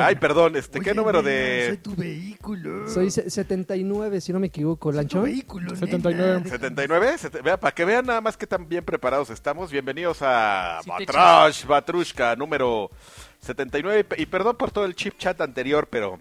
Ay, perdón, este, ¿qué Oye, número nena, Soy de...? tu vehículo. Soy se- 79, si no me equivoco, tu Lanchón. vehículo. 79. nena. 79, Sete- vea, para que vean nada más que tan bien preparados estamos, bienvenidos a Sí, te Batrash, Batrushka, número 79, y pe- y perdón por todo el chip chat anterior, pero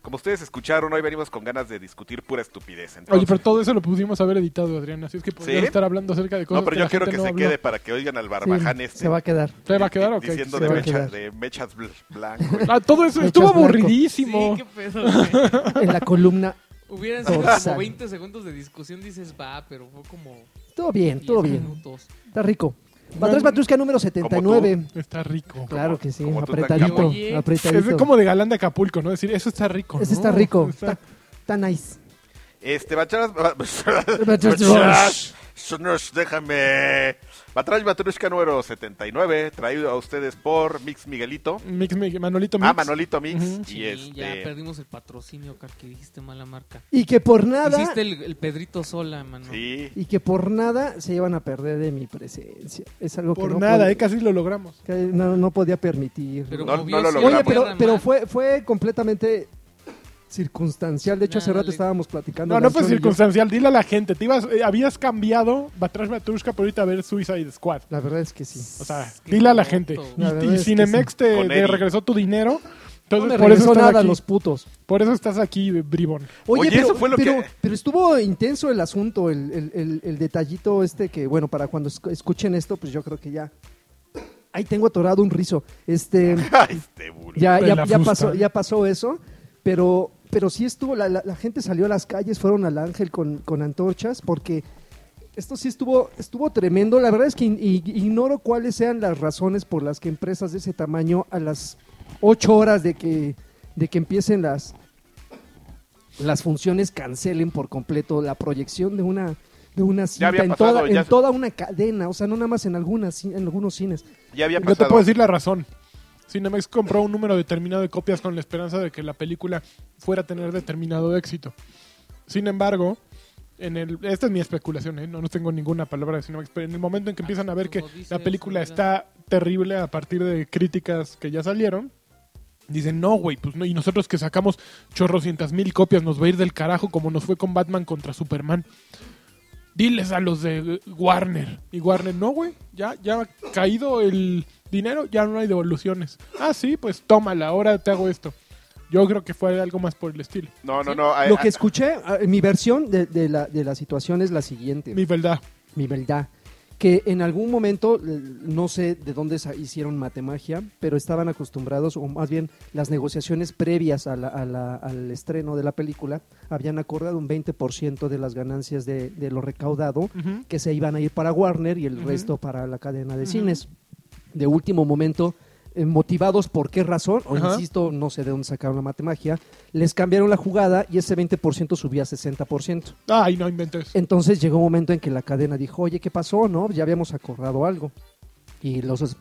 como ustedes escucharon, hoy venimos con ganas de discutir pura estupidez, Oye, entonces, pero todo eso lo pudimos haber editado, Adrián, así es que podrías ¿Sí? estar hablando acerca de cosas no, pero que yo la quiero gente que no se habló. quede para que oigan al Sí, barbaján este. Se va a quedar. ¿Se va a quedar o qué? Diciendo Se de, va a mecha- quedar. de mechas bl- blanco. Ah, todo eso Mechas estuvo blanco. aburridísimo. Sí, qué pedo, güey. En la columna. Hubieran sido Dorsal. como 20 segundos de discusión, dices, va, pero fue como Todo bien, 10 todo bien. minutos. Está rico. Batrás Batrusca número 79. Está rico. Claro que sí, como tú, apretadito, Oye. Es apretadito. como de galán de Acapulco, ¿no? Decir, eso está rico. Ese ¿no? está rico, Está- está, está nice. Este, Batrash... Batrash. Sonosh, déjame. Batrash Batrushka número 79, traído a ustedes por Mix Miguelito. Mix, Mix, Manolito Mix. Ah, Manolito Mix. Ujú. Y Sí, este... ya perdimos el patrocinio, Car, que dijiste mala marca. Y que por nada, Hiciste el, el Pedrito sola, mano. Sí. y que por nada se llevan a perder de mi presencia. Es algo que Por no nada, pod- eh, casi lo logramos. que no, no podía permitir. Pero No, como no vio lo así, Oye, logramos. pero, Superman, pero fue, fue completamente circunstancial. De hecho, hace Nah, rato le- estábamos platicando. No, no fue Lanchón y yo. circunstancial. Dile a la gente. Te ibas, eh, habías cambiado Batrash Batrushka por ahorita a ver Suicide Squad. La verdad es que sí. O sea, Qué dile a la tonto, gente. güey. Y- La verdad Y, es que Cinemex te, Con te Eddie. regresó tu dinero. no me Entonces, por eso, regresó estás nada a aquí. los putos. por eso estás aquí, bribón. Oye, eso fue lo pero, que- pero estuvo intenso el asunto, el, el- el- el detallito este que, bueno, para cuando esc- escuchen esto, pues yo creo que ya. Ahí tengo atorado un rizo. Este, Ay, este burro. ya, De ya, la ya fusta. pasó, ya pasó eso, pero, pero sí estuvo, la, la- la gente salió a las calles, fueron al ángel con, con antorchas, porque esto sí estuvo, estuvo tremendo. La verdad es que in- i- ignoro cuáles sean las razones por las que empresas de ese tamaño a las ocho horas de que, de que empiecen las, las funciones cancelen por completo la proyección de una de una cinta había en, pasado, toda, ya en se- toda una cadena, o sea, no nada más en algunas ci- en algunos cines. Ya había No pasado. te puedo decir la razón. Cinemex compró un número determinado de copias con la esperanza de que la película fuera a tener determinado éxito. Sin embargo, en el, esta es mi especulación, ¿eh? no, no tengo ninguna palabra de Cinemex, pero en el momento en que empiezan a ver que Como dices, la película amiga. está terrible a partir de críticas que ya salieron, dicen, no, güey, pues no, y nosotros que sacamos chorrocientas mil copias nos va a ir del carajo como nos fue con Batman contra Superman. Diles a los de Warner. Y Warner, no, güey, ya, ya ha caído el dinero, ya no hay devoluciones. Ah, sí, pues tómala, ahora te hago esto. Yo creo que fue algo más por el estilo. No, no, no. ah, Lo ah, que escuché, ah, mi versión de, de la, de la situación es la siguiente, Mi mi, verdad. verdad, que en algún momento, l- no sé de dónde sa- hicieron matemagia, pero estaban acostumbrados, o más bien las negociaciones previas a la- a la- al estreno de la película, habían acordado un 20% de las ganancias de, de lo recaudado Ujú. que se iban a ir para Warner y el Ujú. resto para la cadena de Ujú. cines. De último momento, eh, motivados por qué razón, o Ajá. insisto, no sé de dónde sacaron la matemagia, les cambiaron la jugada y ese 20% subía a 60%. Ay, no inventes. Entonces llegó un momento en que la cadena dijo, oye, ¿qué pasó? ¿No? Ya habíamos acordado algo. Y los dos,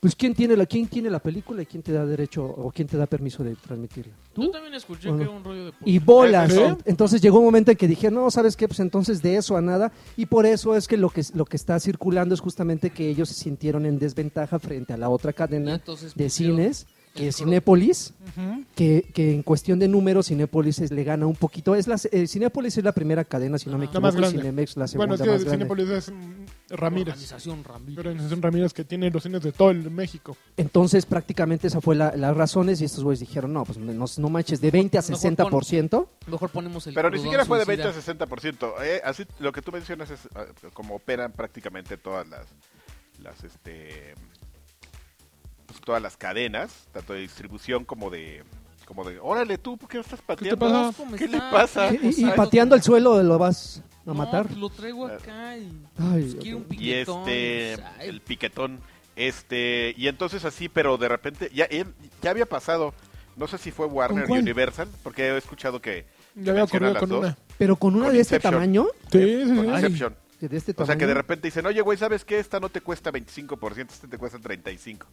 pues ¿quién tiene la, quién tiene la película y quién te da derecho o quién te da permiso de transmitirla? Yo también escuché Bueno. que era un rollo de puta. y bolas. ¿Eh? Entonces llegó un momento en que dije, no, ¿sabes qué? Pues entonces de eso a nada. Y por eso es que lo que, lo que está circulando es justamente que ellos se sintieron en desventaja frente a la otra Y cadena entonces pues, de pusieron- cines, que el es coro. Cinépolis, Ujú. que, que en cuestión de números Cinépolis es- le gana un poquito. Es la, eh, Cinépolis es la primera cadena, si no me Ajá. La equivoco, más y grande. Cinemex la segunda Bueno, es más que grande. Cinepolis es mm, Ramírez. Organización Ramírez. Pero es un Ramírez que tiene los cines de todo el México. Entonces prácticamente esa fue la, las razones y estos güeyes dijeron, no, pues no, no manches, de 20 a Mejor pon- 60%. Mejor ponemos el Pero ni crudón siquiera fue de 20 suicida. a 60%. eh, así, lo que tú mencionas es ah, como operan prácticamente todas las, las, este, pues, todas las cadenas, tanto de distribución como de, como de, órale tú, ¿por qué no estás pateando? pasa? Asco, me ¿Qué le está- pasa? Y- Y, y Exacto. pateando el suelo lo vas a Ah, No, matar. pues lo traigo acá y... Ay, Pues quiero un y piquetón. este pues, ay, el piquetón este y entonces así pero de repente ya él- ya había pasado no sé si fue Warner y cuál? Universal porque he escuchado que Ya había Menciona ocurrido las con dos. una. Pero con una Con de este Inception. tamaño. Sí, sí, con sí. Ay, Inception que de este o sea que de tamaño, repente dicen oye güey sabes qué esta no te cuesta 25% esta te cuesta 35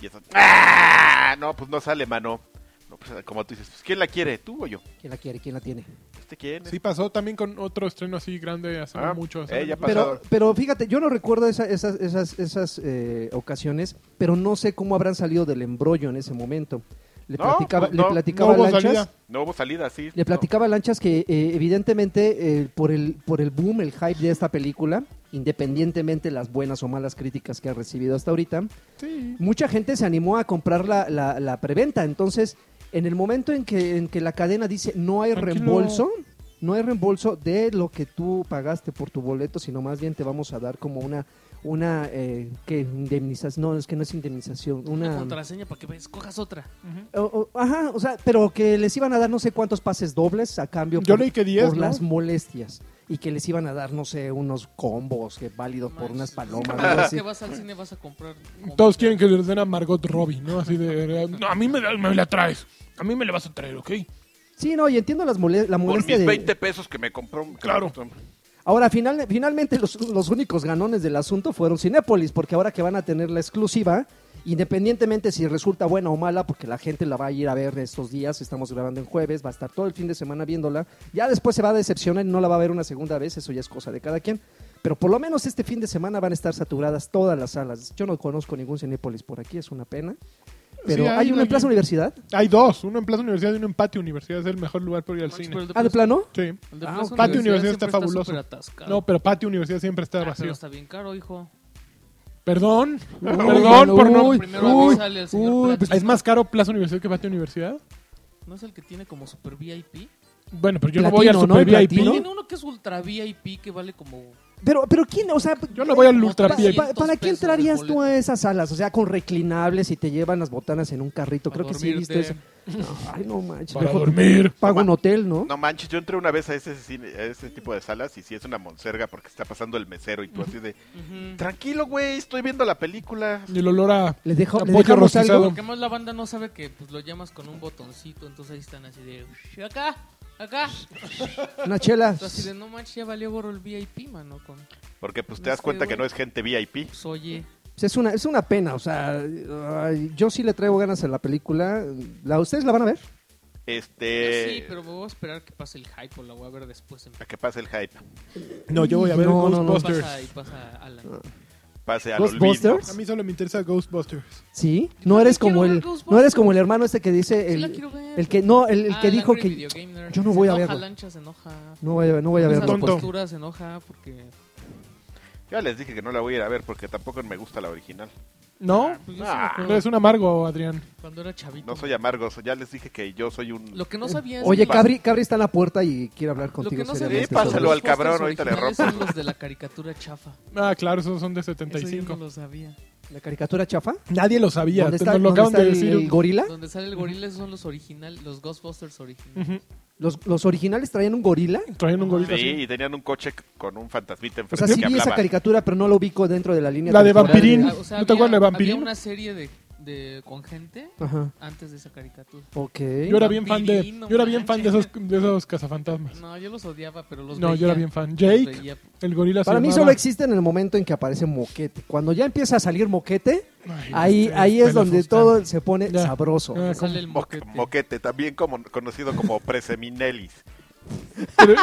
y eso ¡ah! no pues no sale mano No, pues, como tú dices pues, quién la quiere tú o yo ¿Quién la quiere? ¿Quién la tiene? este quién Sí, pasó también con otro estreno así grande hace Ah, no mucho. hace eh, ya no- pasó. Pero, Pasado. pero fíjate, yo no recuerdo esa- esas, esas, esas eh, ocasiones, pero no sé cómo habrán salido del embrollo en ese momento. le No, platicaba, pues no, le No platicaba a hubo Lanchas. salida. No hubo salida, sí. Le platicaba a Lanchas que eh, evidentemente eh, por, el, por el boom, el hype de esta película, independientemente las buenas o malas críticas que ha recibido hasta ahorita, Sí. mucha gente se animó a comprar la, la- la preventa. Entonces, en el momento en que, en que la cadena dice no hay Tranquilo. reembolso, no hay reembolso de lo que tú pagaste por tu boleto, sino más bien te vamos a dar como una, una eh, que indemnización, no, es que no es indemnización, Una una... contraseña para que veas, cojas otra. O- o- ajá, o sea, pero que les iban a dar no sé cuántos pases dobles a cambio Yo leí que 10, por ¿no? las molestias. Y que les iban a dar, no sé, unos combos que válidos por unas palomas. algo Cada vez así. que vas al cine vas a comprar. Todos quieren que les den a Margot Robbie, ¿no? Así de. No, a mí me, la- me la traes. A mí me la vas a traer, ¿ok? Sí, no, y entiendo las mole- la Por molestia mis de... 20 pesos que me compró. que este Claro. me costó. Ahora, final- finalmente los, los únicos ganones del asunto fueron Cinépolis, porque ahora que van a tener la exclusiva, independientemente si resulta buena o mala, porque la gente la va a ir a ver estos días, estamos grabando en jueves, va a estar todo el fin de semana viéndola, ya después se va a decepcionar y no la va a ver una segunda vez, eso ya es cosa de cada quien. Pero por lo menos este fin de semana van a estar saturadas todas las salas. Yo no conozco ningún Cinépolis por aquí, es una pena. Pero Sí, hay, una en hay- Plaza Universidad. Hay dos, uno en Plaza Universidad y uno en Patio Universidad. Es el mejor lugar para ir al Manches, cine. pero el de Ah, de Plaza- plano. Sí. el de Ah, Plaza ok. Patio Universidad siempre está fabuloso. súper atascado. No, pero Patio Universidad siempre está Ah, pero vacío. está bien caro, hijo. Perdón. Uy, Perdón mano, por no. uy, Primero uy, avísale al señor uy, pues, Platzi. ¿Es más caro Plaza Universidad que Patio Universidad? ¿No es el que tiene como super VIP? Bueno, pero yo no Platino, voy al ¿no? Super El VIP. platino. Tiene uno que es ultra VIP que vale como. Pero, pero quién, o sea, Yo no voy al Como Ultra tres- VIP. Pa- ¿Para 500 qué pesos de entrarías tú boleto. a esas salas? O sea, con reclinables y te llevan las botanas en un carrito. para Creo que sí viste dormirte. eso. Ay, no manches. Para mejor dormir. Pago No un ma- hotel, ¿no? No manches, yo entré una vez a ese, cine- a ese tipo de salas y sí es una monserga porque está pasando el mesero y tú así de... Ujú. Tranquilo, güey, estoy viendo la película. Y el olor a. ¿Les, dejo, a ¿les pollo dejamos rostizado. algo? Porque más la banda no sabe que pues, lo llamas con un botoncito, entonces ahí están así de. "Ush, Acá, acá. Una chela. Tú así de no manches, ya valió gorro el VIP, mano. Con, Porque pues te No das sé, cuenta que güey. no es gente VIP. pues, oye. Pues es, una, es una pena, o sea, ay, yo sí le traigo ganas a la película. ¿La, ¿Ustedes la van a ver? Este... Eh, Sí, pero me voy a esperar que pase el hype o la voy a ver después. En... A que pase el hype. No, yo voy a ver No, no, no. Ghostbusters. Pasa y pasa Alan. Pase al olvido. ¿Ghostbusters? A mí solo me interesa Ghostbusters. Sí. Yo No eres quiero como ver el, Ghostbusters. no eres como el hermano este que dice Sí la el, quiero ver. el que no, el, el Ah, que el dijo Angry que Video Game Nerd. yo no voy se a enoja, verlo. Lancha se enoja. no voy a, no voy a Esa verlo. Tonto. postura se enoja porque Ya les dije que no la voy a ir a ver porque tampoco me gusta la original. ¿No? pues, yo sí Ah. me No, es acuerdo un amargo, Adrián. cuando era chavito. No soy amargo, so- ya les dije que yo soy un... Lo que no sabía es Oye, que- Cabri, Cabri está en la puerta y quiere hablar lo contigo. que no sabía seriamente es que sobre pásalo los al cabrón, pósters ahorita le originales rompo. Son los de la caricatura chafa. Ah, claro, esos son de Eso yo 75. no lo sabía. la caricatura chafa. Nadie lo sabía. ¿Dónde Te está, nos lo dónde acaban está de el- decir. el gorila? Donde sale el gorila esos son los originales, los Ghostbusters originales. Ujú. ¿Los, los originales traían un gorila? Traían un gorila así. Sí, y tenían un coche c- con un fantasmita O enfrente sea, sí que vi esa hablaba. caricatura, pero no lo ubico dentro de la línea. La de temporal. Vampirín. Ah, o sea, ¿No te había- acuerdas de Vampirín? Había una serie de, de con gente Ajá. antes de esa caricatura. Ok. Yo era bien fan de, Vampirín, no yo era bien fan de esos, manches. de esos cazafantasmas. No, yo los odiaba, pero los No, veía. yo era bien fan. Los Jake, Ah, veía. el gorila. se Para mí llamaba- solo existe en el momento en que aparece Moquete. Cuando ya empieza a salir Moquete, Ay, este ahí, ustedes, ahí es pelos donde fustán. todo se pone Ya. sabroso. Ah, Sale el Mo- moquete. Moquete, también como, conocido como Preseminelis. Pero-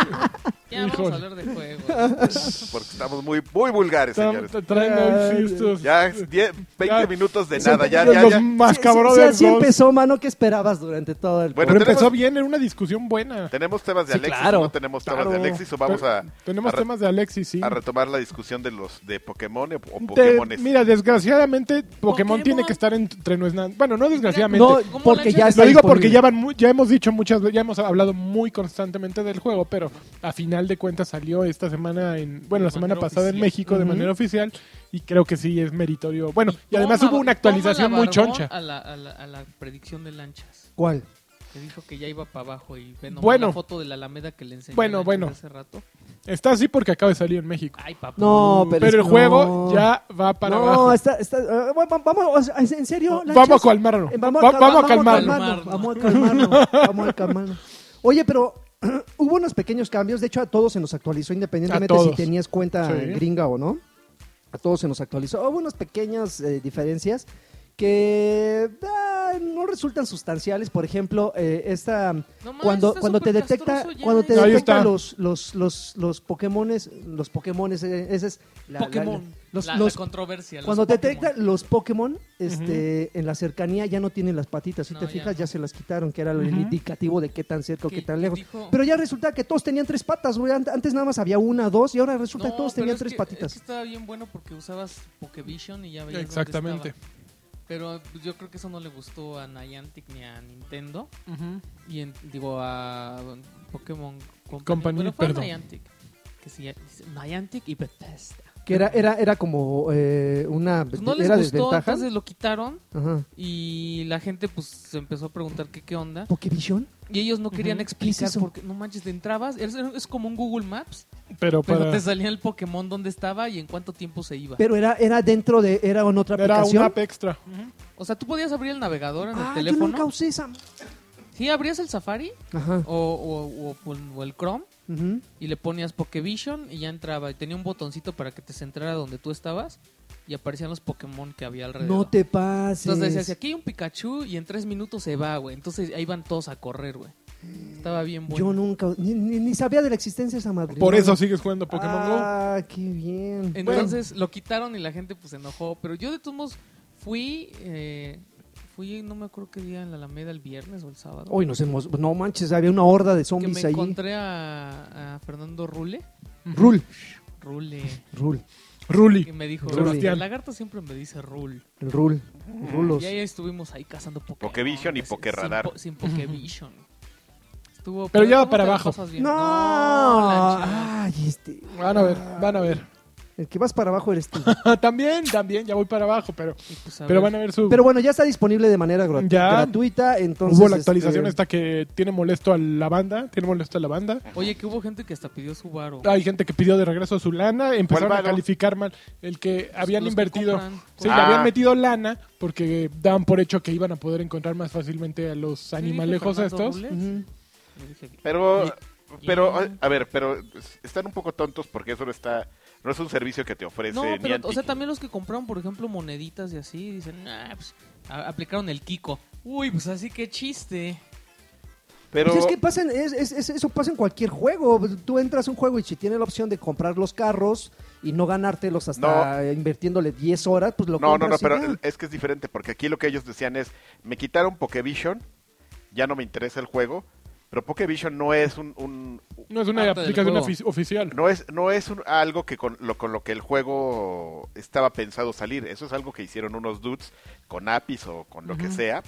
Ya vamos Híjole. a hablar de juegos. Porque estamos muy, muy vulgares, tra- señores. tra- Traen Ay, hoy estos- Ya es 10, 20 Ya. minutos de Sí, nada, ya, los ya, ya. más Sí, cabrones. sí, sí, así dos. empezó, mano, ¿qué esperabas durante todo el Bueno, Pero programa? empezó tenemos- bien, era una discusión buena. Tenemos temas de Sí, Alexis, claro. no tenemos temas Claro. de Alexis, o vamos Pero a, Tenemos a re- temas de Alexis, sí. a retomar la discusión de los de Pokémon o, o Te- Pokémones. mira, desgraciadamente Pokémon, Pokémon. tiene que estar entre nuestras... Bueno, no desgraciadamente. No, ¿Cómo porque la ya echas? está Lo digo disponible. porque ya, van mu- ya hemos dicho muchas veces, ya hemos hablado muy constantemente del juego, pero a final de cuentas salió esta semana, en, bueno, la De semana manera pasada en oficial. México de Ujú. manera oficial y creo que sí es meritorio. Bueno, y además Toma- hubo una actualización toma muy la barbón choncha. A la, a, la, a la predicción de lanchas. ¿Cuál? Que dijo que ya iba para abajo y ve nomás Bueno. la foto de la Alameda que le enseñé Bueno, a Lanchas bueno. hace rato. Está así porque acaba de salir en México. Ay, papá. No, pero, pero es- el no. juego ya va para no, abajo. está, está, eh, vamos, vamos, en serio. Vamos a Lanchas? calmarlo. Eh, Va- cal- Vamos a calmarlo. calmarlo. Vamos a calmarlo. Vamos a calmarlo. Oye, pero hubo unos pequeños cambios. De hecho, a todos se nos actualizó, independientemente A si todos. tenías cuenta Sí. gringa o no. A todos se nos actualizó. Hubo unas pequeñas eh, diferencias que ah, no resultan sustanciales. Por ejemplo, eh, esta. No mames, Cuando, está cuando te súper detecta, castroso ya, cuando te ¿eh? Ahí detecta está. los, los, los, los Pokémones, los Pokémones, eh, esa es la, la- Pokémon. Los, la, los- la controversia. los cuando Pokémon. detectan los Pokémon este, en la cercanía ya no tienen las patitas. Si No, te ya fijas, no. ya se las quitaron, que era lo Ujú. indicativo de qué tan cerca o Que- qué tan que lejos. dijo- Pero ya resulta que todos tenían tres patas, güey. Ant- Antes nada más había una, dos, y ahora resulta No, que todos pero tenían es tres que- Es patitas. que estaba bien bueno porque usabas Pokevision y ya veías dónde Exactamente. estaba. Pero pues, yo creo que eso no le gustó a Niantic ni a Nintendo. Ujú. Y en- digo a Pokémon Company. Company, pero fue a perdón. Niantic. Que sí, Niantic y Bethesda. Que era, era, era como eh, una Pues no les era gustó, desventaja. entonces lo quitaron. Ajá. Y la gente pues se empezó a preguntar qué, qué onda. ¿Pokevision? Y ellos no querían Ujú. ¿Qué es explicar eso? porque no manches, te entrabas. Es, es como un Google Maps, Pero pero para... te salía el Pokémon dónde estaba y en cuánto tiempo se iba. Pero era, era dentro de. Era en otra Era aplicación. una app extra. O sea, tú podías abrir el navegador en ah, el yo teléfono. Oh, nunca usé esa. Sí, abrías el Safari Ajá. o, o- o- o el Chrome Ujú. y le ponías Pokevision y ya entraba. Y tenía un botoncito para que te centrara donde tú estabas y aparecían los Pokémon que había alrededor. No te pases. Entonces decías, aquí hay un Pikachu y en tres minutos se va, güey. Entonces ahí van todos a correr, güey. Estaba bien bueno. Yo nunca. Ni, ni- ni sabía de la existencia de esa madre. Por eso sigues jugando Pokémon ah, qué bien. Entonces lo quitaron y la gente pues se enojó. Pero yo de todos modos fui, eh, fui no me acuerdo qué día en la Alameda, el viernes o el sábado. Hoy nos hemos. No manches, había una horda de que me zombies ahí. encontré a, a Fernando Rule. Rule. Rule. Rule. Go. Ruli. Que me dijo, Rule. "Oye, el lagarto siempre me dice Rule. El Rule. Rulos. Y ahí estuvimos ahí cazando Pokémon. pues, Pokevision y sin- sin Pokerradar. po- Sin, Pokevision. Estuvo, Pero ya va ¿cómo para te la abajo. pasas bien? No. Lancha. Ay, este. Van a ver, van a ver. Ah, El que vas para abajo eres tú. también, también, ya voy para abajo, pero, Y, pues, a pero ver, van a ver su... Pero bueno, ya está disponible de manera grat- Ya. gratuita. Entonces, Hubo la este, actualización esta que tiene molesto a la banda, tiene molesto a la banda. Oye, que hubo gente que hasta pidió su varo. Hay gente que pidió de regreso su lana, empezaron a varo? calificar mal el que habían Los que invertido. compran. pues, sí, Ah. le habían metido lana porque daban por hecho que iban a poder encontrar más fácilmente a los ¿Sí dije animalejos Fernando estos. Rule? Ujú. Yo dije, Pero, Y- pero, y- a ver, pero están un poco tontos porque eso no está, no es un servicio que te ofrece No, pero, Niantic. o sea, también los que compraron, por ejemplo, moneditas y así, dicen, nah, pues, a- aplicaron el Kiko. Uy, pues así que chiste. Pero, Pues es que pasa en- es- es- es- eso pasa en cualquier juego. Pues, Tú entras a un juego y si tienes la opción de comprar los carros y no ganártelos hasta invirtiéndole 10 horas, pues lo no, no, no, compras y pero ya. es que es diferente porque aquí lo que ellos decían es, me quitaron Pokevision, ya no me interesa el juego, pero Pokevision no es un, un- No es una Parte del aplicación juego. ofi- oficial. no es, no es un- algo que con lo, con lo que el juego estaba pensado salir. Eso es algo que hicieron unos dudes con APIs o con lo que sea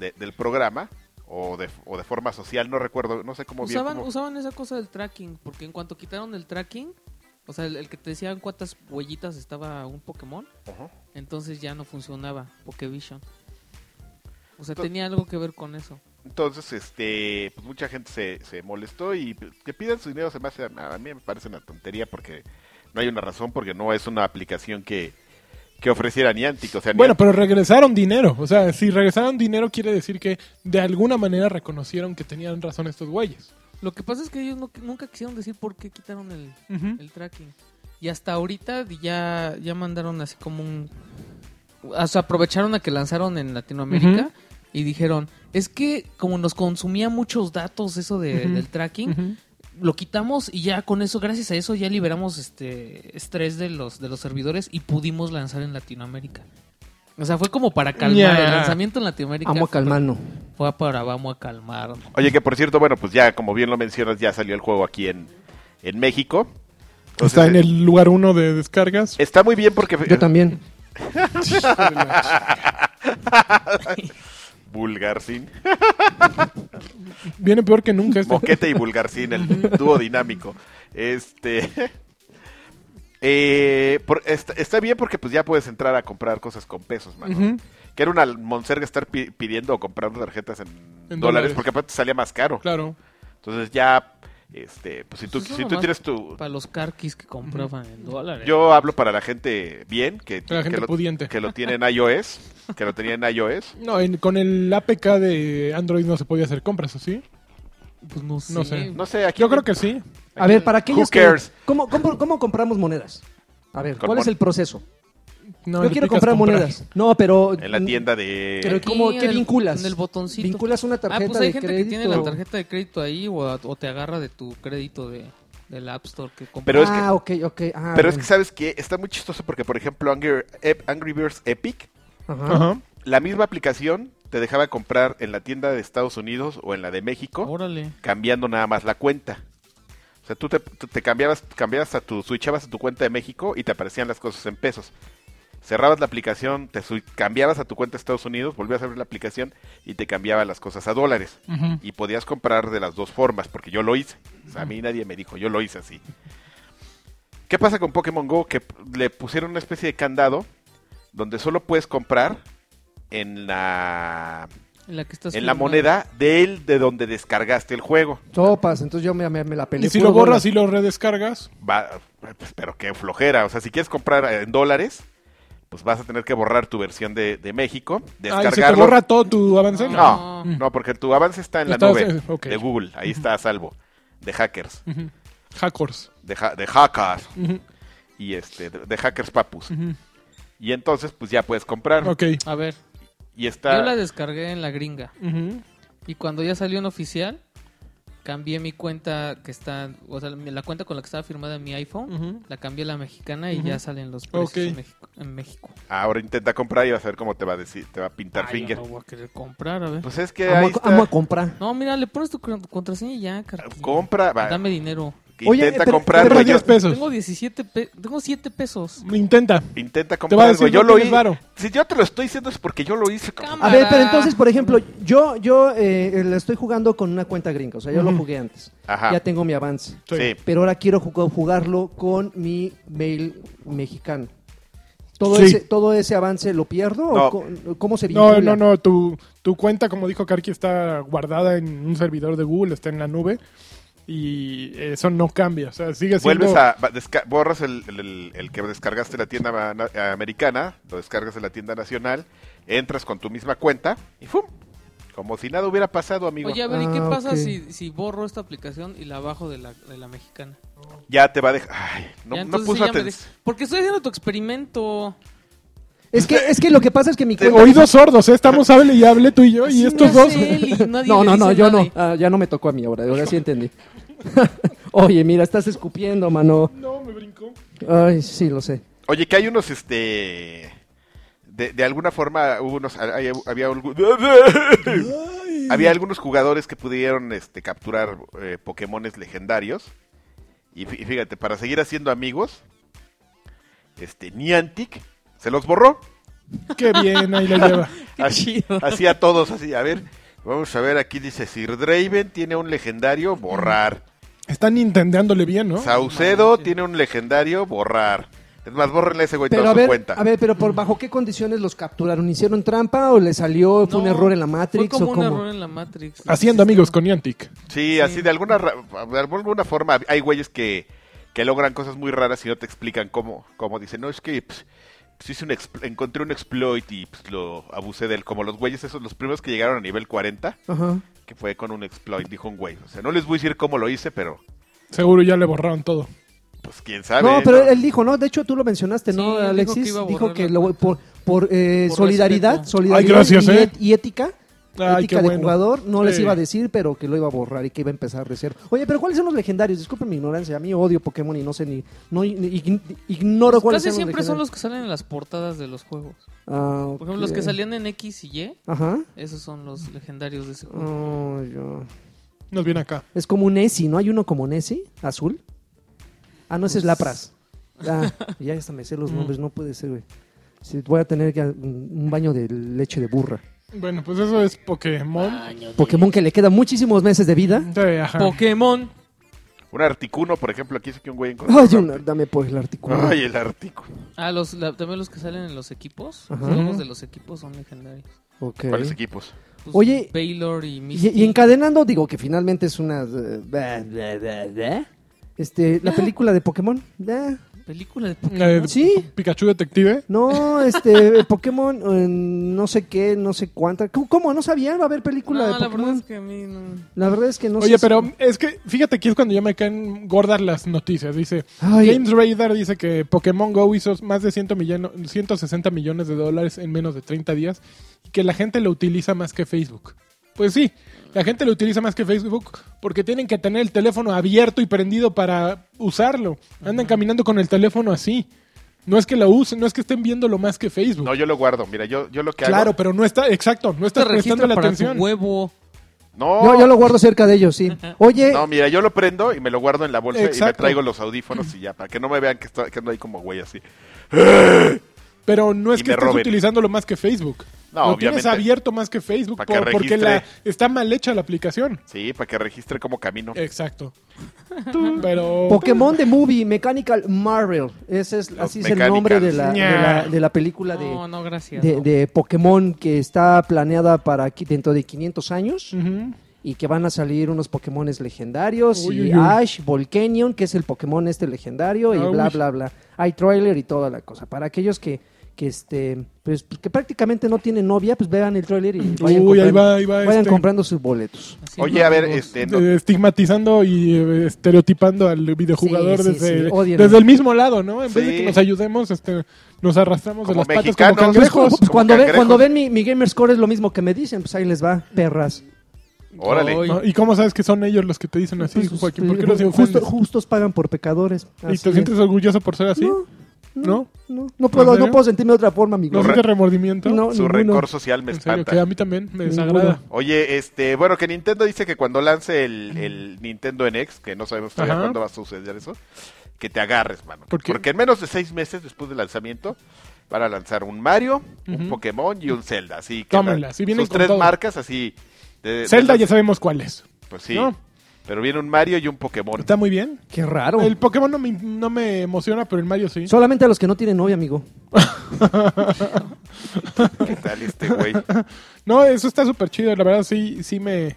de- del programa o de, o de forma social, no recuerdo, no sé cómo bien. Usaban, cómo- usaban esa cosa del tracking, porque en cuanto quitaron el tracking, o sea, el, el que te decían cuántas huellitas estaba un Pokémon, Ujú. entonces ya no funcionaba Pokévision. O sea, To- tenía algo que ver con eso. Entonces, este, pues mucha gente se, se molestó y pues, que pidan su dinero se me hace, a mí me parece una tontería porque no hay una razón, porque no es una aplicación que, que ofreciera Niantic. O sea, Bueno, Niantic- pero regresaron dinero. O sea, si regresaron dinero quiere decir que de alguna manera reconocieron que tenían razón estos güeyes. Lo que pasa es que ellos no- nunca quisieron decir por qué quitaron el, el tracking. Y hasta ahorita ya, ya mandaron así como un... O sea, aprovecharon a que lanzaron en Latinoamérica Ujú. y dijeron, es que como nos consumía muchos datos eso de- Ujú. del tracking, Ujú. lo quitamos y ya con eso, gracias a eso ya liberamos este estrés de los, de los servidores y pudimos lanzar en Latinoamérica. O sea, fue como para calmar. Ya. El lanzamiento en Latinoamérica Vamos a fue- calmarnos. fue para vamos a calmar. Oye, que por cierto, bueno, pues ya como bien lo mencionas, ya salió el juego aquí en, en México. Entonces, eh, Está en el lugar uno de descargas. Está muy bien porque... Yo también. Vulgarcin. Viene peor que nunca. Este. Moquete y Vulgarcín, el dúo dinámico. Este. eh, por- está, está bien porque pues ya puedes entrar a comprar cosas con pesos, mano. Ujú. Que era una monserga estar pi- pidiendo o comprando tarjetas en, dólares, dólares. porque aparte salía más caro. Claro. Entonces ya, este, pues si tú, Pues eso si tú nomás tienes tu... Para los carquis que compraban en dólares. Yo hablo para la gente bien, que, Para la gente que, pudiente. lo, que lo tiene en iOS, que lo tenía en iOS. No, en- con el APK de Android no se podía hacer compras, ¿o sí? Pues no sé. No sé. No sé, aquí... Yo creo que sí. A ver, para aquellos que- cares? ¿cómo, cómo, cómo compramos monedas? A ver, Con ¿cuál mon- es el proceso? No, Yo le quiero picas comprar, monedas. No, pero... En la tienda de... Pero Aquí ¿cómo, en ¿qué el- vinculas? en el botoncito. ¿Vinculas una tarjeta ah, pues hay de gente crédito? que tiene la tarjeta de crédito ahí o, o te agarra de tu crédito de, del App Store que compré. Pero es que- ah, ok, ok. Ah, Pero es que bueno. sabes que está muy chistoso porque, por ejemplo, Angry, Ep- Angry Birds Epic, Ajá. Ajá. la misma aplicación te dejaba comprar en la tienda de Estados Unidos o en la de México, Órale. cambiando nada más la cuenta. O sea, tú te, tú te cambiabas, cambiabas a tu, switchabas a tu cuenta de México y te aparecían las cosas en pesos. Cerrabas la aplicación, te swi- cambiabas a tu cuenta de Estados Unidos, volvías a abrir la aplicación y te cambiaba las cosas a dólares. Ujú. y podías comprar de las dos formas, porque yo lo hice. O sea, a mí nadie me dijo, yo lo hice así. ¿Qué pasa con Pokémon Go? Que p- le pusieron una especie de candado donde solo puedes comprar en la, En la que estás en la jugando. moneda del de donde descargaste el juego. Sopas, entonces yo me, me- me la peleé. Y si puro lo borras dólar. y lo redescargas, Va, pues, pero qué flojera. O sea, si quieres comprar eh, en dólares, pues vas a tener que borrar tu versión de, de México, ah, y se te descargarlo. borra todo tu avance. no, no, porque tu avance está en la Estás- nube eh, ok. de Google. Ahí está a salvo. De hackers. Ujú. Hackers. De, ha- de hackers. Ujú. y este de, de hackers papus. Ujú. Y entonces pues ya puedes comprar Ok. A ver, y está yo la descargué en la gringa. Ujú. Y cuando ya salió en oficial, cambié mi cuenta que está, o sea, mi- la cuenta con la que estaba firmada en mi iPhone, Ujú. la cambié a la mexicana y ya salen los precios Ok. en México. En México. ahora intenta comprar y vas a ver cómo te va a decir, te va a pintar Ay, finger. yo no voy a querer comprar, a ver. Pues es que Amo, ahí a, está. amo a comprar. No, mira, le pones tu cr- contraseña y ya, carajo. compra, va, Dame dinero. Oye, intenta pero- comprar, pero güey, yo- Diez pesos. Tengo 17 pe- tengo 7 pesos. Intenta. intenta va a comprar, decir, güey, yo no lo tienes hice. varo. Si yo te lo estoy diciendo es porque yo lo hice. cabrón. Cama. A ver, pero entonces, por ejemplo, yo, yo eh, la estoy jugando con una cuenta gringa. O sea, yo lo jugué antes. Ajá. Ya tengo mi avance. Sí. Sí. Pero ahora quiero jug- jugarlo con mi mail mexicano. ¿Todo, Sí. ese, ¿Todo ese avance lo pierdo? o No. co- ¿Cómo se vincula? No, no, no. Tu, tu cuenta, como dijo Karki, está guardada en un servidor de Google, está en la nube. Y eso no cambia. O sea, sigue siendo. Vuelves a va- desca- borras el, el- el- el que descargaste en la tienda ma- na- americana, lo descargas en la tienda nacional, entras con tu misma cuenta y ¡fum! Como si nada hubiera pasado, amigo. Oye, a ver, ¿y qué Ah, pasa ok. si, si borro esta aplicación y la bajo de la, de la mexicana? Ya te va a dejar. Ay, no, Ya, no entonces puso sí, ya me atención. de- Porque estoy haciendo tu experimento. Es que, es que lo que pasa es que mi Te- cuenta... Oídos sordos, ¿eh? estamos hable y hable tú y yo. Así Y me estos hace dos. él y nadie No, le no, no, dice yo nada. no. Ah, ya no me tocó a mí ahora. Ahora sí entendí. Oye, mira, estás escupiendo, mano. No, me brincó. Ay, sí, lo sé. Oye, que hay unos, este... De, de alguna forma hubo unos... hay- había, algu- había algunos jugadores que pudieron este, capturar eh, Pokémones legendarios. Y fí- y fíjate, para seguir haciendo amigos, este Niantic se los borró. Qué bien, ahí la lleva. Qué así, chido. así a todos, así. A ver, vamos a ver, aquí dice Sir Draven tiene un legendario, borrar. Están intentándole bien, ¿no? Saucedo Mm. Manches. tiene un legendario, borrar. Es más, bórrenle a ese güey Pero toda a su ver, cuenta. a ver, pero por bajo qué condiciones los capturaron? ¿Hicieron trampa o les salió fue un No, error en la Matrix Fue como o un cómo? error en la Matrix. Haciendo amigos con Niantic. Sí, así de alguna, ra- de alguna forma hay güeyes que, que logran cosas muy raras y no te explican cómo. Como dicen, no, es que pues, pues, hice un expl- encontré un exploit y pues, lo abusé de él. Como los güeyes esos, los primeros que llegaron a nivel 40, Ajá. que fue con un exploit, dijo un güey. O sea, no les voy a decir cómo lo hice, pero Seguro ya le borraron todo. pues quién Ah, sabe. No, pero ¿no? él dijo, ¿no? De hecho, tú lo mencionaste, Sí, él ¿no, dijo que Alexis? iba a Dijo borrar que la lo- cuenta. por, por, eh, Por solidaridad, respeto. solidaridad Ay, gracias, y, ¿eh? et- y ética, Ay, ética qué de bueno. jugador, no les Sí. iba a decir, pero que lo iba a borrar y que iba a empezar de cero. Oye, pero ¿cuáles son los legendarios? Disculpen mi ignorancia, a mí odio Pokémon y no sé ni... No, ni- ign- ignoro cuáles Pues Casi son siempre los son los que salen en las portadas de los juegos. legendarios. Ah, Por ejemplo, los ok. que salían en X y Y, Ajá. esos son los legendarios de ese juego. Oh, yo- Nos viene acá. Es como un Nessie, ¿no? Hay uno como Nessie, azul. Ah, no, ese es Pues- Mm. Lapras. Ah, ya hasta me sé los nombres, no puede ser, güey. Sí, voy a tener que, un un baño de leche de burra. Bueno, pues eso es Pokémon. Pokémon que le quedan muchísimos meses de vida. Sí, ajá. Pokémon. Un articuno, por ejemplo, aquí dice que un güey encontró. Ay, un una- dame por el artículo. articuno. Ay, eh, el articuno. Ah, los, la- también los que salen en los equipos. Ajá. Los logos de los equipos son legendarios. Ok. ¿Cuáles equipos? Pues, Oye, Baylor y Y, Misty. y encadenando, digo que finalmente es una... eh, bla, bla, bla, bla. Este, la película de Pokémon. Bla. Película de La de Pokémon. Sí. Pikachu Detective. No, este, Pokémon, eh, no sé qué, no sé cuánta. ¿Cómo? ¿No sabían? ¿Va a haber No, película de la Pokémon? verdad es que a mí no. La verdad es que no Oye, sé si- pero es que fíjate que es cuando ya me caen gordas las noticias. Dice, Ay. Games Radar dice que Pokémon Go hizo más de 100 millones, 160 millones de dólares en menos de 30 días y que la gente lo utiliza más que Facebook. Pues sí, la gente lo utiliza más que Facebook porque tienen que tener el teléfono abierto y prendido para usarlo. Andan caminando con el teléfono así. No es que lo usen, no es que estén viéndolo más que Facebook. No, yo lo guardo. Mira, yo, yo lo que claro, hago. pero no está, exacto, no Te Este estás prestando registra la para atención. tu huevo. No, Yo, yo lo guardo cerca de ellos, sí. Oye, No, mira, yo lo prendo y me lo guardo en la bolsa y me Exacto. traigo los audífonos y ya, para que no me vean que, estoy, que ando ahí como güey así. Pero no es Y que me estés roben. utilizando lo más que Facebook. No, lo tienes obviamente. abierto más que Facebook Pa' que por- porque registre. la, está mal hecha la aplicación. Sí, para que registre cómo camino. Eh, Exacto. Pero Pokémon de Movie, Mechanical Marvel. Ese es, así es el Mechanical. nombre de la, de la, de la película de, No, no, gracias. de, no. de Pokémon que está planeada para aquí dentro de 500 años Ujú. y que van a salir unos Pokémones legendarios Uy, y uy, uy. Ash, Volcanion, que es el Pokémon este legendario y Ah, bla, uy. bla, bla. Hay trailer y toda la cosa. Para aquellos que, que este pues que prácticamente no tienen novia, pues vean el trailer y vayan, Uy, ahí comprando, va, ahí va vayan este. comprando sus boletos. Así Oye, no, a ver, amigos. este, no, Eh, estigmatizando y eh, estereotipando al videojugador Sí, sí, sí, desde, ódienlo. desde el mismo lado, ¿no? En vez de Sí. que nos ayudemos, este, nos arrastramos Como de las patas como mexicanos. Pues, cangrejos. pues, cuando, ven, cangrejos. cuando ven mi, mi gamer score es lo mismo que me dicen, pues ahí les va, perras. Órale. Oy. ¿no? ¿Y cómo sabes que son ellos los que te dicen así, Pues, Joaquín? ¿Por qué eh, los justo- ofendes? Justos pagan por pecadores. ¿Y Así te es. sientes orgulloso por ser así? No, ¿No? no, no, no puedo, serio? no puedo sentirme de otra forma, amigo. ¿No Correcto. sientes remordimiento? No, Su ninguno. rencor social me En serio, espanta. que a mí también me Ninguno. desagrada. Oye, este, bueno, que Nintendo dice que cuando lance el, el Nintendo NX, que no sabemos todavía Ajá. cuándo va a suceder eso, que te agarres, mano. ¿Por qué? Porque en menos de seis meses después del lanzamiento van a lanzar un Mario, un Ujú. Pokémon y un Zelda. Así que Tómala, la- sí vienen sus con tres todo. marcas así. de- de- Zelda de- ya sabemos cuál es. Pues sí. ¿no? Pero viene un Mario y un Pokémon. Está muy bien. Qué raro. El Pokémon no me, no me emociona, pero el Mario sí. Solamente a los que no tienen novia, amigo. ¿Qué tal este güey? No, eso está súper chido. La verdad, sí, sí me,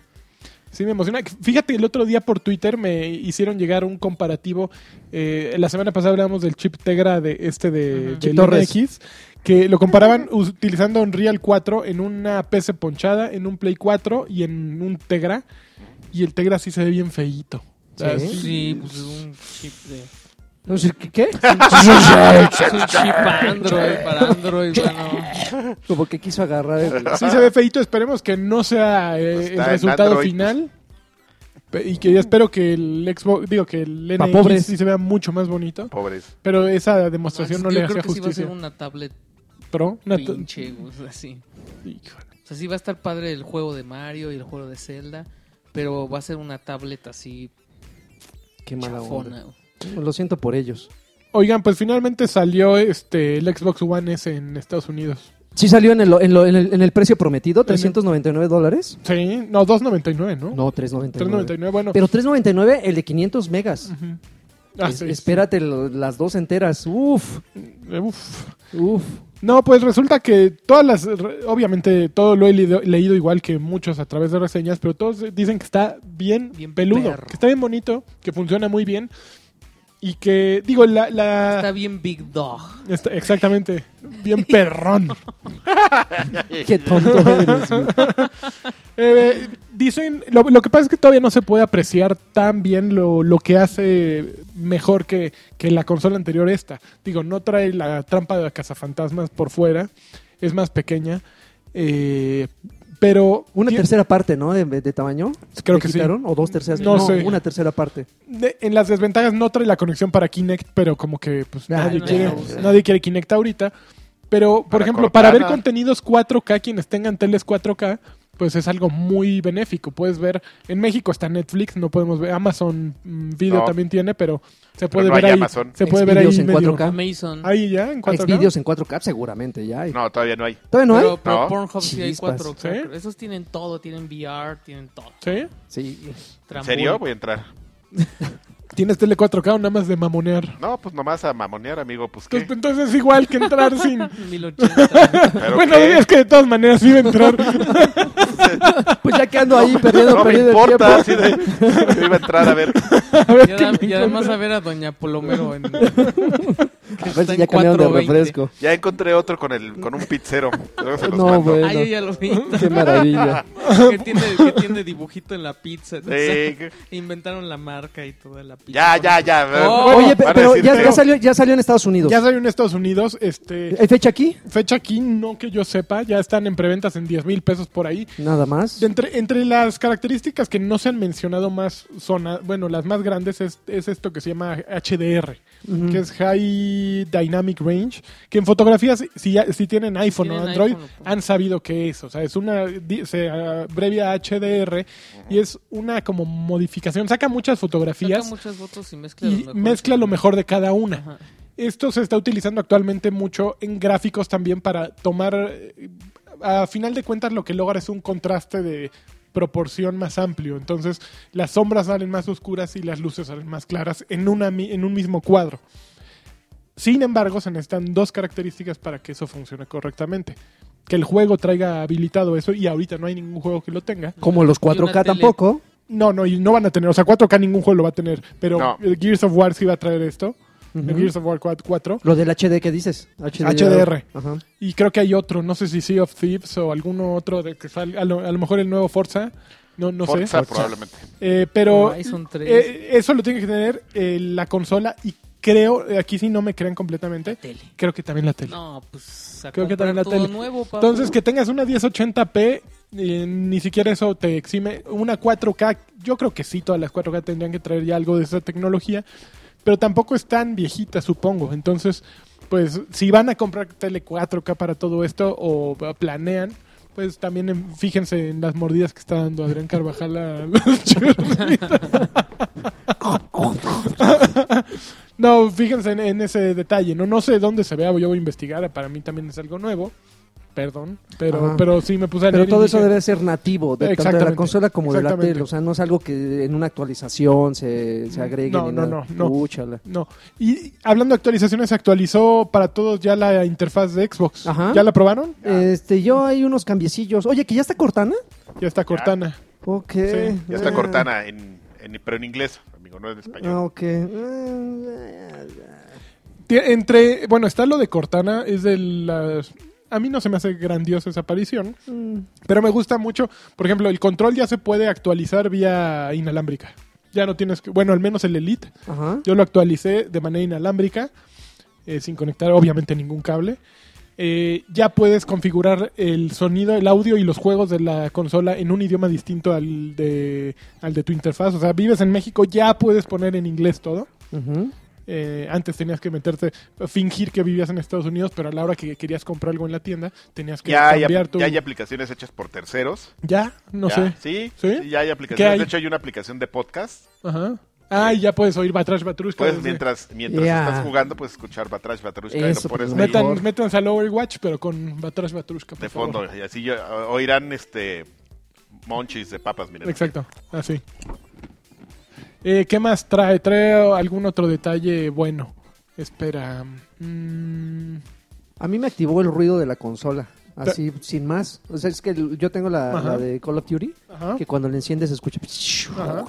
sí me emociona. Fíjate, el otro día por Twitter me hicieron llegar un comparativo. Eh, la semana pasada hablamos del chip Tegra de este de, Ujú. del Chip Torres. NX, que lo comparaban us- utilizando Unreal 4 en una PC ponchada, en un Play 4 y en un Tegra. Y el Tegra sí se ve bien feíto. O sea, Sí. Sí, pues es un chip de. Es No sé, ¿qué- ¿Qué? un chip Android para Android, bueno. Como que quiso agarrar. el- Sí se ve feito, esperemos que no sea eh, Pues el está en resultado Android, pues. final. Pe- Y que yo espero que el Xbox, digo que el Pa' NX pobres. sí se vea mucho más bonito. Pobres. Pero esa demostración no Yo le creo hacía que sí va a justicia. ser una tablet Pro, una t- pinche, güey, así. Híjole. O sea, sí va a estar padre el juego de Mario y el juego de Zelda, pero va a ser una tablet así Qué mala onda. chafona. Lo siento por ellos. Oigan, pues finalmente salió este el Xbox One S en Estados Unidos. Sí salió en el, en lo- en el, en el precio prometido, 399 dólares. Sí, no, 2.99, ¿no? No, 399. 3.99, bueno. Pero 399 el de 500 megas. Ujú. Ah, Es- sí, espérate lo- las dos enteras. Uf, sí. Eh, Uf. uf. No, pues resulta que todas las, re- obviamente todo lo he leído, leído igual que muchos a través de reseñas, pero todos dicen que está bien, Bien peludo, perro. que está bien bonito, que funciona muy bien y que, digo, la... la- Está bien Big Dog. está- exactamente, bien perrón. Qué tonto eres. güey. Eh, dicen, lo, lo que pasa es que todavía no se puede apreciar tan bien lo, lo que hace mejor que, que la consola anterior esta. Digo, no trae la trampa de la cazafantasmas por fuera, es más pequeña, eh, pero... Una tie- tercera parte, ¿no? De, de tamaño. Creo ¿Le que sí. quitaron? ¿O dos terceras? No sé. Una tercera parte. de- en las desventajas no trae la conexión para Kinect, pero como que pues, Ah, nadie, no, quiere, no. nadie quiere Kinect ahorita. Pero, por Para ejemplo, Cortana. para ver contenidos 4K, quienes tengan teles 4K, pues es algo muy benéfico. Puedes ver, en México está Netflix, no podemos ver, Amazon mm, Video No. también tiene, pero se Pero puede no ver hay ahí. Amazon. Se puede ver ahí Xvideos en medio- 4K. Mason. Ah, Ahí ya, en 4K. Xvideos en 4K seguramente ya. hay. No, todavía no hay. ¿Todavía no hay? Pero, pero No. Pornhub sí hay Chispas. 4 ¿Sí? Esos tienen todo, tienen VR, tienen todo. ¿Sí? Sí. ¿En Trambol. serio? Voy a entrar. ¿Tienes tele 4K o nada más de mamonear? No, pues nomás a mamonear, amigo, pues qué. Entonces, entonces es igual que entrar sin... 1080. ¿Pero Bueno, qué? es que de todas maneras iba a entrar. Pues ya que ando ahí perdiendo, no me perdiendo el importa, tiempo. así de- yo iba a entrar a ver. A ver y, qué adam- me y además encuentro. a ver a Doña Palomero en, A ver si ya cambiaron de refresco. Ya encontré otro con el con un pizzero. Luego se los No, mando. bueno. Ah, yo ya lo vi. Qué maravilla. que, tiene, que tiene dibujito en la pizza. ¿no? O sea, Sí, que- inventaron la marca y toda la pizza. ya, ya, ya. Oh. Bueno, Oye, pe- van a pero decir, ya, pero- ya salió, ya salió en Estados Unidos. Ya salió en Estados Unidos, este ¿Hay fecha aquí? fecha aquí, no que yo sepa, ya están en preventas en 10 mil pesos por ahí. Nada más. De Entre, entre las características que no se han mencionado más son, ah, bueno, las más grandes es, es esto que se llama HDR, Ujú. que es High Dynamic Range, que en fotografías, si, ya- si tienen iPhone tienen o Android, iPhone, lo ponen. han sabido que es, o sea, es una, di- se abrevia HDR y es una como modificación, saca muchas Saca fotografías muchas fotos y mezcla y mezcla lo mejor de cada una. Ajá. Esto se está utilizando actualmente mucho en gráficos también para tomar, eh, a final de cuentas lo que logra es un contraste de proporción más amplio. Entonces las sombras salen más oscuras y las luces salen más claras en, una, mi- en un mismo cuadro. Sin embargo, se necesitan dos características para que eso funcione correctamente. Que el juego traiga habilitado eso y ahorita no hay ningún juego que lo tenga. Como los Y una 4K tele. tampoco. No, no, y no van a tener. O sea, 4K ningún juego lo va a tener. Pero No. el Gears of War sí va a traer esto. El Ujú. Gears of War 4. Lo del HD que dices. HDR. HDR. Ajá. Y creo que hay otro, no sé si Sea of Thieves o alguno otro de que salga, a lo, a lo mejor el nuevo Forza, no, no Forza, sé. probablemente. Eh, pero Horizon tres. eh, eso lo tiene que tener eh, la consola y creo, eh, aquí sí no me crean completamente, Tele. creo que también la tele. No, pues a Creo que comprar también la todo tele. nuevo, papu. Entonces que tengas una 1080p, eh, ni siquiera eso te exime. Una 4K, yo creo que sí, todas las 4K tendrían que traer ya algo de esa tecnología, pero tampoco es tan viejita, supongo. Entonces, pues si van a comprar tele 4K para todo esto o eh, planean, pues también en- fíjense en las mordidas que está dando Adrián Carvajal a los churritos. No, fíjense en, en ese detalle. No, no sé dónde se vea, yo voy a investigar. Para mí también es algo nuevo. Perdón, pero, Ajá. pero sí me puse a leer Pero y todo eso dije, debe ser nativo, de, tanto de la Exactamente, consola como de la exactamente. tele. O sea, no es algo que en una actualización se, se agregue. No, ni no, nada. no, no. Úchala. No. Y hablando de actualizaciones, se actualizó para todos ya la interfaz de Xbox. Ajá. ¿Ya la probaron? Este, yo hay unos cambiecillos. Oye, ¿que ya está Cortana? Ya está Cortana. Ok. Sí, Ya está Ah. Cortana, en, en- pero en inglés, amigo, no en español. Ah, ok. Ah, Tie- Entre, bueno, está lo de Cortana, es de las... A mí no se me hace grandiosa esa aparición, mm. pero me gusta mucho. Por ejemplo, el control ya se puede actualizar vía inalámbrica. Ya no tienes que... Bueno, al menos el Elite. Ajá. Yo lo actualicé de manera inalámbrica, eh, sin conectar obviamente ningún cable. Eh, ya puedes configurar el sonido, el audio y los juegos de la consola en un idioma distinto al de, al de tu interfaz. O sea, vives en México, ya puedes poner en inglés todo. Ujú. Eh, antes tenías que meterte, fingir que vivías en Estados Unidos, pero a la hora que querías comprar algo en la tienda, tenías que Ya hay, cambiar apl- tu... ya hay aplicaciones hechas por terceros. ¿Ya? no Ya, sé. Sí, ¿Sí? sí, ya hay aplicaciones. hay? De hecho, hay una aplicación de podcast. Ajá. Ah, y ya puedes oír Batrash Batrushka. Puedes, desde- Pues, mientras mientras Ya. estás jugando, puedes escuchar Batrash Batrushka y lo Eso, pones pues, ahí Metan, Mejor. métanse al Overwatch, pero con Batrash Batrushka. por de favor. fondo. Y así yo- oirán este monchis de papas, miren. Exacto, así. Eh, ¿Qué más trae? ¿Trae algún otro detalle bueno? Espera. mm, A mí me activó el ruido de la consola. Así, sin más. O sea, es que el- yo tengo la, Ajá. la de Call of Duty, ajá. que cuando la enciendes se escucha. Ajá.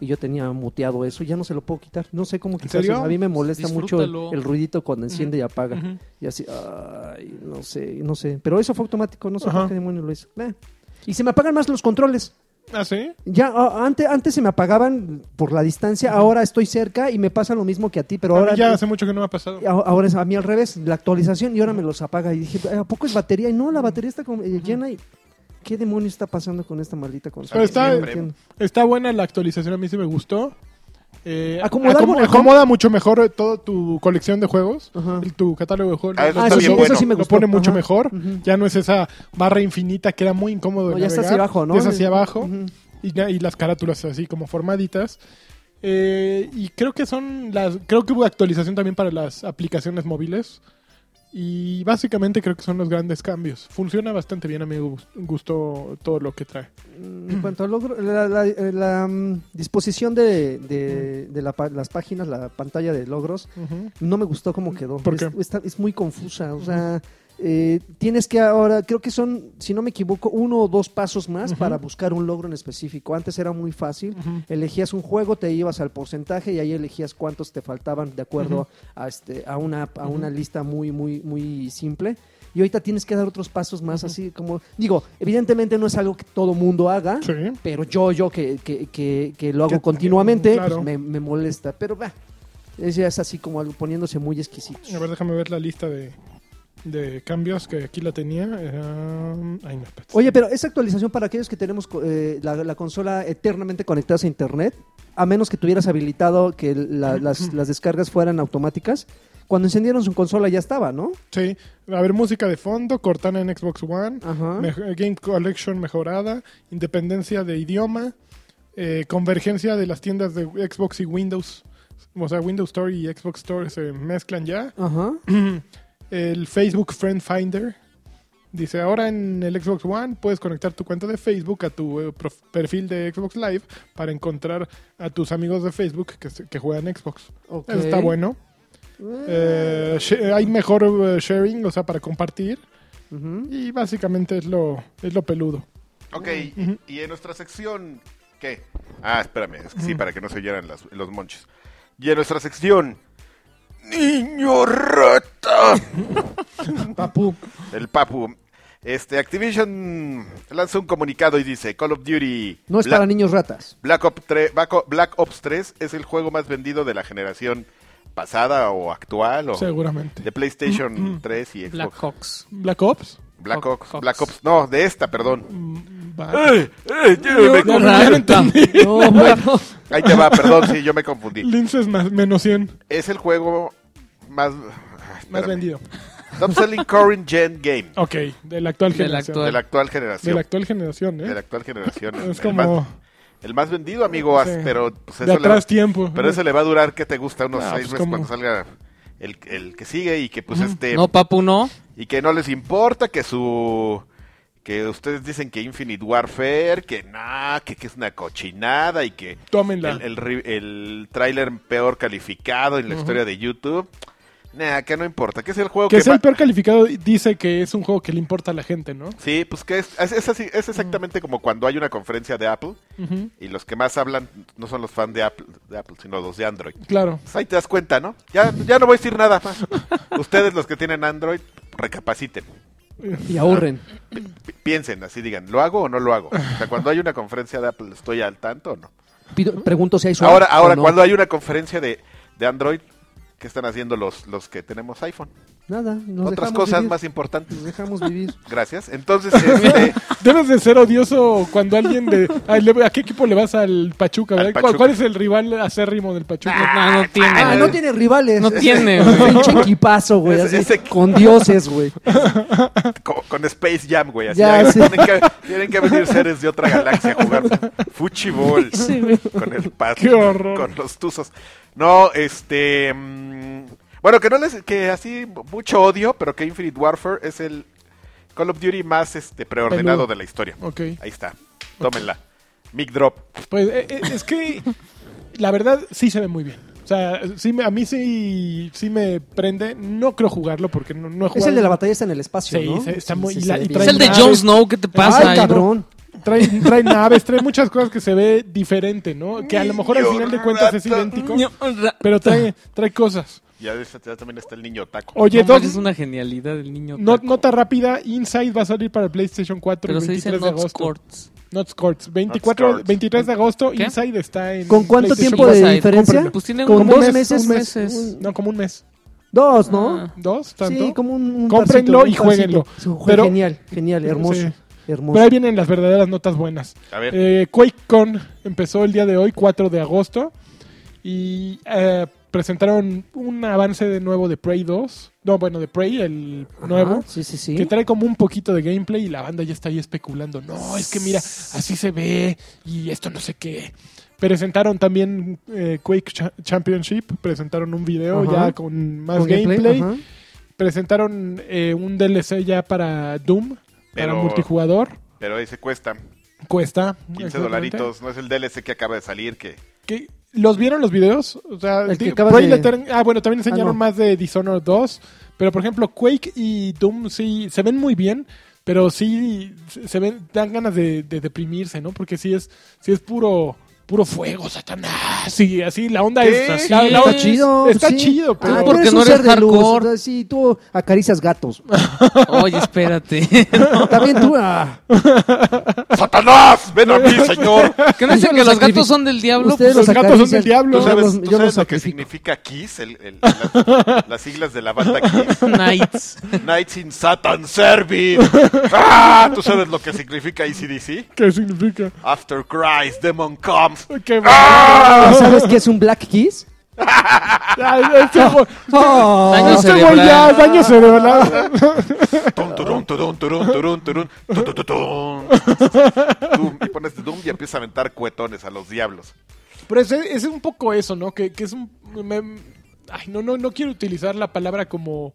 Y yo tenía muteado eso, ya no se lo puedo quitar. No sé cómo quitarlo. serio? A mí me molesta mucho el, Disfrútalo. el ruidito cuando enciende y apaga. Ujú. Y así, ay, no sé, no sé. Pero eso fue automático, no sé Ajá. por qué demonios lo hizo. Eh. Y se me apagan más los controles. ¿Ah, sí? Ya, a- antes, antes se me apagaban por la distancia, ahora estoy cerca y me pasa lo mismo que a ti, pero Ahora ahora... ya hace mucho que no me ha pasado. a- Ahora es a mí al revés, la actualización y ahora me los apaga. Y dije, ¿a poco es batería? Y no, la batería está como, eh, llena y... ¿Qué demonios está pasando con esta maldita consola? Pero está- No entiendo. Está buena la actualización, a mí sí me gustó. Eh, Acomodar acom- mejor. acomoda mucho mejor toda tu colección de juegos, Ajá. el- tu catálogo de juegos. Ah, eso Lo Ah, está eso, bien sí, bueno. eso sí me lo gustó. pone mucho Ajá. mejor. Ujú. Ya no es esa barra infinita que era muy incómodo. de No, ya está hacia navegar. abajo, ¿no? Es hacia abajo. Ujú. y, ya- y las carátulas así como formaditas. Eh, y creo que son las. Creo que hubo actualización también para las aplicaciones móviles. Y básicamente creo que son los grandes cambios. Funciona bastante bien, a mí me gus- gustó todo lo que trae. En cuanto al logro, la, la- eh, la, mm, disposición de, de- de la pa- las páginas, la pantalla de logros, Ujú. no me gustó cómo quedó. ¿Por Es, qué? está- es muy confusa, o sea, eh, tienes que ahora, creo que son, si no me equivoco, uno o dos pasos más para buscar un logro en específico. Antes era muy fácil, Ujú. elegías un juego, te ibas al porcentaje y ahí elegías cuántos te faltaban de acuerdo a, este, a, una, a una lista muy, muy, muy simple. Y ahorita tienes que dar otros pasos más, así como, digo, evidentemente no es algo que todo mundo haga, Sí. pero yo, yo que, que, que, que lo hago Que- continuamente, claro. pues, me, me molesta. Pero bah, es, ya es así como algo poniéndose muy exquisito. A ver, déjame ver la lista de, de cambios que aquí la tenía. Era- Ay, no, espérate. Oye, pero esa actualización para aquellos que tenemos co- eh, la, la consola eternamente conectada a internet, a menos que tuvieras habilitado que la- las, las descargas fueran automáticas, cuando encendieron su consola ya estaba, ¿no? Sí. A ver, música de fondo, Cortana en Xbox One, Ajá. mej- Game Collection mejorada, independencia de idioma, eh, convergencia de las tiendas de Xbox y Windows. O sea, Windows Store y Xbox Store se mezclan ya. Ajá. el Facebook Friend Finder. Dice, ahora en el Xbox One puedes conectar tu cuenta de Facebook a tu eh, prof- perfil de Xbox Live para encontrar a tus amigos de Facebook que, se- que juegan Xbox. ok. Eso está bueno. Eh, she- hay mejor eh, sharing, o sea, para compartir. Ujú. Y básicamente es lo, es lo peludo. Ok, y, y en nuestra sección. ¿Qué? Ah, espérame, es que sí, para que no se oyeran las- los monches. Y en nuestra sección. ¡Niño rata! Papu. El papu. Este, Activision lanza un comunicado y dice: Call of Duty. No es Bla- para niños ratas. Black Ops, 3, Baco- Black Ops 3 es el juego más vendido de la generación pasada o actual o Seguramente. de PlayStation 3 y Xbox. Black Hawks. Mm, Black Ops. Black Oc- Ops, Ops. Black Ops, no, de esta, perdón. Mm, va. ¡Ey! ¡Ey! yo me confundí. Ya lo entendí. No, bueno. Ahí te va, perdón, sí, yo me confundí. Linces más- menos 100. Es el juego más Más espérame. vendido. Top selling current gen game Ok, de la actual De la generación. actual. de la actual De generación. la actual generación, ¿eh? De la actual generación. el- Es el, más, como el más vendido, amigo, as- Sí. pero pues, de eso le va- atrás tiempo. pero ese le va a durar que te gusta unos Ah, seis pues, meses ¿cómo? cuando salga el, el que sigue y que pues este no, papu, no. y que no les importa que su que ustedes dicen que Infinite Warfare, que nah, que, que es una cochinada y que Tómenla. el, el, ri- el tráiler peor calificado en la historia de YouTube. Nah, que no importa, que es el juego que que, es el va- peor calificado, dice que es un juego que le importa a la gente, ¿no? Sí, pues que es, es, es así, es exactamente Mm. como cuando hay una conferencia de Apple Ujú, y los que más hablan no son los fans de Apple, de Apple sino los de Android. Claro. Pues ahí te das cuenta, ¿no? Ya, ya no voy a decir nada más. Ustedes los que tienen Android, recapaciten. Y ahorren. Pi- Piensen, así digan, ¿lo hago o no lo hago? O sea, cuando hay una conferencia de Apple, ¿estoy al tanto o no? Pido- pregunto si hay swap Ahora, o ahora no. cuando hay una conferencia de, de Android, ¿qué están haciendo los, los que tenemos iPhone? Nada, nos Otras dejamos cosas vivir. más importantes. Nos dejamos vivir. Gracias. Entonces, este, Debes de ser odioso cuando alguien de... Ay, le- ¿A qué equipo le vas al Pachuca? Al verdad? ¿Cuál- Pachuca. ¿Cuál es el rival acérrimo del Ah, Pachuca? No, no tiene. Ah, no tiene rivales. No tiene, güey. Pinche equipazo, güey. Ese- así, ese- Con dioses, güey. con, con Space Jam, güey. Así, Ya, ya, sí. tienen, que, tienen que venir seres de otra galaxia a jugar fuchibol con el pad, Qué horror. con los tuzos. No, este. mm, bueno, que no les. Que así, mucho odio, pero que Infinite Warfare es el Call of Duty más este preordenado Peludo. de la historia. Ok. Ahí está. Tómenla. Mic Drop. Pues eh, eh, es que la verdad sí se ve muy bien. O sea, sí me- a mí sí, sí me prende. No creo jugarlo porque no, no he Es jugado. el de la batalla está en el espacio, Sí, ¿no? se- está Sí, muy- sí, y se la- ve y bien. Es trae el de naves. Jon Snow, ¿qué te pasa? Ay, ahí? cabrón. Trae, trae naves, trae muchas cosas que se ve diferente, ¿no? Que a lo mejor al Niño final de cuentas es rata. idéntico, Ño, ra- pero trae, Ah. trae cosas. Ya, de esa- ya también está el niño taco. Oye, No dos- manches, es una genialidad el niño. no- taco. nota rápida, Inside va a salir para el PlayStation 4 Pero el se 23 dice de Not agosto. Courts. Not Scorts. 24, Not Scorts. 23 de agosto, ¿Qué? Inside está en ¿Con cuánto PlayStation tiempo de 4. diferencia? Pues tiene Con como dos un mes, meses, un mes- meses. un- No, como un mes. Dos, ¿no? Ah. ¿Dos? ¿Tanto? Sí, como un, un Cómprenlo parcito, y un jueguénlo. parcito. Su- Pero- Genial, genial, hermoso. Sí. Pero Hermoso. ahí vienen las verdaderas notas buenas. A ver. Eh, QuakeCon empezó el día de hoy, 4 de agosto. Y eh, presentaron un avance de nuevo de Prey 2. No, bueno, de Prey, el Ajá, nuevo. Sí, sí, sí. Que trae como un poquito de gameplay y la banda ya está ahí especulando. No, es que mira, así se ve y esto no sé qué. Presentaron también eh, Quake Cha- Championship, presentaron un video Ajá. ya con más Con gameplay. ajá. Presentaron eh, un DLC ya para Doom, para Pero- multijugador. Pero ahí se cuesta Cuesta 15 exactamente. dolaritos. No es el DLC que acaba de salir, que Que ¿Los vieron los videos? O sea, El que di- acabas Ray de- Letern- Ah, bueno, también enseñaron no. más de Dishonored 2. Pero, por ejemplo, Quake y Doom sí se ven muy bien. Pero sí se se ven, dan ganas de, de deprimirse, ¿no? Porque sí es, sí es puro puro fuego, Satanás. Y así la onda ¿Qué? es. la- la- Está chido, está chido, pero- Ah, tú Porque eres un no eres ser de luz, hardcore. entonces sí, tú acaricias gatos. Oye, espérate. También tú. ah, ¡Satanás! ¡Ven a mí, señor! ¿Qué no dicen Yo que los los sacrific- gatos son del diablo? ustedes los gatos son del acarician, diablo. ¿Tú yo sabes, los- tú yo sabes los lo que sacrifico. significa Kiss? El- el- las, las siglas de la banda Kiss. Knights. Knights in Satan Service. ¡Ah! ¿Tú sabes lo que significa ACDC? ¿Qué significa? After Christ, Demon Comes. Qué Ah, ¿Sabes qué es un Black Kiss? Ah, este güey- Oh, Daño este güey ya, cerebral. daño cerebral. Tun, turun, turun, turun, turun, turun, tu, tu, tu, tun. Doom, y pones Doom y empieza a aventar cuetones a los diablos. Pero es, es un poco eso, ¿no? Que, que es un... me- ay, no, no, no quiero utilizar la palabra como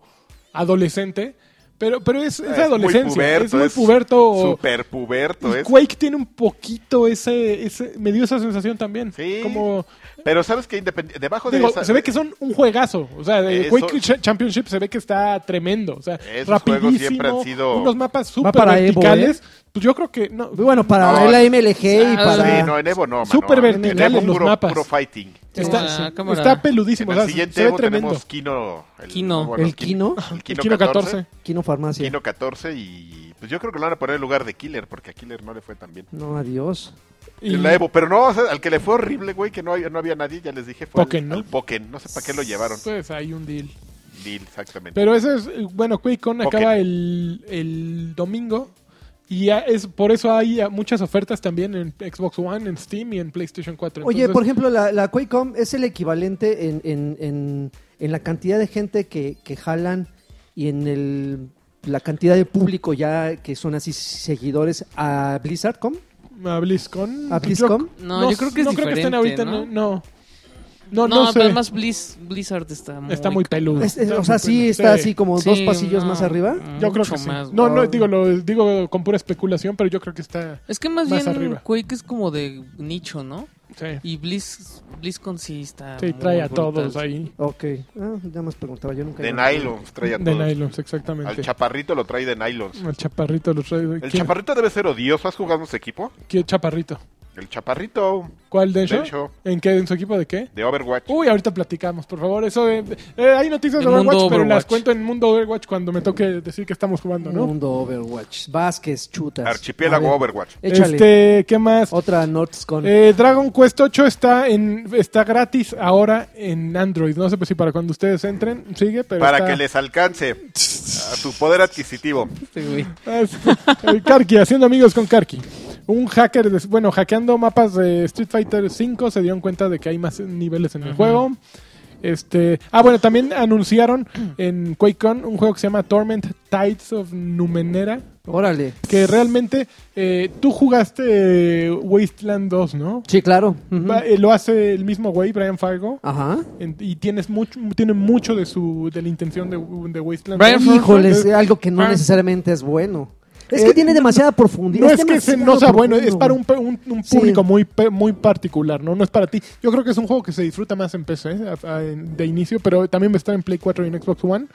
adolescente, pero, pero es, es Es adolescencia. muy puberto, es muy puberto. Super puberto y es. Quake tiene un poquito ese, ese... Me dio esa sensación también. Sí. Como, Pero sabes que independiente, debajo de digo, esa- eh, se ve que son un juegazo. O sea, de Eso- Quake Cha- Championship se ve que está tremendo. O sea, Esos rapidísimo. juegos siempre han sido- Unos mapas Va súper para Evo, ¿eh? verticales. Pues yo creo que... No, Bueno, para No, la MLG y ah, para. Sí, no, en Evo no, mano. Súper En verticales Evo los puro, mapas. puro fighting. Ah, Está, cámara. está peludísimo. en o el sea, siguiente se ve Evo tremendo. tenemos Kino. El, Kino. ¿El Kino? El El Kino, Kino 14. 14. Kino Farmacia. Kino 14 y pues yo creo que lo van a poner en lugar de Killer porque a Killer no le fue tan bien. No, adiós. Y- En la Evo, pero no, o sea, al que le fue horrible, güey, que no había, no había nadie, ya les dije, fue al- Pokken, ¿no? al Pokken. No sé para qué lo llevaron. Pues hay un deal. Deal, exactamente. Pero eso es, bueno, QuakeCon Ok. acaba el, el domingo. Y ya es por eso hay ah, muchas ofertas también en Xbox One, en Steam y en PlayStation 4. Oye, Entonces, por ejemplo, la, la QuakeCom es el equivalente en, en, en, en la cantidad de gente que, que jalan y en el, la cantidad de público ya que son así seguidores a BlizzardCom. ¿A BlizzCon? ¿A BlizzCon? No, yo creo que es estén diferente, ahorita, ¿no? no. No, no, No, no sé. pero además Blizz- Blizzard está muy... Está muy peludo. Es- es- Está o sea, muy sí peludo. está Sí. así como Sí, dos pasillos no, más arriba. Yo creo mucho que sí. más, No, no, güey. digo, lo digo con pura especulación, pero yo creo que está... Es que más, Más bien arriba. Quake es como de nicho, ¿no? Sí, Y Blizz, BlizzCon sí está. Sí, muy trae a brutal. todos ahí. Ok. Ah, nada más preguntaba, yo nunca... de iba a- nylons trae a De todos. nylons, exactamente. Al chaparrito lo trae de nylons. Al chaparrito los trae. El ¿Quién- chaparrito debe ser odioso. ¿Has jugado en ese equipo? ¿Qué chaparrito? El chaparrito ¿Cuál Densho? Densho. ¿En qué? ¿En su equipo de qué? de Overwatch. Uy, ahorita platicamos, por favor. Eso eh, eh, hay noticias de El mundo Overwatch, pero Overwatch. Mm, las cuento en Mundo Overwatch cuando me toque decir que estamos jugando, ¿no? Mundo Overwatch. Vázquez, chutas. Archipiélago A ver, Overwatch. Échale. Este, ¿qué más? Otra Nordscon. Eh, Dragon Quest 8 está en está gratis ahora en Android. No sé pues, si para cuando ustedes entren sigue, pero Para está- que les alcance a su poder adquisitivo. Este güey. Ah, es- eh, Karki, haciendo amigos con Karki. Un hacker, de- bueno, hackeando mapas de Street Fighter V se dieron cuenta de que hay más niveles en el juego. Este, ah, bueno, también anunciaron en QuakeCon un juego que se llama Torment Tides of Numenera. Órale. Que realmente eh, tú jugaste eh, Wasteland 2, ¿no? Sí, claro. Ujú. Va- eh, lo hace el mismo güey, Brian Fargo. Ajá. en- y tienes mucho, tiene mucho de su de la intención de, de Wasteland Brian 2. Híjoles, eh, algo que no Ah. necesariamente es bueno. Es Eh, que tiene demasiada profundidad. No es que se- no demasiado sea bueno, es profundo. para un, pe- un- un Sí. público muy, pe- muy particular, ¿no? No es para ti. Yo creo que es un juego que se disfruta más en PC eh, a- a- en- de inicio, pero también va a estar en Play 4 y en Xbox One.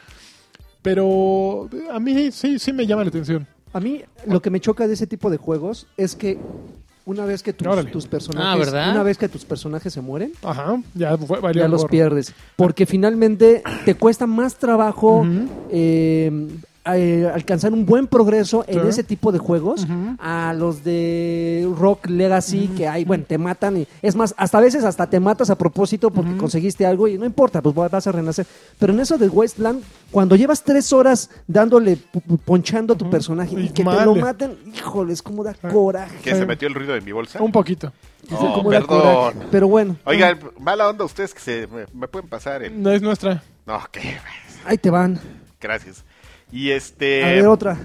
Pero eh, a mí sí, sí me llama la atención. A mí lo que me choca de ese tipo de juegos es que una vez que tus, Órale. tus Ah, personajes, ¿verdad? una vez que tus personajes se mueren, Ajá, ya fue, valió ya el los gorro. pierdes, porque finalmente te cuesta más trabajo Ujú. eh, eh, alcanzar un buen progreso en Sí. ese tipo de juegos Ujú. a los de Rock Legacy que hay, bueno, te matan y es más, hasta a veces hasta te matas a propósito porque conseguiste algo y no importa, pues vas a renacer. Pero en eso de Westland, cuando llevas tres horas dándole, pu- pu- ponchando a tu personaje Y y que te lo madre. maten, híjoles, como da Ah. coraje. Que se metió el ruido de mi bolsa. Un poquito. Oh, Cómo da perdón. coraje. Pero bueno, Oigan, mala onda ustedes que se me, me pueden pasar el. No es nuestra. No, que ahí te van. gracias. Y A ver este otra.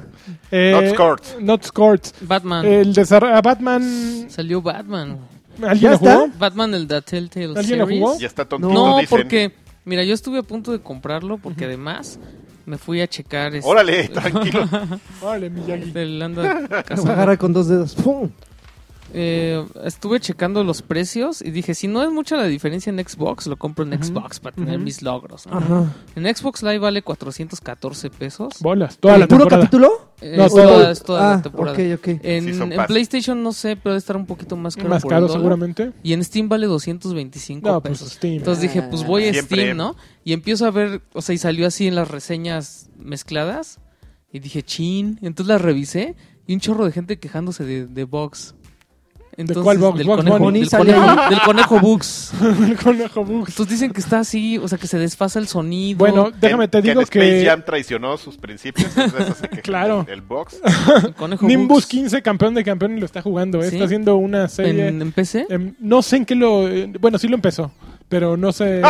Eh, Not scored. Not scored. Ah. Batman. El desarrollo. Batman. Salió Batman. ¿Alguien ¿Ya lo jugó? está? Batman, el de Telltale ¿Alguien lo Series. jugó? ya está tontito, No, dicen. porque, mira, yo estuve a punto de comprarlo porque además me fui a checar. este, Órale, tranquilo. Órale, Miyagi. el anda Te voy a cazando. agarrar con dos dedos. ¡Pum! eh, estuve checando los precios y dije, si no es mucha la diferencia en Xbox, lo compro en Ujú. Xbox para tener Ujú. mis logros. ¿no? Ajá. En Xbox Live vale 414 pesos. Bolas, toda la ¿El puro temporada. capítulo? Eh, No, es todo. toda, es toda ah, la temporada. Eh, ok, ok. En, Season en Pass. PlayStation no sé, pero debe estar un poquito más caro. Más por el caro dólar. seguramente. Y en Steam vale 225 No, pues pesos. Steam. Entonces dije, pues voy a Siempre. Steam, ¿no? Y empiezo a ver, o sea, y salió así en las reseñas mezcladas. Y dije, chin. Entonces las revisé y un chorro de gente quejándose de, de Box. cuál Bugs? Del Bugs conejo, Bunny. del Sale conejo- ahí. del conejo Bugs. El conejo Bugs. Entonces dicen que está así, o sea, que se desfasa el sonido. Bueno, déjame te Que en digo Space que Jam traicionó sus principios. entonces eso se queja Claro. del- del box. el conejo Nimbus Bugs. 15, campeón de campeones, lo está jugando. ¿eh? Sí. Está haciendo una serie. en, en PC. em, no sé en qué lo. eh, bueno, sí lo empezó, pero no sé.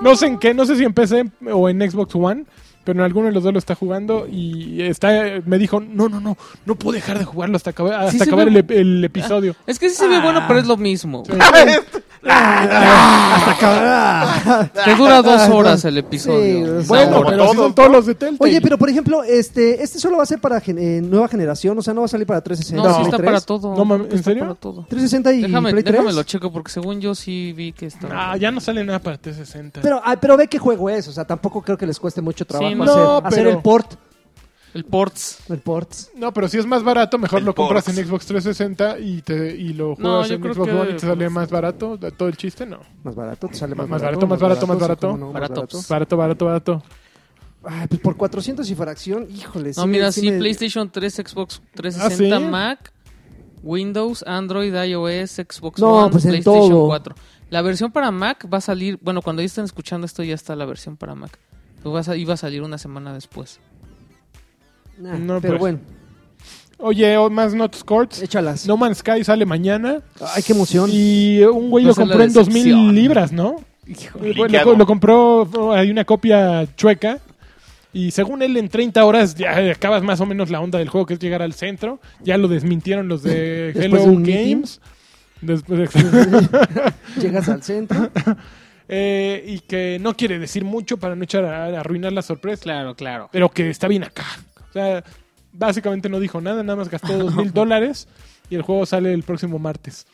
no sé en qué, no sé si en PC o en Xbox One. Pero en alguno de los dos lo está jugando y está eh, me dijo, no, no, no, no puedo dejar de jugarlo hasta acabar, hasta Sí se acabar ve- el, el episodio. Es que sí se ve bueno, pero es lo mismo. Este, Te dura dos horas el episodio. Sí, Bueno, Como pero sí todos, son todos los de Telltale. Oye, pero por ejemplo, este, este solo va a ser para gen- eh, nueva generación, o sea, no va a salir para 360. No, sí No. está Play para 3. todo. No mames, ¿en Está serio? para todo. 360 y Déjame, Play 3. déjame lo checo porque según yo sí vi que estaba. Ah, ya no sale nada para T60. pero, ah, pero ve qué juego es, o sea, tampoco creo que les cueste mucho trabajo no, hacer, pero- hacer el port. El Ports. El port. No, pero si es más barato, mejor El lo compras Ports. en Xbox 360 y, te, y lo No, juegas yo en creo Xbox que- One y te sale más barato. da- Todo el chiste, no. Más barato, te sale Más más, barato, más barato, más barato. sí, cómo no, más Barato. barato. Barato, barato, barato. Ay, pues por 400 y fracción, híjole. No, sí, mira, sí sí, me- PlayStation 3, Xbox 360, ¿Ah, sí? Mac, Windows, Android, iOS, Xbox No, One, pues en PlayStation todo. 4. La versión para Mac va a salir, bueno, cuando ya estén escuchando esto ya está la versión para Mac. Pero va a sa- Iba a salir una semana después. Nah, No, pero pues. bueno, Oye, o- más Not Scorts. échalas. No Man's Sky sale maala. Ay, qué emoción. Y un güey No lo sé la compró en 2000 decepción. libras, ¿no? Híjole. Eh, bueno, Liqueado. Lo, lo compró, oh, hay una copia chueca. Y según él, en 30 horas ya acabas más o menos la onda del juego, que es llegar al centro. Ya lo desmintieron los de Después Hello de un Games. Después de- Llegas al centro. Eh, y que no quiere decir mucho para no echar a, a arruinar la sorpresa, Claro, claro. pero que está bien acá. O sea, básicamente no dijo nada, nada más gastó dos mil dólares y el juego sale el próximo martes.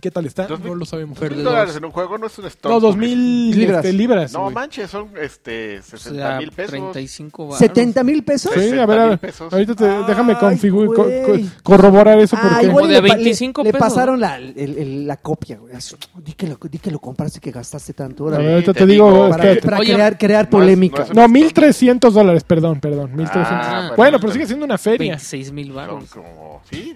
¿Qué tal está? Dos mil- No lo sabemos. Perdedor. Mil dólares en un juego no es un stock. No, dos mil Libras. libras. libras No güey. manches, son este, O 60 sea, mil pesos. 35 baros. 70 mil pesos. Sí, a 60 ver, a mil ver, pesos. ahorita te- déjame Ay, configurar, güey. corroborar eso porque... Ah, igual y Como le de pa- le- 25 le, pesos. pasaron la, el- el- la copia, güey. Así, Di que, lo, di que lo compraste, que gastaste tanto. A Ahora, ver, Sí, ahorita te te digo, digo, para espérate. para Oye, crear, crear no es- polémica. no es un- Eh, No, 1300 dólares, perdón, perdón, 1300. Ah, bueno, pero sigue siendo una feria. 26 mil Son baros. como, sí,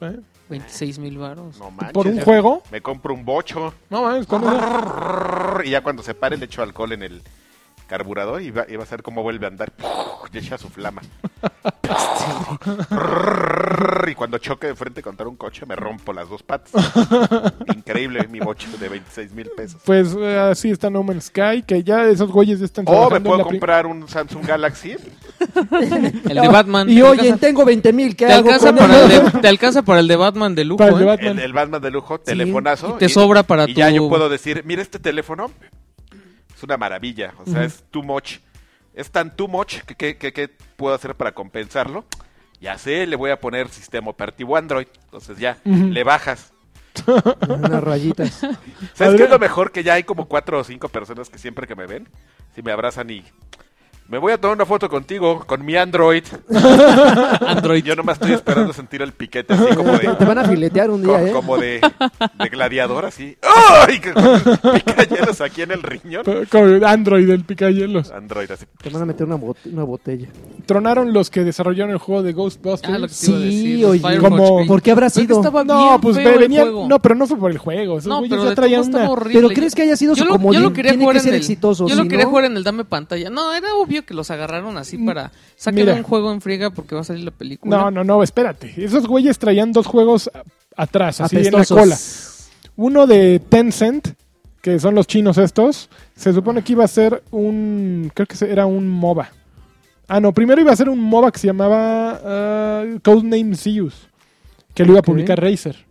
¿eh? 26 mil baros. no manches. ¿Por un ya- juego? Me compro un bocho. No, mames, ¿cuándo era? Y ya cuando se pare le echo alcohol en el carburador y va, y va a ser como vuelve a andar. Y echa su flama. y cuando choque de frente contra un coche me rompo las dos patas. Increíble mi bocho de 26 mil pesos. Pues eh, así está No Man's Sky, que ya esos güeyes ya están O trabajando Oh, me en puedo la pri- comprar un Samsung Galaxy. El de Batman. Y ¿Te oye, alcanza- tengo 20 mil. ¿Qué te hago alcanza, con para el él? de, te alcanza para el de Batman de lujo. Para el de ¿eh? Batman. El, el Batman de lujo, telefonazo. y te sobra para Y ya tu- yo puedo decir, mira este teléfono, es una maravilla, o sea, es too much. Es tan too much que, que, que- que puedo hacer para compensarlo. Ya sé, le voy a poner sistema operativo Android. Entonces ya, le bajas. Unas rayitas. ¿Sabes qué es Adrián. lo mejor? Que ya hay como cuatro o cinco personas que siempre que me ven, si me abrazan y... Me voy a tomar una foto contigo, con mi Android. Android. Yo nomás estoy esperando sentir el piquete así como de... Te van a filetear un Co- día, ¿eh? como de, de gladiador así. ¡Ay! Que con picayelos aquí en el riñón. Pero Con el Android del picayelos. Android así. Te van a meter una, bot- una botella. Tronaron los que desarrollaron el juego de Ghostbusters. Ah, lo que te Sí, iba a decir, oye. Firefox Como- Green. ¿Por qué Pero habrá es que sido? estaba No, bien pues feo ve- el venían... juego. No, pero no fue por el juego. Esos No, güeyes pero ya de traían todos estaba una- horrible. ¿Pero crees que haya sido Yo su lo- comodín? Yo lo quería Tiene que jugar en ser el- exitoso, Yo lo si quería no- jugar en el dame pantalla. No, era obvio que los agarraron así para sacar mira. un juego en friega porque va a salir la película. No, no, no, espérate. Esos güeyes traían dos juegos a- atrás, así Apestosos. en la cola. Uno de Tencent, que son los chinos estos. Se supone que iba a ser un... Creo que se- era un MOBA. Ah, no, primero iba a ser un MOBA que se llamaba ah, Codename Zeus, que lo iba a Ok. publicar Razer.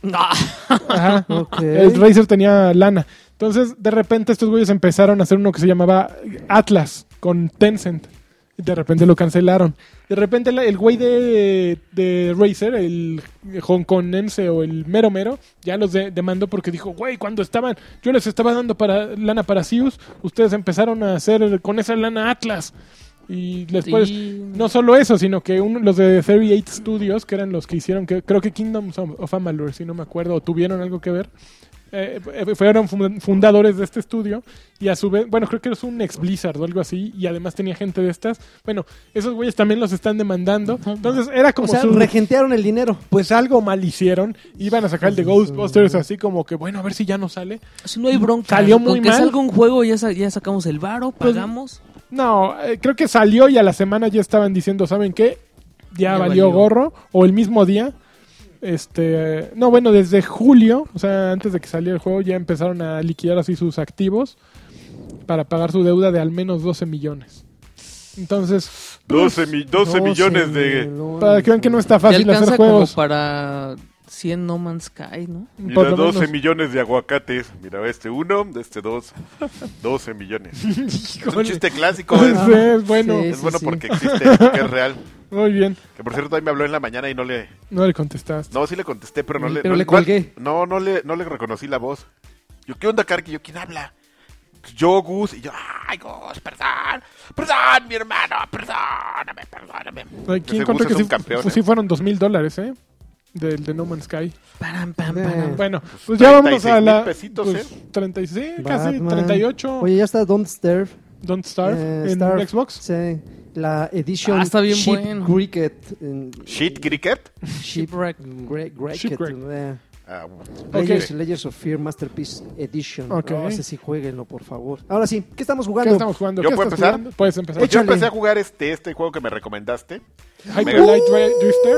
No. Ajá. Ok. El Razer tenía lana. Entonces, de repente, estos güeyes empezaron a hacer uno que se llamaba Atlas con Tencent. Y de repente lo cancelaron. De repente la- el güey de, de Razer, el hongkonense o el mero mero, ya los de- demandó porque dijo, güey, cuando estaban, yo les estaba dando para lana para Sius, ustedes empezaron a hacer con esa lana Atlas. Y después, Sí. no solo eso, sino que uno- los de 38 Studios, que eran los que hicieron, que, creo que Kingdoms of, of Amalur, si no me acuerdo, o tuvieron algo que ver, eh, eh, fueron fun- fundadores de este estudio y a su vez, bueno, creo que es un ex Blizzard o algo así, y además tenía gente de estas. Bueno, esos güeyes también los están demandando. Entonces era como O sea, su- regentearon el dinero. pues algo mal hicieron, iban a sacar el de Ghostbusters así como que, bueno, a ver si ya no sale. Si no hay bronca. Salió con muy que mal. salga un juego, ya, sa- ya sacamos el varo, pagamos. No, eh, creo que salió y a la semana ya estaban diciendo, ¿saben qué? Ya, Ya valió, valió. gorro. O el mismo día. Este, no, bueno, desde julio, o sea, antes de que saliera el juego, ya empezaron a liquidar así sus activos para pagar su deuda de al menos 12 millones. Entonces, 12, mi- 12 millones de... para que vean que no está ya fácil hacer alcanza como juegos. para 100 No Man's Sky, ¿no? Mira, por lo 12 menos. millones de aguacates. Mira, este uno, de este dos. 12 millones. Es un Híjole. chiste clásico. Es, Pues, eh, bueno, Sí. es bueno porque existe, porque es real. muy bien. Que por cierto, ahí me habló en la mañana y no le... No le contestaste. No, sí le contesté, pero no le... Pero no le no- colgué. No, no le, no le reconocí la voz. Yo, ¿qué onda, Karki? Yo, ¿quién habla? Yo, Gus. Y yo, ay, Gus, perdón. Perdón, mi hermano, perdóname, perdóname. Ay, ¿Quién Ese Gus encontró es que un sí, campeón, fu- ¿eh? sí fueron dos mil dólares, eh? Del de No Man's Sky. Param, pam, Eh. param. Bueno, pues ya vámonos a 36,000 la. pesitos, pues, ¿eh? 36, casi Batman. 38. Oye, ya está Don't Starve. Don't Starve eh, en Starve, Xbox. Sí. La edición Ah, está bien Sheep bueno. Cricket. en- Shit, cricket. Sheep Shipwreck. Gre- Cricket, Shipwreck. eh. Ah, bueno. Layers, Layers of Fear Masterpiece Edition. Ok. No sé si jueguenlo, por favor. Ahora sí, ¿qué estamos ¿Qué jugando? estamos jugando? ¿Yo ¿Qué puedo estás empezar? jugando? Puedes empezar. Pues Yo Échale. empecé a jugar este, este juego que me recomendaste. Hyper Mega- Light Dri- Drifter.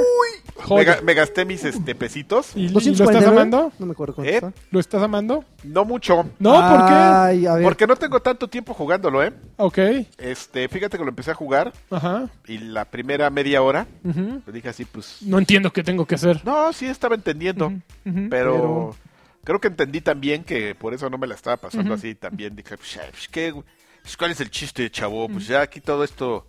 Me, Joder. ga- me gasté mis este, pesitos. ¿Y, y lo 249? estás amando? No me acuerdo cuánto ¿Eh? está. ¿Lo estás amando? No mucho. No, ¿por Ay, a ver. Porque no tengo tanto tiempo jugándolo, ¿eh? qué? Este, fíjate que lo empecé a jugar Ok. Ajá. y la primera media hora Ujú. le dije así, pues. No entiendo qué tengo que hacer. No, sí estaba entendiendo. Ujú. Pero creo que entendí también que por eso no me la estaba pasando así. También dije, "Pues, ay, pues, ¿qué, güey? Pues, ¿cuál es el chiste, chavo? Pues ya aquí todo esto.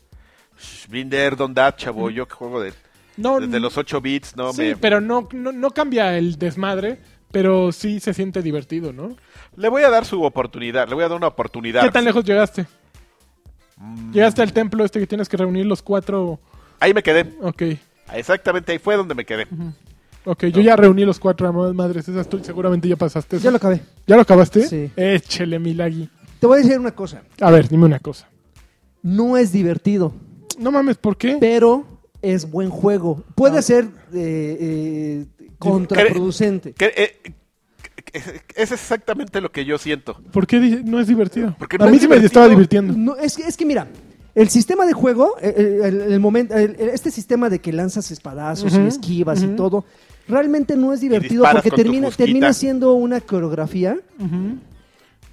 pues, Binder, Don't That, chavo. Yo que juego de, Oh, No, desde los 8 bits, ¿no? sí, me- pero no, no, no cambia el desmadre, pero sí se siente divertido, ¿no? Le voy a dar su oportunidad. Le voy a dar una oportunidad. ¿Qué tan lejos llegaste? Mm. Llegaste al templo este que tienes que reunir los cuatro. Ahí me quedé. Ok. Exactamente ahí fue donde me quedé. Ok, yo ya reuní los cuatro amadas madres esas, tú seguramente ya pasaste. eso. Ya lo acabé. ¿Ya lo acabaste? Sí. Échele, Milagui. Te voy a decir una cosa. A ver, dime una cosa. No es divertido, No mames, ¿por qué? pero es buen juego. Ah. Puede ser eh, eh, contraproducente. Que, eh, que- es- es exactamente lo que yo siento. ¿Por qué di- no es divertido? Porque a no mí es sí me divertido. estaba divirtiendo. No, es, que- es que mira, el sistema de juego, eh, eh, el, el momento, el- el- este sistema de que lanzas espadazos Ujú, y esquivas ujú. y todo, realmente no es divertido disparas porque con tu termina, fusquita. termina siendo una coreografía Ujú.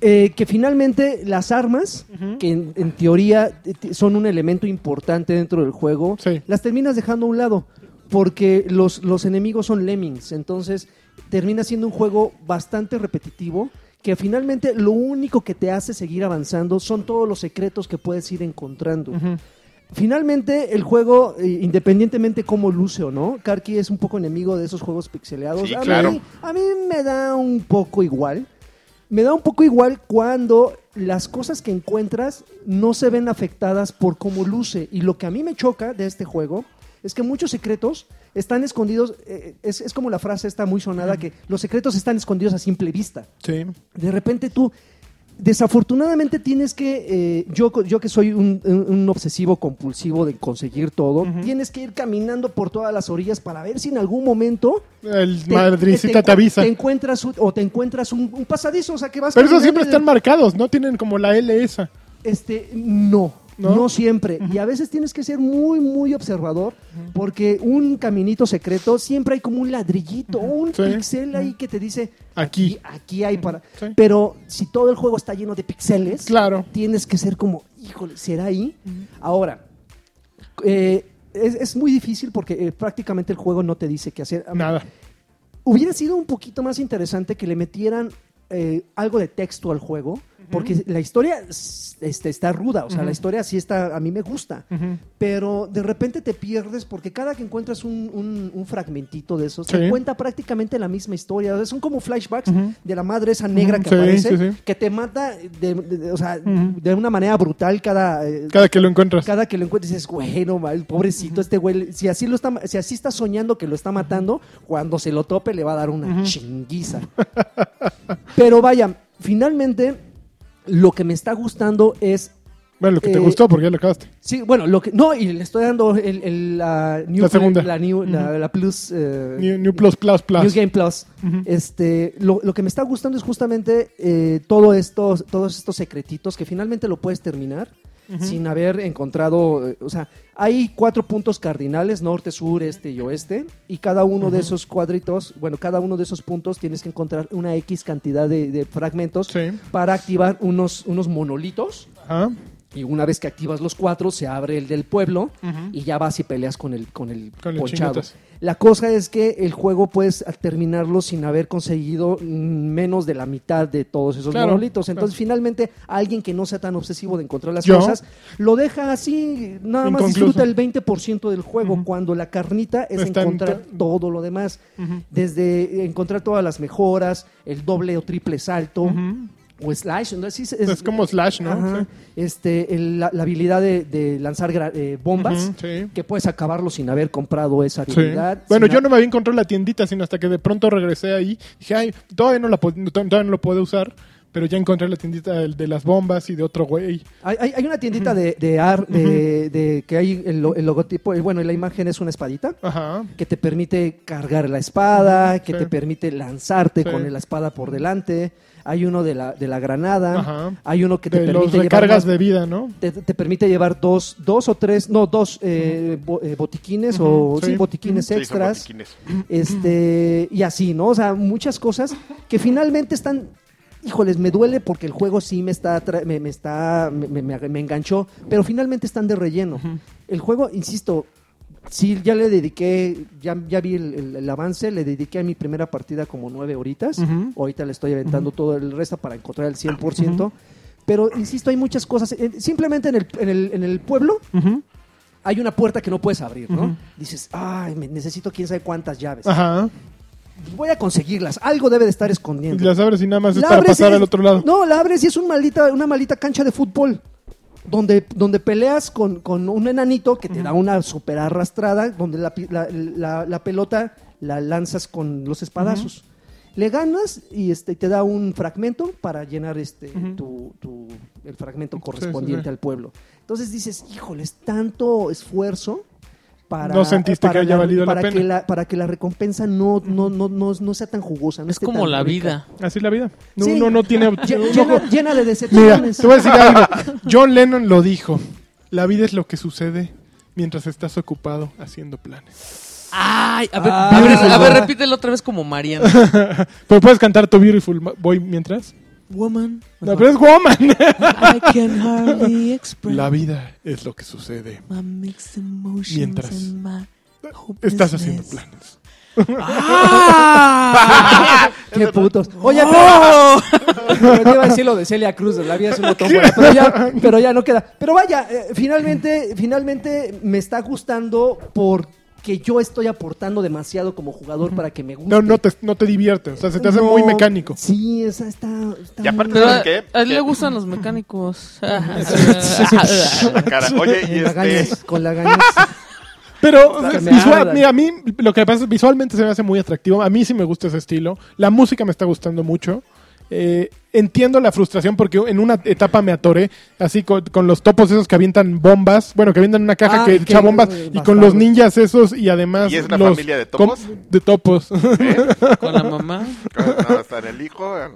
eh, que finalmente las armas, Ujú. que en, en teoría eh, ti- son un elemento importante dentro del juego, Sí. las terminas dejando a un lado porque los, los enemigos son lemmings, entonces termina siendo un juego bastante repetitivo que finalmente lo único que te hace seguir avanzando son todos los secretos que puedes ir encontrando. Ujú. Finalmente, el juego, eh, independientemente cómo luce o no, Karki es un poco enemigo de esos juegos pixeleados. Sí, a, claro. mí, a mí me da un poco igual. Me da un poco igual cuando las cosas que encuentras no se ven afectadas por cómo luce. Y lo que a mí me choca de este juego es que muchos secretos están escondidos. eh, es, es como la frase esta muy sonada que los secretos están escondidos a simple vista Sí. de repente tú desafortunadamente tienes que eh, yo co- yo que soy un, un- un obsesivo compulsivo de conseguir todo tienes que ir caminando por todas las orillas para ver si en algún momento El te- madricita te, encu- avisa. te encuentras un- o te encuentras un, un pasadizo o sea que vas pero esos caminando siempre y- están marcados, ¿no? Tienen como la L esa. este, no, ¿No? no, siempre. Y a veces tienes que ser muy, muy observador porque un caminito secreto siempre hay como un ladrillito, un Sí. pixel ahí que te dice Aquí. Mm, aquí, aquí hay para. Sí. Pero si todo el juego está lleno de pixeles, Claro. Mm. tienes que ser como, híjole, ¿será ahí? Ahora, eh, es, es muy difícil porque eh, prácticamente el juego no te dice qué hacer. Nada. Hubiera sido un poquito más interesante que le metieran eh, algo de texto al juego Porque la historia s- este, está ruda, o sea, Ujú. la historia sí está, a mí me gusta. Ujú. Pero de repente te pierdes porque cada que encuentras un, un- un fragmentito de esos, Sí. te cuenta prácticamente la misma historia. O sea, son como flashbacks Ujú. de la madre esa negra que Sí, aparece, sí, sí. que te mata de, de- de- o sea, Ujú. de una manera brutal cada, eh, Cada que lo encuentras. cada que lo encuentres dices, güey, no mal, pobrecito este güey, si así lo está, si así está soñando que lo está matando, cuando se lo tope le va a dar una chinguiza. Pero vaya, finalmente lo que me está gustando es Bueno, lo que te Eh, gustó porque ya lo acabaste. Sí, bueno, lo que no y le estoy dando el, el, la, new, La segunda. la new- la- Ujú. la plus eh, New, New Plus Plus Plus. New Game Plus. Ujú. Este, lo, lo que me está gustando es justamente eh, todo estos, todos estos secretitos que finalmente lo puedes terminar sin haber encontrado. eh, o sea, hay cuatro puntos cardinales: norte, sur, este y oeste. Y cada uno de esos cuadritos, bueno, cada uno de esos puntos tienes que encontrar una X cantidad de, de fragmentos Sí. para activar unos, unos monolitos. Ajá. Y una vez que activas los cuatro, se abre el del pueblo y ya vas y peleas con el, con el Con el ponchado. chingotas. La cosa es que el juego puedes a- terminarlo sin haber conseguido mm, menos de la mitad de todos esos Claro, monolitos. claro. Entonces, finalmente, alguien que no sea tan obsesivo de encontrar las Yo. cosas, lo deja así, nada más Inconcluso. disfruta el 20% del juego, cuando la carnita es Está en encontrar to- todo lo demás. Ujú. Desde encontrar todas las mejoras, el doble o triple salto, Ujú. o slash. ¿no? Sí, es, Es como Slash, ¿no? Ajá. Sí. este, el- la, la habilidad de, de lanzar gra- eh, bombas, Ujú, sí. que puedes acabarlo sin haber comprado esa Sí. habilidad. Bueno, sin yo a- no me había encontrado la tiendita, sino hasta que de pronto regresé ahí. Dije, ay, todavía no, la po- no- todavía no lo puedo usar, pero ya encontré la tiendita del- de las bombas y de otro güey. Hay, hay- hay una tiendita de, de ar- de, de- que hay el, lo- el logotipo, eh, bueno, la imagen es una espadita Ajá. que te permite cargar la espada, que sí. te permite lanzarte Sí. con la espada por delante. Hay uno de la, de la granada, Ajá. hay uno que te De los permite recargas llevar más- de vida, ¿no? te, te permite llevar dos, dos o tres, no, dos eh, bo- eh, botiquines Ujú, o sí. sí, botiquines Sí, son extras. botiquines. este y así, ¿no? O sea, muchas cosas que finalmente están híjoles, me duele porque el juego sí me está atra- me, me está me, me- me- me enganchó, pero finalmente están de relleno. El juego, insisto, sí ya le dediqué, ya, ya vi el, el- el avance, le dediqué a mi primera partida como nueve horitas. Ujú. Ahorita le estoy aventando todo el resto para encontrar el 100%. Pero, insisto, hay muchas cosas. Eh, Simplemente en el, en el- en el pueblo, hay una puerta que no puedes abrir, ¿no? Ujú. Dices, ay, me- necesito quién sabe cuántas llaves. Ajá. Voy a conseguirlas. Algo debe de estar escondiendo. Las abres y nada más es La para abres pasar y- al otro lado. No, la abres y es un maldita, una maldita cancha de fútbol. Donde, donde peleas con, con un enanito que te da una super arrastrada, donde la, pi- la- la- la pelota la lanzas con los espadazos. Le ganas y este, te da un fragmento para llenar este, Ujú. tu, tu- el fragmento sí, correspondiente sí. al pueblo. Entonces dices, híjoles, tanto esfuerzo para, No sentiste para que haya valido la para pena. Que la, para que la recompensa no, no, no, no, no sea tan jugosa. no Es esté como tan la vida. rica. Así es la vida. No, Sí. Uno no tiene op- Lle- uno- llena, llena de Mira, decepciones. te voy a decir algo. John Lennon lo dijo. La vida es lo que sucede mientras estás ocupado haciendo planes. Ay, a ver, Ah, a ver, beautiful a ver, boy. repítelo otra vez como Mariana. Pero puedes cantar tu Beautiful Boy mientras. Pues Woman, No, pero es woman. I can hardly express La vida es lo que sucede my mixed emotions Mientras and my Estás haciendo hopelessness. planes. ¡Ah! Qué putos. Oye, ¡Oh! pero te iba a decir lo de Celia Cruz, la vida es un botón, bueno, pero ya, pero ya no queda. Pero vaya, eh, finalmente, finalmente me está gustando porque yo estoy aportando demasiado como jugador para que me guste. No, no te, no te divierte. O sea, se te hace No, muy mecánico. Sí, esa está. está Y aparte, muy- Pero ¿Sabes a, qué? a él le Que- gustan los mecánicos. La cara. Oye, y con la este. gañas, con la gañas. Pero Está o sea, que me visual- ardan. mira, a mí lo que pasa es visualmente se me hace muy atractivo. A mí sí me gusta ese estilo. La música me está gustando mucho. Eh, entiendo la frustración porque en una etapa me atoré así con, con los topos esos que avientan bombas. Bueno, que avientan una caja Ah, que que- echa bombas eh, y con los bastardos. ninjas esos y además. ¿Y es una los familia de topos? com- De topos. Con la mamá. No, está en el hijo. ah,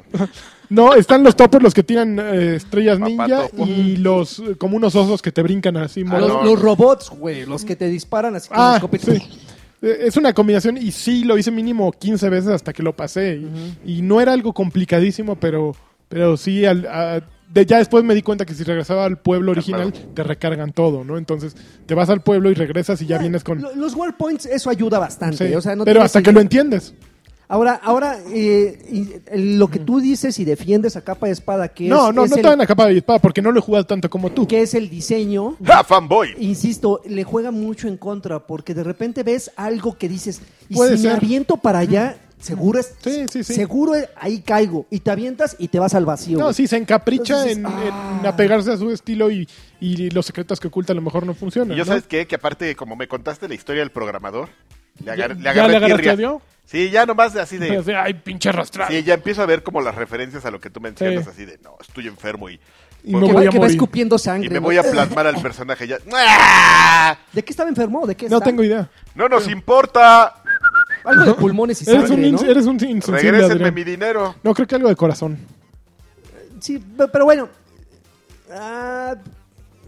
no, están los topos los que tiran eh, estrellas Papá ninja topo. y los eh, como unos osos que te brincan así. Ah, monos. Los, no. los robots, güey, los que te disparan así con Ah, escopeta. sí. Eh, Es una combinación y sí, lo hice mínimo 15 veces hasta que lo pasé. Y, y no era algo complicadísimo, pero, pero sí, al- a- de- ya después me di cuenta que si regresaba al pueblo original, te recargan todo, ¿no? Entonces te vas al pueblo y regresas y ya vienes con... Lo- Los War Points, eso ayuda bastante. Sí, o sea, no pero tienes hasta el- que lo entiendes. Ahora, ahora eh, y, eh, lo que tú dices y defiendes a capa de espada, que No, es, no, es no el- estaba en la capa de espada porque no lo he jugado tanto como tú. que es el diseño, ¡Ja, fanboy! insisto, le juega mucho en contra, porque de repente ves algo que dices, y Puede si ser. me aviento para allá, seguro es, Sí, sí, sí. seguro es- ahí caigo, y te avientas y te vas al vacío. No, güey. sí, se encapricha Entonces, en, ah. en apegarse a su estilo y, y los secretos que oculta a lo mejor no funcionan. Y yo, ¿no? ¿sabes qué? Que aparte, como me contaste la historia del programador, le, agar- ¿Ya- le ya agarré le agarraste tirria. odio? Sí, ya nomás de así de... Así, Ay, pinche arrastrado. Sí, ya empiezo a ver como las referencias a lo que tú mencionas, Sí. así de, no, estoy enfermo y... Y me que, voy va, a que va morir. escupiendo y sangre. me ¿no? voy a plasmar al personaje ya. ¡Ah! ¿De qué estaba enfermo? ¿De qué No está? tengo idea. ¡No nos importa! Algo de pulmones y Eres un, sangre, ins- ¿no? eres un insensible, ¡Regrésenme Adrián. mi dinero! No, creo que algo de corazón. Sí, pe- pero bueno. Ah,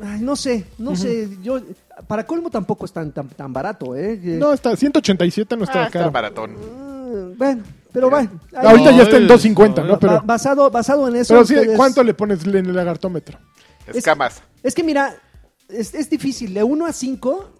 ay, no sé, no sé. Yo, para colmo tampoco es tan, tan, tan barato, ¿eh? Que- No, está 187 no Ah, está está caro. baratón. Ah, bueno, pero va. ahí- Ahorita ba- ya está en es- 250, ¿no? no, Pero, basado, basado en eso. pero sí, ustedes- ¿cuánto le pones en el lagartómetro? Es- Escamas. Es que mira, es, es difícil. De 1 a 5,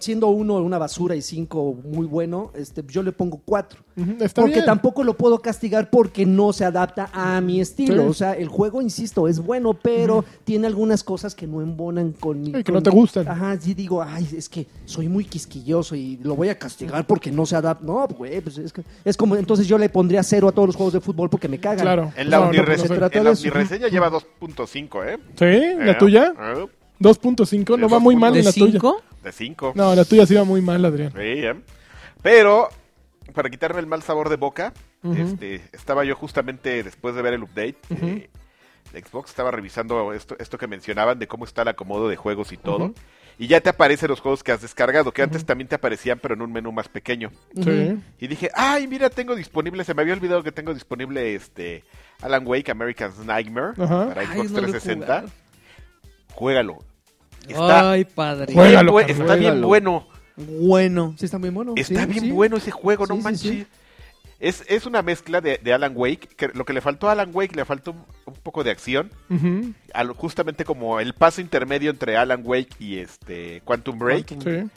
siendo 1 una basura y 5 muy bueno, este, yo le pongo 4. Ujú, está porque bien. tampoco lo puedo castigar porque no se adapta a mi estilo. Sí. O sea, el juego, insisto, es bueno, pero tiene algunas cosas que no embonan con mi. Sí, que con no te mi- gustan. Ajá, sí digo, ay, es que soy muy quisquilloso y lo voy a castigar porque no se adapta. No, güey, pues es, que- es como, entonces yo le pondría cero a todos los juegos de fútbol porque me cagan. Claro. En la No, pues, no, unirrese- no se trata en la de eso. unirreseña lleva 2.5, ¿eh? ¿Sí? ¿La Eh, tuya? eh, 2.5, no Sí, va muy mal ¿De en la tuya. cinco? De 5. No, la tuya sí va muy mal, Adrián. Sí, ¿eh? Pero, para quitarme el mal sabor de boca, este, estaba yo justamente después de ver el update de- de Xbox, estaba revisando esto, esto que mencionaban de cómo está el acomodo de juegos y todo. Ujú. Y ya te aparecen los juegos que has descargado, que antes también te aparecían, pero en un menú más pequeño. Sí. Y dije, ay, mira, tengo disponible, se me había olvidado que tengo disponible este Alan Wake American's Nightmare Ajá. para Ay, Xbox no lo he 360. jugado. Juégalo. Está, Ay, padre. bien Juégalo, bue- Carlos, está bien juégalo. bueno. Bueno. Sí, está muy mono. Está sí, bien sí. bueno ese juego, no Sí, sí, manches. sí. Es, es una mezcla de, de Alan Wake. Que lo que le faltó a Alan Wake, le faltó un, un poco de acción. Ujú, a lo- justamente como el paso intermedio entre Alan Wake y este Quantum Break. sí.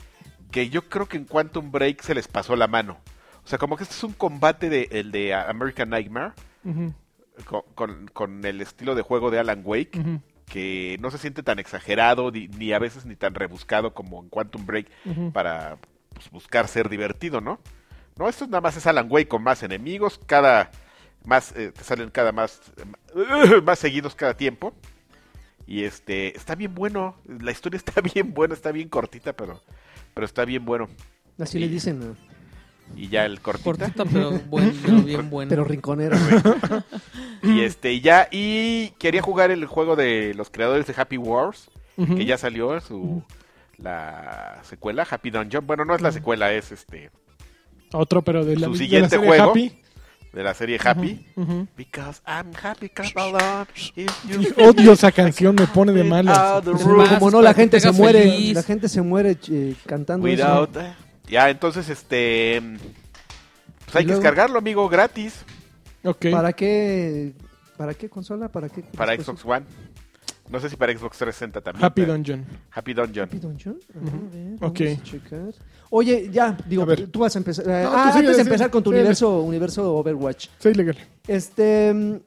Que yo creo que en Quantum Break se les pasó la mano. O sea, como que este es un combate de, el de ah, American Nightmare. Ujú, Con, con- con el estilo de juego de Alan Wake. ujú, Que no se siente tan exagerado, ni, ni a veces ni tan rebuscado como en Quantum Break ujú. para pues, buscar ser divertido, ¿no? No, esto nada más es Alan Way con más enemigos, cada más eh, te salen cada más eh, más seguidos cada tiempo. Y este está bien bueno, la historia está bien buena, está bien cortita, pero pero está bien bueno. Así le dicen, ¿no? Y ya el cortita Cortita, pero bueno, bien bueno. pero rinconero. y este y ya y quería jugar el juego de los creadores de Happy Wars, que ya salió su la secuela Happy Dungeon. Bueno, no es la secuela, es este Otro, pero de la, Su de la siguiente serie juego. Happy. de la serie Happy. Ujú. Because I'm happy, because I love if you- Y Odio esa canción, me pone de malas. Without the Es roof, más, Como no, la para que gente te se hagas muere. feliz. La gente se muere eh, cantando. eso. without- Ya, entonces, este... Pues hay que Y luego- descargarlo, amigo, gratis Ok. ¿Para qué? ¿Para qué consola? ¿Para qué? Pues, para dispositivo? Xbox One. No sé si para Xbox 360 también. Happy pero- Dungeon. Happy Dungeon. Happy Dungeon. Ajá, a ver, vamos Ok. a checar. Oye, ya, digo, A ver. tú vas a empezar. eh, No, tú ah, sigue, antes de sigue, empezar con tu sigue. universo, universo Overwatch. Sí, legal. Este. mm,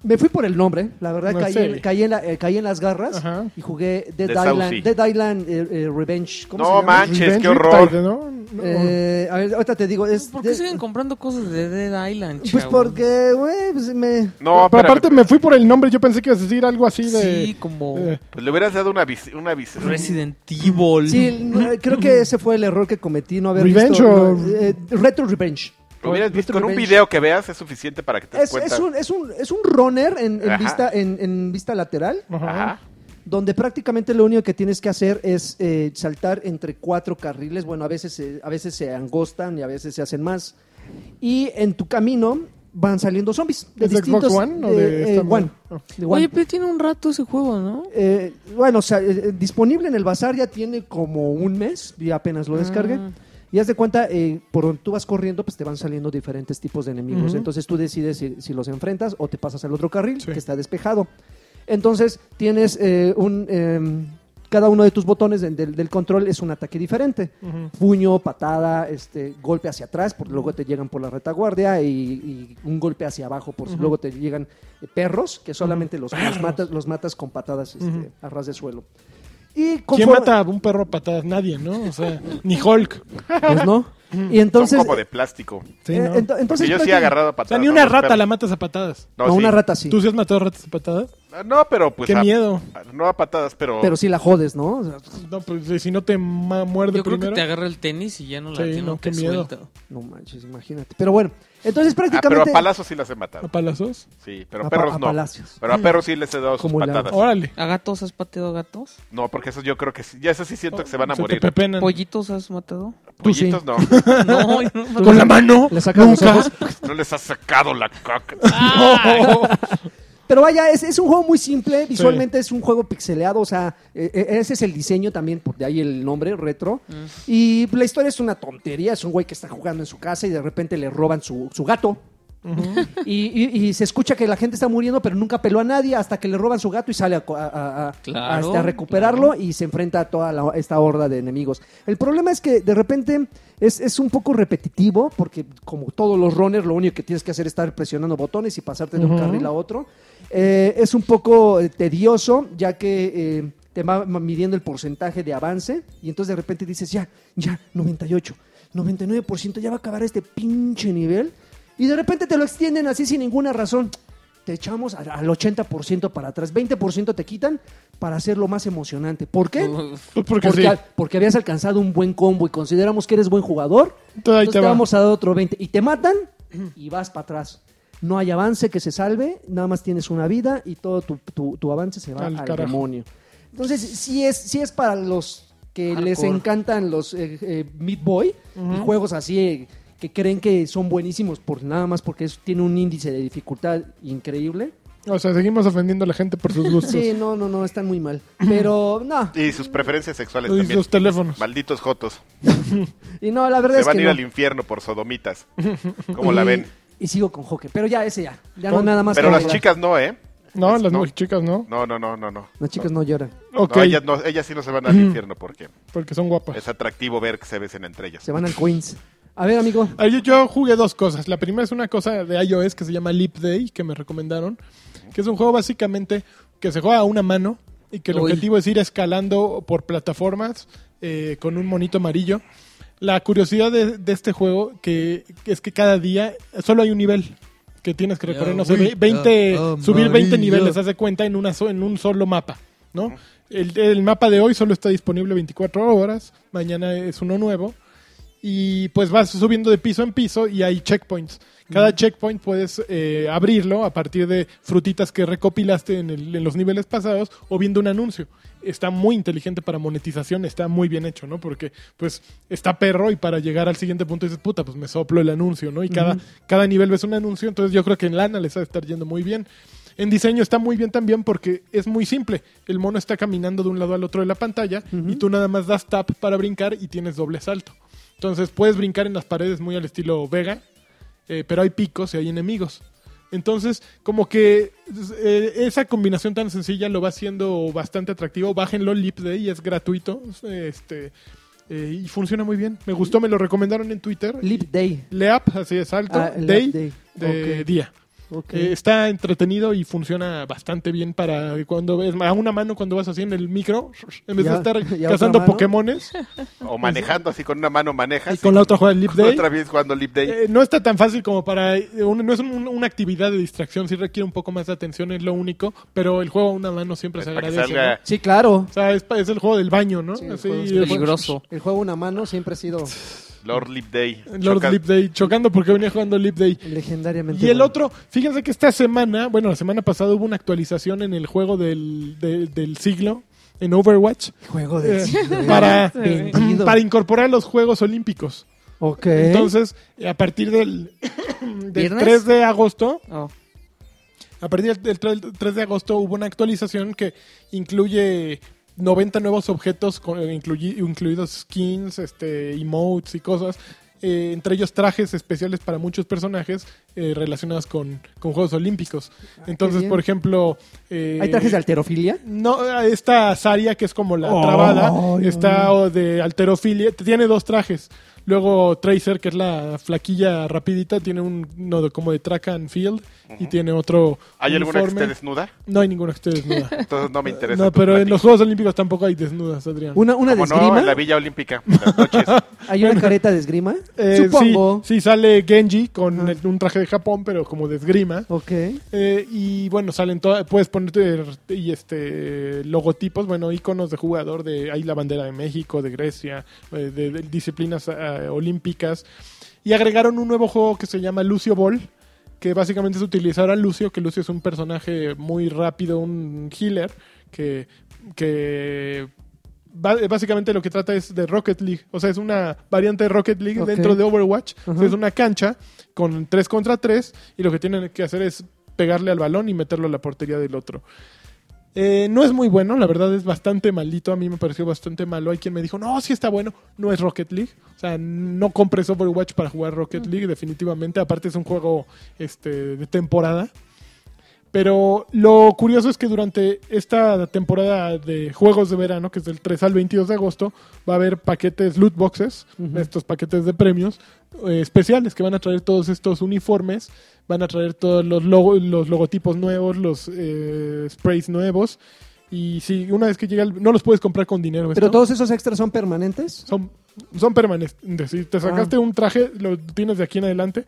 Me fui por el nombre, la verdad, No caí, sé. en, caí en la- eh, caí en las garras Ajá. y jugué Dead The Saucy. Island, Dead Island eh, eh, Revenge. ¿Cómo No se llama? manches. Che, es que horror. Riptide, ¿no? No, Eh, a ver, ahorita te digo. Es ¿Por qué de- siguen comprando cosas de Dead Island, Pues chavo? porque, güey, pues No, me. Pero espérame, aparte me fui por el nombre, yo pensé que ibas a decir algo así de... Sí, como eh, Pues le hubieras dado una vis- Una vis- Resident Evil. Sí, no, eh, creo que ese fue el error que cometí, no haber Revenge visto. o- no, eh, Retro Revenge. lo hubieras visto con un Revenge. video que veas es suficiente para que te des Es, cuenta. es un, es, un, es un runner en, en Ajá. vista, en, en vista lateral, Ajá. donde prácticamente lo único que tienes que hacer es eh, saltar entre cuatro carriles. Bueno, a veces, se- a veces se angostan y a veces se hacen más. Y en tu camino van saliendo zombies. De ¿Es de Xbox distintos, One o de eh, esta madre? One. Ah. De One. Oye, pero tiene un rato ese juego, ¿no? Eh, bueno, o sea, eh, eh, disponible en el bazar ya tiene como un mes y apenas lo descargué. Ah. Y haz de cuenta, eh, por donde tú vas corriendo, pues te van saliendo diferentes tipos de enemigos. Ujú. Entonces tú decides si, si los enfrentas o te pasas al otro carril Sí. que está despejado. Entonces tienes eh, un... em, cada uno de tus botones del, del- del control es un ataque diferente. Ujú. Puño, patada, este, golpe hacia atrás, por, luego te llegan por la retaguardia y, y un golpe hacia abajo, por, Ujú. luego te llegan eh, perros, que solamente los, los Perros. matas, los matas con patadas este, Ujú. a ras de suelo. Y ¿Quién conforme- mata a un perro a patadas? Nadie, ¿no? O sea, ni Hulk. Pues no. Y entonces... Son como de plástico. Sí, eh, ¿no? ento- Porque entonces yo sí he prácticamente- agarrado a o patadas. sea, ni a una los rata perros. la matas a patadas. No, a una sí. rata sí. ¿Tú sí has matado ratas a patadas? No, pero pues. Qué a- miedo. a- No a patadas, pero. Pero sí la jodes, ¿no? O sea, No, pues si no te ma- muerde Yo creo que primero. te agarra el tenis y ya no la Sí, tiene, no, no, te qué miedo. suelta. No manches, imagínate. Pero bueno, entonces Ah, pero a prácticamente... palazos sí las he ¿A matado. palazos? Sí, pero A a pa- perros a no. palacios. Pero a perros sí les he dado sus Como la- patadas. Órale. ¿A gatos has pateado a gatos? No, porque esos yo creo que sí. Ya esos sí siento que se van a Se te morir. pepenan. ¿Pollitos has matado? Oh, Tú sí. Pollitos, no. No, yo no. ¿Con la mano? Le sacan los ojos. No les has sacado la caca. Pero vaya, es, es un juego muy simple. Visualmente es un juego pixeleado. O sea, eh, eh, ese es el diseño también, por de ahí el nombre, retro. Y la historia es una tontería. Es un güey que está jugando en su casa y de repente le roban su, su gato. y, y- y se escucha que la gente está muriendo, pero nunca peló a nadie hasta que le roban su gato y sale a, co- a- a- a- Claro, hasta a recuperarlo y se enfrenta a toda la- esta horda de enemigos. El problema es que de repente es, es un poco repetitivo, porque como todos los runners, lo único que tienes que hacer es estar presionando botones y pasarte de un carril a otro. Eh, es un poco eh, tedioso, ya que eh, te va midiendo el porcentaje de avance y entonces de repente dices, ya, ya, 98, 99%, ya va a acabar este pinche nivel. Y de repente te lo extienden así sin ninguna razón te echamos al al 80% para atrás, 20% te quitan para hacerlo más emocionante. ¿Por qué? Pues porque, porque, sí. al- porque habías alcanzado un buen combo y consideramos que eres buen jugador. Entonces ahí entonces te te va. vamos a dar otro 20 y te matan y vas para atrás. No hay avance que se salve, nada más tienes una vida y todo tu, tu- tu avance se va Al al, carajo. demonio. Entonces, sí es, sí es para los que les Hardcore. encantan los eh, eh, Meat Boy y juegos así eh, que creen que son buenísimos por nada más porque es- tiene un índice de dificultad increíble. O sea, seguimos ofendiendo a la gente por sus gustos. Sí, no, no, no, están muy mal. Pero no, Y sus preferencias sexuales Y también. sus teléfonos. Malditos jotos. y no, la verdad Se es que van a ir no. al infierno por sodomitas. ¿Cómo la Y- ven? Y sigo con Joker, pero ya ese ya, ya no Con- nada más. Pero que las hablar. chicas no, ¿eh? No, Es- las no. chicas no. No, no, no, no, no. Las chicas no lloran, Ok, No, ellas, no, ellas sí no se van al infierno porque porque son guapas. es atractivo ver que se besen entre ellas. Pues. se van al Queens. A ver, amigo, Ah, Yo, yo jugué dos cosas. La primera es una cosa de iOS que se llama Leap Day, que me recomendaron, que es un juego básicamente que se juega a una mano y que el Uy. objetivo es ir escalando por plataformas eh, con un monito amarillo. La curiosidad de, de este juego que, que es que cada día solo hay un nivel que tienes que recorrer, no sé, Uy, ve- 20, ah, ah, subir 20 amarillo. niveles, haz de cuenta, en, una so- en un solo mapa, ¿no? El, el mapa de hoy solo está disponible 24 horas, mañana es uno nuevo, y pues vas subiendo de piso en piso y hay checkpoints. Cada checkpoint puedes eh, abrirlo a partir de frutitas que recopilaste en, el- en los niveles pasados o viendo un anuncio. Está muy inteligente para monetización, está muy bien hecho, ¿no? Porque pues está perro y para llegar al siguiente punto dices, puta, pues me soplo el anuncio, ¿no? Y cada, cada nivel ves un anuncio, entonces yo creo que en lana les ha de estar yendo muy bien. En diseño está muy bien también porque es muy simple. El mono está caminando de un lado al otro de la pantalla y tú nada más das tap para brincar y tienes doble salto. Entonces puedes brincar en las paredes muy al estilo Vega, eh, pero hay picos y hay enemigos. Entonces, como que eh, esa combinación tan sencilla lo va haciendo bastante atractivo. Bájenlo, Leap Day, es gratuito. Este, eh, y funciona muy bien. Me gustó, me lo recomendaron en Twitter. Leap Day. Leap, así es, alto. Ah, Leap day, Day. de Ok. día. Ok. Eh, está entretenido y funciona bastante bien para cuando ves a una mano cuando vas así en el micro, en vez Ya, de estar ya otra cazando mano. Pokémones O manejando así con una mano manejas. y con la otra juega el Leap con Day. otra vez jugando Lip Day. Eh, no está tan fácil como para. eh, un- no es un- una actividad de distracción, sí requiere un poco más de atención, es lo único. Pero el juego a una mano siempre se para que agradece. salga ¿no? Sí, claro. O sea, es, pa- es el juego del baño, ¿no? Sí, el Así, juego es el juego- Peligroso. El juego una mano siempre ha sido Lord Lip Day. Lord Choca- Leap Day, chocando porque venía jugando Leap Day. legendariamente. Y el bueno. otro, fíjense que esta semana, bueno, la semana pasada hubo una actualización en el juego del, del- del siglo, en Overwatch, juego de eh, para, Vendido. para incorporar los Juegos Olímpicos. Ok. Entonces, a partir del, del ¿Viernes? 3 de agosto, Oh. a partir del 3 del 3 de agosto hubo una actualización que incluye 90 nuevos objetos, con- eh, incluyi- incluidos skins, este, emotes y cosas. eh, entre ellos trajes especiales para muchos personajes, eh, relacionadas con, con Juegos Olímpicos. Ah, qué Entonces, bien. por ejemplo... eh, ¿Hay trajes de alterofilia? No, esta Saria, que es como la Oh, trabada, ay, está o de alterofilia, tiene dos trajes. Luego Tracer, que es la flaquilla rapidita, tiene un- uno de, como de track and field y tiene otro ¿Hay alguna que uniforme. esté desnuda? No hay ninguna que esté desnuda. Entonces no me interesa. no, tu pero en plática. los Juegos Olímpicos tampoco hay desnudas, Adrián. ¿Una, una de Como no, esgrima? en la Villa Olímpica. en las noches. ¿Hay una careta de esgrima? Eh, Supongo. Sí, sí sale Genji con el- un traje de Japón, pero como de esgrima. Ok. Eh, y bueno, salen todas, puedes ponerte y este logotipos, bueno, iconos de jugador de ahí la bandera de México, de Grecia, eh, de, de disciplinas eh, olímpicas. Y agregaron un nuevo juego que se llama Lucio Ball, que básicamente es utilizar a Lucio, que Lucio es un personaje muy rápido, un healer, que, que ba- básicamente lo que trata es de Rocket League. O sea, es una variante de Rocket League Ok. dentro de Overwatch. O sea, Ajá. es una cancha con 3 contra 3 y lo que tienen que hacer es pegarle al balón y meterlo a la portería del otro. Eh, no es muy bueno, la verdad es bastante malito. A mí me pareció bastante malo. Hay quien me dijo, no, sí está bueno. No es Rocket League. O sea, no compres Overwatch para jugar Rocket League, definitivamente. Aparte, es un juego este, de temporada. Pero lo curioso es que durante esta temporada de juegos de verano, que es del 3 al 22 de agosto, va a haber paquetes loot boxes, Ujú. estos paquetes de premios eh, especiales que van a traer todos estos uniformes, van a traer todos los, logo- los logotipos nuevos, los eh, sprays nuevos. Y si una vez que llega, el- no los puedes comprar con dinero. ¿Pero esto. todos esos extras son permanentes? Son, son permanentes. Si te sacaste un traje, lo tienes de aquí en adelante,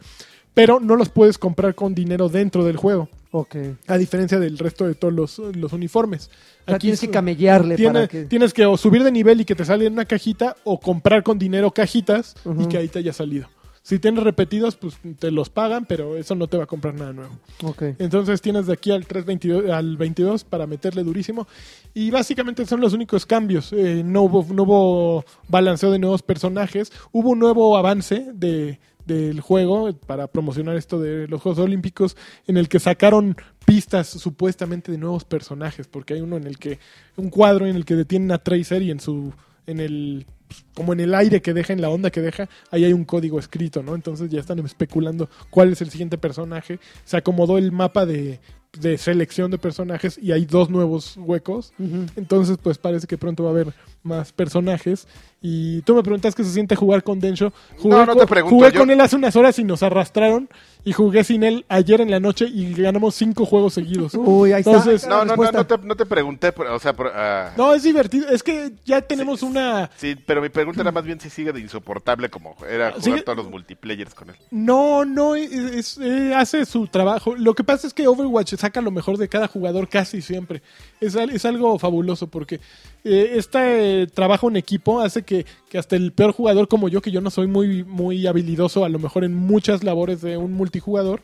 pero no los puedes comprar con dinero dentro del juego, Ok. a diferencia del resto de todos los, los uniformes. O sea, tienes es- que camellarle tiene- para que... tienes que o subir de nivel y que te salga en una cajita o comprar con dinero cajitas y Ujú. que ahí te haya salido. Si tienes repetidos, pues te los pagan, pero eso no te va a comprar nada nuevo. Ok. eh, Entonces tienes de aquí al 322 al 22 para meterle durísimo. Y básicamente son los únicos cambios. Eh, no, hubo, no hubo balanceo de nuevos personajes. Hubo un nuevo avance de, del juego para promocionar esto de los Juegos Olímpicos en el que sacaron pistas supuestamente de nuevos personajes. Porque hay uno en el que... Un cuadro en el que detienen a Tracer y en su... En el como en el aire que deja, en la onda que deja, ahí hay un código escrito, ¿no? Entonces ya están especulando cuál es el siguiente personaje. Se acomodó el mapa de, de selección de personajes y hay dos nuevos huecos. Ujú. Entonces, pues parece que pronto va a haber más personajes. Y tú me preguntas qué se siente jugar con Densho. Jugué, No, no te co- pregunto, jugué yo- con él hace unas horas y nos arrastraron. Y jugué sin él ayer en la noche y ganamos cinco juegos seguidos. Uy, ahí está. Entonces- Ahí está la No, no, no, respuesta. no te, no te pregunté. pero, o sea, pero, ah, No, es divertido. Es que ya tenemos Sí, una... sí, pero mi pregunta era más bien si sigue de insoportable como era jugar Sigue- todos los multiplayers con él. No, no, es- es- eh, hace su trabajo. Lo que pasa es que Overwatch saca lo mejor de cada jugador casi siempre. Es, al- es algo fabuloso porque eh, este eh, trabajo en equipo hace que, que hasta el peor jugador como yo, que yo no soy muy, muy habilidoso a lo mejor en muchas labores de un multijugador,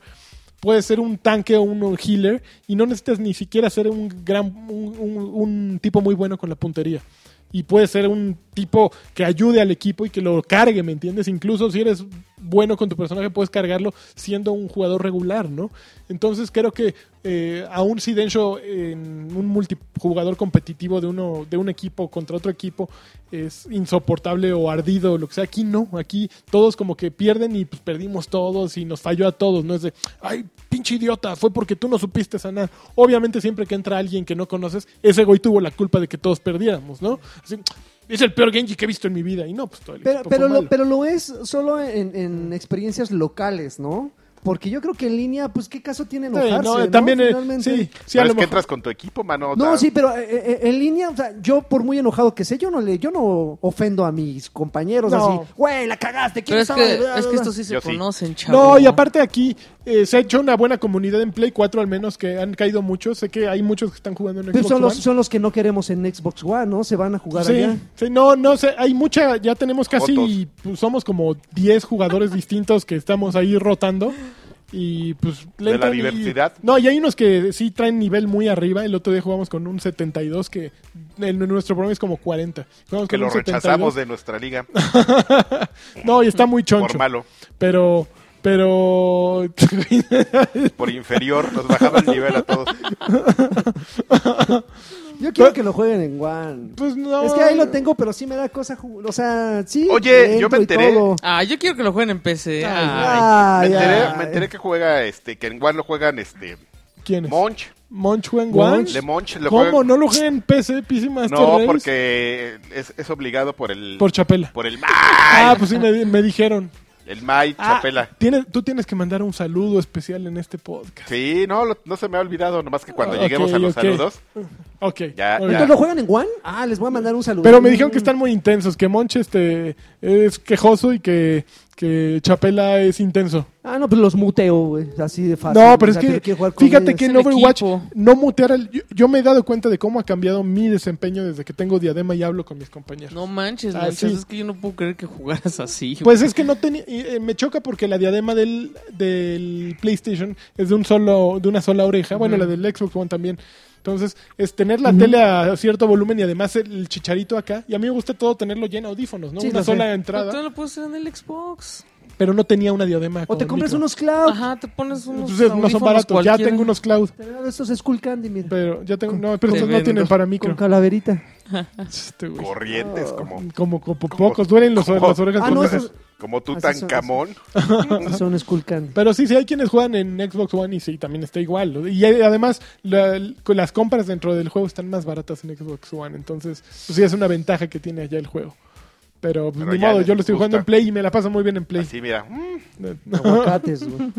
puede ser un tanque o un healer y no necesitas ni siquiera ser un, gran, un, un- un tipo muy bueno con la puntería. Y puede ser un tipo que ayude al equipo y que lo cargue, ¿me entiendes? Incluso si eres bueno con tu personaje, puedes cargarlo siendo un jugador regular, ¿no? Entonces creo que eh, aún si Densho en un multijugador competitivo de, uno, de un equipo contra otro equipo es insoportable o ardido o lo que sea, aquí no, aquí todos como que pierden y pues, perdimos todos y nos falló a todos, no es de, ay, pinche idiota, fue porque tú no supiste sanar. Obviamente siempre que entra alguien que no conoces, ese güey tuvo la culpa de que todos perdiéramos, ¿no? Así, es el peor Genji que he visto en mi vida y no, pues todo el Pero, equipo pero, fue lo, malo. pero lo es solo en, en experiencias locales, ¿no? Porque yo creo que en línea, pues, ¿qué caso tiene Sí, enojarse? no, no? también, eh, Finalmente. sí, sí, a lo pero es que mejor. entras con tu equipo, mano. No, tal. sí, pero eh, eh, en línea, o sea, yo por muy enojado que sé, yo no le, yo no ofendo a mis compañeros No. así, güey, la cagaste, Pero ¿quién es estaba que, de- bla, es bla, que bla"? estos sí se Yo sí. conocen, chavo. No, y aparte aquí eh, se ha hecho una buena comunidad en Play 4 al menos que han caído muchos. Sé que hay muchos que están jugando en Pero Xbox son los, One. son los que no queremos en Xbox One, ¿no? Se van a jugar Sí, allá. sí, no, no sé, hay mucha, ya tenemos casi, Jotos. pues, somos como 10 jugadores distintos que estamos ahí rotando y pues le De la entran y- diversidad. no, y hay unos que sí traen nivel muy arriba, el otro día jugamos con un 72 que en nuestro promedio es como 40. Jugamos Que con lo un 72. rechazamos de nuestra liga No, y está muy choncho. por malo. Pero, Pero. Por inferior, nos bajaba el nivel a todos. Yo quiero que lo jueguen en One. pues no. Es que ahí lo tengo, pero sí me da cosa. ju- O sea, sí. Oye, lento yo me y enteré. todo. Ah, yo quiero que lo jueguen en PC. Ay. Ah, me, ya. enteré, me enteré que juega, este, que en One lo juegan, este, ¿Quién es? Monch. Monch Wen Monch. De Monch lo Pues, ¿Cómo? juegan- ¿No lo juegan en PC, PC Master No, Race? porque es, es obligado por el, Por Chapela. por el Mai, Ah, pues sí, me, di- me dijeron. el Mai Ah, Chapela. tienes- tú tienes que mandar un saludo especial en este podcast. Sí, no, lo- no se me ha olvidado, nomás que cuando Ah, lleguemos ok, a los ok. saludos, Ok. Ya, ok. ¿Entonces lo juegan en One? Ah, les voy a mandar un saludo. Pero me dijeron que están muy intensos, que Monch este, es quejoso y que, que Chapela es intenso. Ah, no, pues los muteo, güey. Así de fácil. No, pero O es sea, que yo quiero jugar con fíjate ellos. que en el Overwatch equipo. no mutear el- yo, yo me he dado cuenta de cómo ha cambiado mi desempeño desde que tengo diadema y hablo con mis compañeros. No manches, Ah, Moisés, sí. es que yo no puedo creer que jugaras así. güey. Pues es que no tenía y, eh, me choca porque la diadema del, del PlayStation es de un solo de una sola oreja, bueno, la Ujú. del Xbox One también. Entonces, es tener la tele a cierto volumen y además el chicharito acá. Y a mí me gusta todo tenerlo lleno de audífonos, ¿no? Sí, una lo sé. sola Pero tú entrada. lo puedes hacer en el Xbox. Pero no tenía una diadema. O con te compras micro. unos cloud. Ajá, Ah, te pones unos. Entonces, Pues, no son audífonos baratos. Ya cualquiera. tengo unos cloud. Te regalo estos Skullcandy, mira. Pero ya tengo. No, pero Te estos no vendo. tienen para Con micro. calaverita. Este, güey. corrientes como, Como, como pocos, duelen los, como- las orejas. Ah, con no, los- esos como tú Así tan son, camón. sí son Skullcandy. Pero sí, sí hay quienes juegan en Xbox One y sí, también está igual. Y eh, además, la- con las compras dentro del juego están más baratas en Xbox One. Entonces, pues sí, es una ventaja que tiene allá el juego. Pero, pues, Pero ni ya modo, les yo lo estoy gusta. jugando en Play y me la paso muy bien en Play. Eh, Así, mira, mm, Aguacates, güey.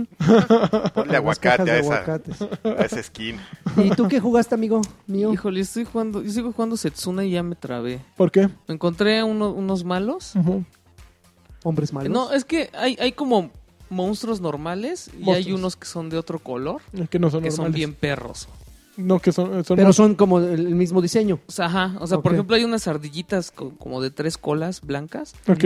ponle Las cajas aguacate de a esa, aguacates. a esa skin. ¿Y tú qué jugaste, amigo mío? Híjole, estoy jugando, yo sigo jugando Setsuna y ya me trabé. ¿Por qué? Encontré uno- unos malos. Ujú. Hombres malos. No, es que hay, hay como monstruos normales y hay Monstruos. unos que son de otro color Que no son que son normales. bien perros. No, que son. son pero más- son como el el mismo diseño. O sea, ajá, o sea, por Ok. ejemplo, hay unas ardillitas co- como de tres colas blancas Ok.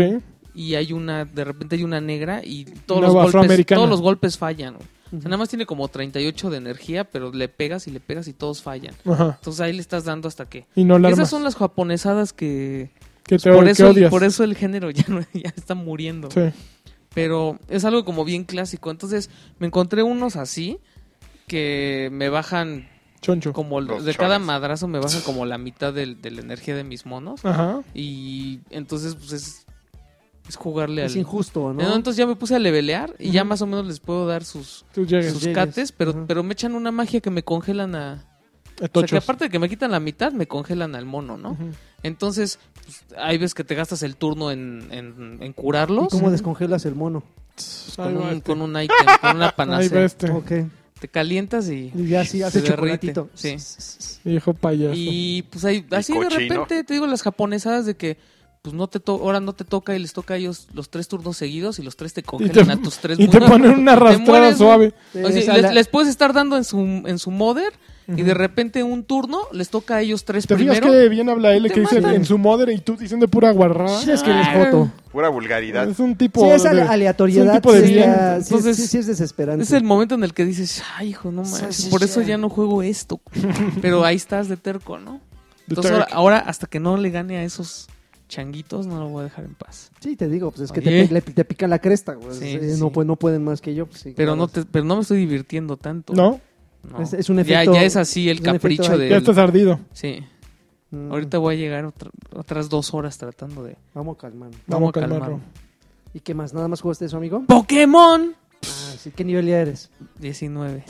y hay una, de repente hay una negra y todos Una los golpes, afroamericana. todos los golpes fallan. güey. O sea, nada más tiene como 38 de energía, pero le pegas y le pegas y todos fallan. Ajá. Entonces ahí le estás dando hasta que. Y no la Esas armas. son las japonesadas que Que te por que eso, el, odias. por eso el género ya, no- ya está muriendo. Sí. Pero es algo como bien clásico. Entonces me encontré unos así que me bajan Choncho. como el- de Los cada chones. madrazo me bajan como la mitad del- de la energía de mis monos. Ajá. Y entonces pues es, es jugarle Es al... injusto, Eh, no, ¿no? entonces ya me puse a levelear y ya Ujú. más o menos les puedo dar sus, Tú llegues. sus llegues. cates, pero, Ajá. pero me echan una magia que me congelan a... eh, O sea, que tochos. aparte de que me quitan la mitad, me congelan al mono, ¿no? Ujú. Entonces, pues, hay veces que te gastas el turno en, en, en curarlos ¿Y ¿Cómo descongelas el mono? Ahí pues, con, va un, este. con un ítem, con una Ahí va panacea. este. Ok. Te calientas y... Y ya sí, hace Se derrite, chocolatito. sí. Hijo payaso. Y pues ahí, así de cochino. repente, te digo, las japonesadas de que... Pues no te to- ahora no te toca y les toca a ellos los tres turnos seguidos y los tres te congelan a tus tres y te monos. ponen una arrastrada mueres, güey. suave. O sea, Esa les, la- les puedes estar dando en su, en su mother y Ujú. de repente un turno les toca a ellos tres ¿Te fijas primero. que bien habla él te que dice matan. en su mother y tú diciendo pura guarrada? Sí, es que Ah. eres joto. Pura vulgaridad. Es un tipo Sí, esa de- aleatoriedad es un tipo de sí, bien. ya- sí, Entonces, sí, sí es desesperante. Es el momento en el que dices, ay, hijo, no Sí, manches, sí, por sí. eso ya no juego esto. Pero ahí estás de terco, ¿no? de Entonces ahora, Turk. ahora, hasta que no le gane a esos changuitos, no lo voy a dejar en paz. Sí, te digo, pues es que Oye. te, le- te pica la cresta. güey. Sí, Eh, sí. No, pues, no pueden más que yo. pues, sí, Pero claro. no, te, pero no me estoy divirtiendo tanto. ¿no, No. Es- es un Ya- efecto- Ya, es así el es un efecto capricho ahí. de... ya estás ardido. Sí, Mm, ahorita voy a llegar otra- otras dos horas tratando de... Vamos calmando. Vamos a a calmarlo. ¿Y qué más? ¿Nada más jugaste eso, amigo? Pokémon Ah, sí, ¿Qué nivel ya eres? 19.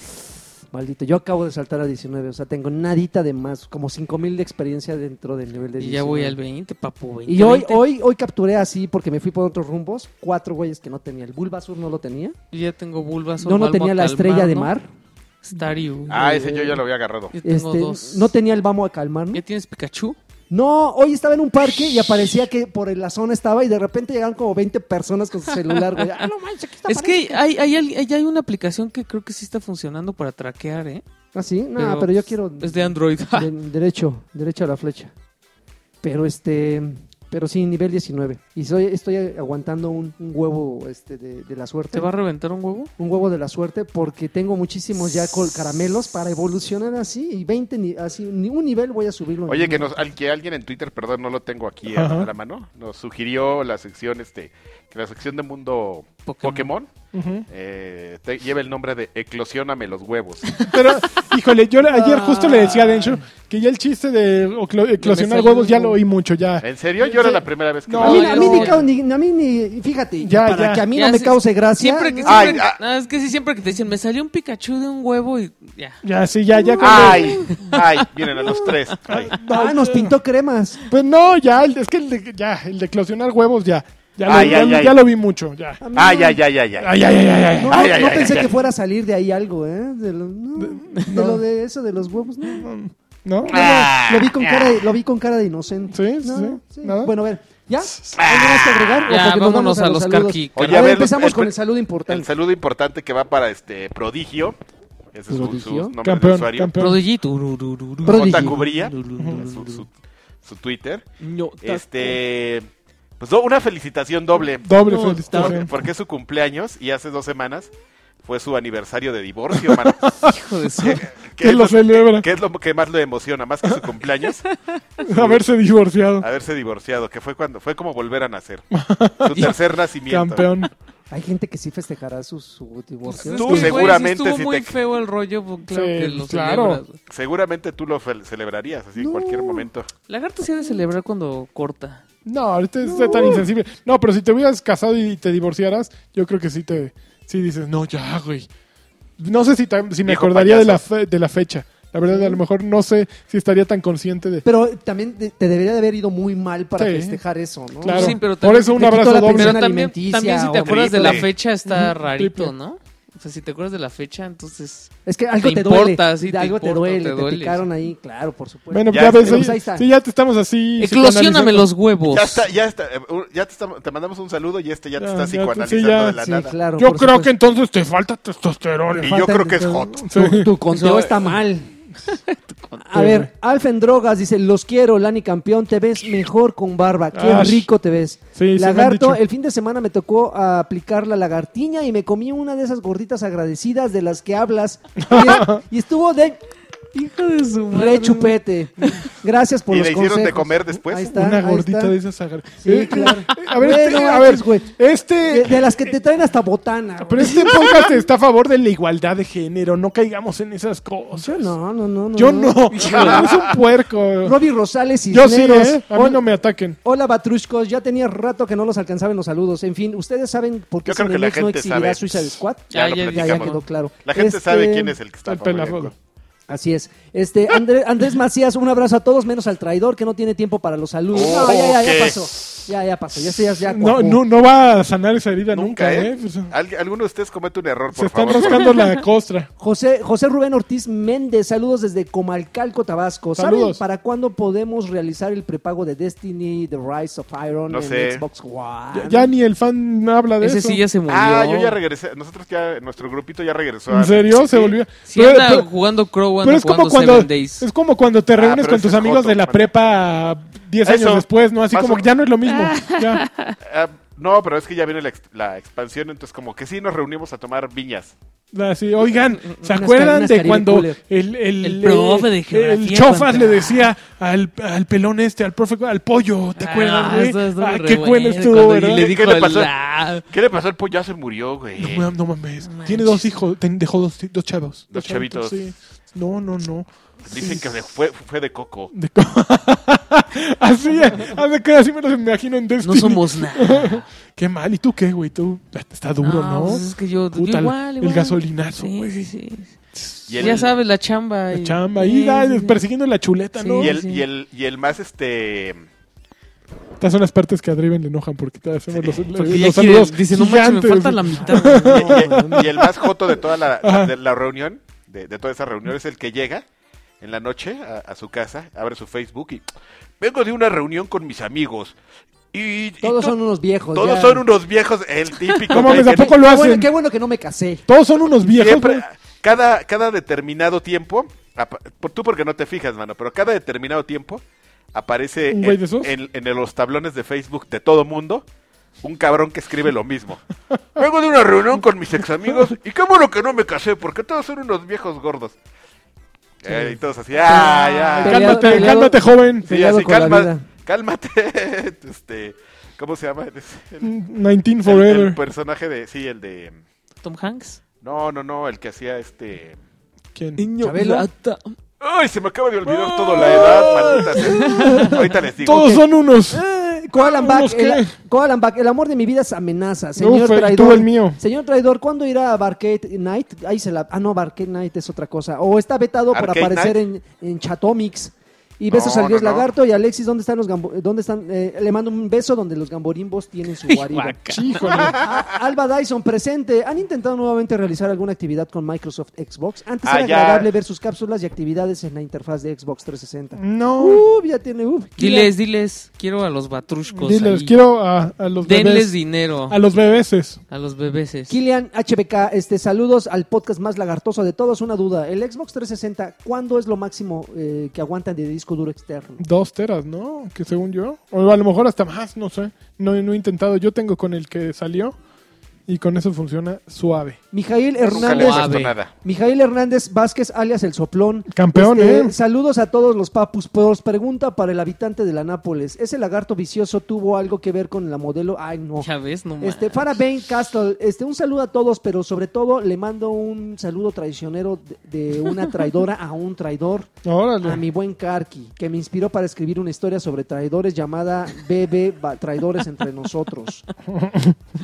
Maldito, yo acabo de saltar a 19, o sea, tengo nadita de más, como 5000 de experiencia dentro del nivel de Y 19. ya voy al 20, papu. 20, Y hoy, 20. hoy, hoy capturé así porque me fui por otros rumbos, cuatro güeyes que no tenía. El Bulbasur no lo tenía. Yo ya tengo Bulbasaur. No, no Balmo, tenía la estrella de Calmarno, mar. Staryu. Ah, ese yo ya lo había agarrado. Yo tengo Este, dos. no tenía el vamos a calmar. ¿no? ¿Ya tienes Pikachu? No, hoy estaba en un parque y aparecía que por la zona estaba y de repente llegaron como 20 personas con su celular, güey. Ah, no manches, aquí está Es que hay, hay, al- hay- hay una aplicación que creo que sí está funcionando para traquear, ¿eh? Ah, sí, no, pero, yo quiero Es de Android. de- derecho, derecho a la flecha. Pero este, pero sí, nivel 19. Y soy, estoy aguantando un, un huevo este, de, de la suerte. ¿Te va a reventar un huevo? un huevo de la suerte porque tengo muchísimos ya col- caramelos para evolucionar así y 20 ni, así ni un nivel voy a subirlo. Oye, que, nos, al, que alguien en Twitter, perdón, no lo tengo aquí a, Ajá. a la mano, nos sugirió la sección, este, que la sección de mundo Pokémon. Pokémon, Ujú. eh, te- lleva el nombre de Eclosióname los huevos. Pero, híjole, yo le- ayer Ah. justo le decía a Densho que ya el chiste de oclo- eclosionar salió. huevos ya lo oí mucho, ya. ¿En serio? Yo era la primera vez que No, A mí, lo a mí no. ni, cau- ni- a mí ni- fíjate, Ya, para ya. que a mí Ya no me se- cause gracia. Siempre que, no. Ay, siempre- ah. no, es que sí, siempre que te dicen, me salió un Pikachu de un huevo y ya. Ya, sí, ya, ya. cuando- ¡Ay! ¡Ay! Vienen a los tres. Ay. Ah, nos pintó cremas. Pues no, ya, el- es que el de, ya, el de eclosionar huevos ya. Ya, lo, Ay, ya- ay, ay. ya lo vi mucho, ya. A mí ¡Ay, no- ay, ay, ay! ay. Ay, ay, ay, ay, ay. No, Ay, no ay, ay, pensé ay, que ay. fuera a salir de ahí algo, ¿eh? De lo, no, de, lo de eso, de los huevos. no. ¿No? Ah, Lo vi con cara de, lo vi con cara de inocente. Sí, sí, No, sí. ¿Nada? Bueno, a ver, ¿ya? ¿Algo más que agregar? Ya, Porque nos vámonos a los saludos. carqui- Oye, a a ver, ver, empezamos los- el- con el saludo El importante. saludo importante que va para este Prodigio. Ese es su- su, ¿Prodigio? nombre de Campeón, usuario. campeón. Prodigy. tururururu. Prodigy. J. Cubría. Tururururu. Su, su- su Twitter. No, taco. Este. Pues do- una felicitación doble. Doble No, Porque, felicitación. porque es su cumpleaños y hace dos semanas fue su aniversario de divorcio, mano. Hijo de su- ¿Qué Que es lo lo, celebra. qué es lo que más lo emociona? Más que su cumpleaños, Haberse divorciado. haberse divorciado, que fue cuando fue como volver a nacer. Su tercer nacimiento. Campeón. Hay gente que sí festejará su, su divorcio. Tú Sí, güey, sí seguramente estuvo si muy te- feo el rollo, pues, claro Sí, que lo claro. celebras, güey. Seguramente tú lo fel- celebrarías así en cualquier momento. Lagarto sí ha de celebrar cuando corta. No, ahorita está tan insensible. No, pero si te hubieras casado y te divorciaras, yo creo que sí te sí dices, no, ya, güey. No sé si, tam- si me Viejo acordaría de la, payaso. fe- de la fecha. La verdad, a lo mejor no sé si estaría tan consciente de... Pero también te, te debería de haber ido muy mal para Sí. festejar eso, ¿no? Claro. Sí, pero Por también eso un te quitó abrazo la doble. Pero pensión. también, alimenticia también si te o acuerdas de la triple. fecha está rarito, triple. ¿no? O sea, si te acuerdas de la fecha, entonces... Es que algo Te te, importa, duele. sí, de te algo importa, te duele. te Te, duele, picaron ahí, claro, por supuesto. pues, Bueno, Ya ya, ves, está. ahí- Ahí está. sí, ya te estamos así... Eclosioname psicoanalizando. los huevos. Ya está, ya está, eh, un- ya te, estamos- te mandamos un saludo y este ya te Pues Ya, está ya, pues sí, psicoanalizando ya. de la Sí, nada. claro, Yo por creo que supuesto. entonces te falta testosterona. Y yo creo que es hot. Tu, tu conteo está eh, mal. A ver, Alfen Drogas dice, los quiero, Lani campeón, te ves mejor con barba, qué Ash. rico te ves. Ah, Sí, sí me han Lagarto, dicho. el fin de semana me tocó ah, aplicar la lagartiña y me comí una de esas gorditas agradecidas de las que hablas. Y, y estuvo de Hijo de su madre. re chupete. Gracias por ¿Y los le hicieron de consejos. comer después? Ahí está, Una ahí gordita está. de esas agar- Sí, Eh, claro. A ver, Güey, este, no a ver, manches, güey. este, De, de las que te traen hasta botana. güey. pero este podcast está a favor de la igualdad de género. No caigamos en esas cosas. Yo no, no, no. no Yo no. es un puerco. Robbie Rosales y Yo sí, ¿eh? A mí no me ataquen. Hola Batrushkos, ya tenía rato que no los alcanzaban los saludos. En fin, ustedes saben por qué Yo creo que la Cinemex no gente exhibirá sabe. Suicide Squad. Ya, lo Ya, ya, Ya, ya platicamos. quedó claro. La gente Este, sabe quién es el que está El favoreciendo. pelafoco. Así es. Este, André- Andrés Macías, un abrazo a todos, menos al traidor que no tiene tiempo para los saludos. Oh, no, ya, ya, ya ¿qué? pasó. Ya, ya pasó. Ya, se- ya, ya No, cuajó. no, no va a sanar esa herida nunca, Nunca, ¿eh? ¿eh? Pues, Al- alguno de ustedes comete un error, se por están favor. rascando la costra. José, José Rubén Ortiz Méndez, saludos desde Comalcalco, Tabasco. ¿Saben Saludos. para cuándo podemos realizar el prepago de Destiny, The Rise of Iron No en sé. Xbox One? Ya, ya ni el fan habla de Ese eso. sí ya se murió. Ah, yo ya regresé. Nosotros ya, nuestro grupito ya regresó. ¿En a- serio? Sí. Se volvió. Si anda jugando Crow, anda pero es jugando como cuando Seven Days. es como cuando te reúnes Ah, pero con ese tus es amigos otro, de la bueno. prepa 10 Eso, años después, ¿no? Así más como o- que ya no es lo mismo. Ya. Ah, no, pero es que ya viene la, ex- la expansión, entonces como que sí nos reunimos a tomar viñas. Así, oigan, ¿se Unas acuerdan carinas de Caribe cuando Cooler. el, el, El profe de eh, geografía el chofas cuando- le decía al, al pelón este, al profe, al pollo, ¿te Ah, acuerdas, güey? eso estuvo Ah, re qué bueno bueno estuvo, cuando- y ¿verdad? le ¿Qué dijo le pasó? la- ¿Qué le pasó al pollo? Ya se murió, güey. No, mames, no mames. Tiene dos hijos, ten- dejó dos, dos chavos. Dos chavitos. sí. No, no, no. Dicen que le fue, fue de coco. De co- así, eh, hace que así me los imagino en No Destiny. somos nada. Qué mal, ¿y tú qué, güey? Tú, está duro, ¿no? pues es que yo, yo Puta, el igual, igual. gasolinazo, Sí, güey. sí, sí. Y el, Ya sabes, la chamba. La y- chamba, ahí Sí, da, sí, sí. persiguiendo la chuleta, Sí. ¿no? Y el, sí. y el, y el más este... Estas son las partes que a Driven le enojan porque te hacemos los, Porque los ya quiere- saludos. dice, no manches, me gigantes". falta la mitad. Y, güey". y- y el más joto de toda la, Ajá. de la reunión, de, de toda esa reunión, es el que llega en la noche a, a su casa, abre su Facebook y... Vengo de una reunión con mis amigos. Y, y Todos to- son unos viejos. todos ya. son unos viejos, el típico. No güey, mames, ¿a que- poco lo Qué hacen? bueno- qué bueno que no me casé. Todos son unos viejos. Siempre, güey. cada, cada determinado tiempo, apa- por- tú porque no te fijas, mano, pero cada determinado tiempo aparece ¿Un güey en, de esos? en- en los tablones de Facebook de todo mundo un cabrón que escribe lo mismo. Vengo de una reunión con mis ex amigos y qué bueno que no me casé porque todos son unos viejos gordos. Eh, y todos así, ah, ya. Peleado- Cálmate, peleado- cálmate, joven. Sí, peleado así, con la calma- vida. cálmate. Este, ¿Cómo se llama? El, 19 el- el Forever. personaje de, sí, el de Tom Hanks. No, no, no, el que hacía este... ¿Quién? Niño Chabelo. plata. ¡Ay, se me acaba de olvidar toda la edad, maldita sea! Ahorita les digo. Todos son unos. Ah. Eh, Koalan Bach, ¿Unos qué? el, Koalan Bach, el amor de mi vida es amenaza. Señor fue- traidor. tuvo el mío. Señor traidor, ¿cuándo irá a Barcade Night? Ahí se la. Ah, no, Barcade Night es otra cosa. O está vetado por ¿Arcade aparecer en, en Chatomics. Y besos No, al dios no, no. lagarto y Alexis, ¿dónde están los gambo- dónde están? eh, le mando un beso donde los gamborimbos tienen su guarida. Híjole. Ah, Alba Dyson presente. ¿Han intentado nuevamente realizar alguna actividad con Microsoft Xbox? Antes Ah, era ya. agradable ver sus cápsulas y actividades en la interfaz de Xbox 360. Uh, No. Uf, ya tiene. Uf, Diles, diles, quiero a los batrushcos. Diles, ahí. quiero a, a los Denles bebés. dinero A los bebeses. a los bebeses. Kilian HBK, este, saludos al podcast más lagartoso de todos. Una duda, el Xbox 360, ¿cuándo es lo máximo eh, que aguantan de disco duro externo? Dos teras, ¿no? Que según yo. O a lo mejor hasta más, no sé. No, no he intentado. Yo tengo con el que salió. Y con eso funciona suave. Mijail Nunca le he Hernández, Suave. puesto nada. Mijail Hernández Vázquez, alias El Soplón. Campeón, Este, ¿eh? Saludos a todos los papus. Pros. Pregunta para el habitante de la Nápoles. ¿Ese lagarto vicioso tuvo algo que ver con la modelo? Ay, no. Ya ves, no Este, manches. Farabane Castle, este, un saludo a todos, pero sobre todo le mando un saludo traicionero de- de una traidora a un traidor. Órale. a mi buen Karki, que me inspiró para escribir una historia sobre traidores llamada BB ba- Traidores entre nosotros.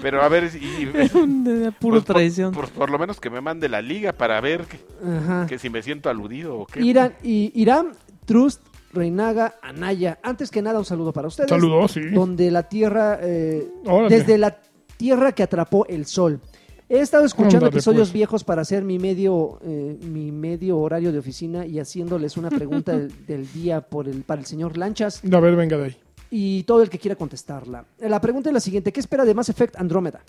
Pero a ver, y, y- De Puro pues, por- traición. Por, por lo menos que me mande la liga para ver que, Ajá. que si me siento aludido o qué. Irán, y, Irán, Trust, Reinaga, Anaya. Antes que nada, un saludo para ustedes. Saludos, sí. Donde la tierra, eh, Órale. desde la tierra que atrapó el sol. He estado escuchando Ándale, episodios pues. viejos para hacer mi medio, eh, mi medio horario de oficina y haciéndoles una pregunta del, del día por el, para el señor Lanchas. A ver, venga de ahí. y todo el que quiera contestarla. Eh, La pregunta es la siguiente: ¿Qué espera de Mass Effect Andrómeda?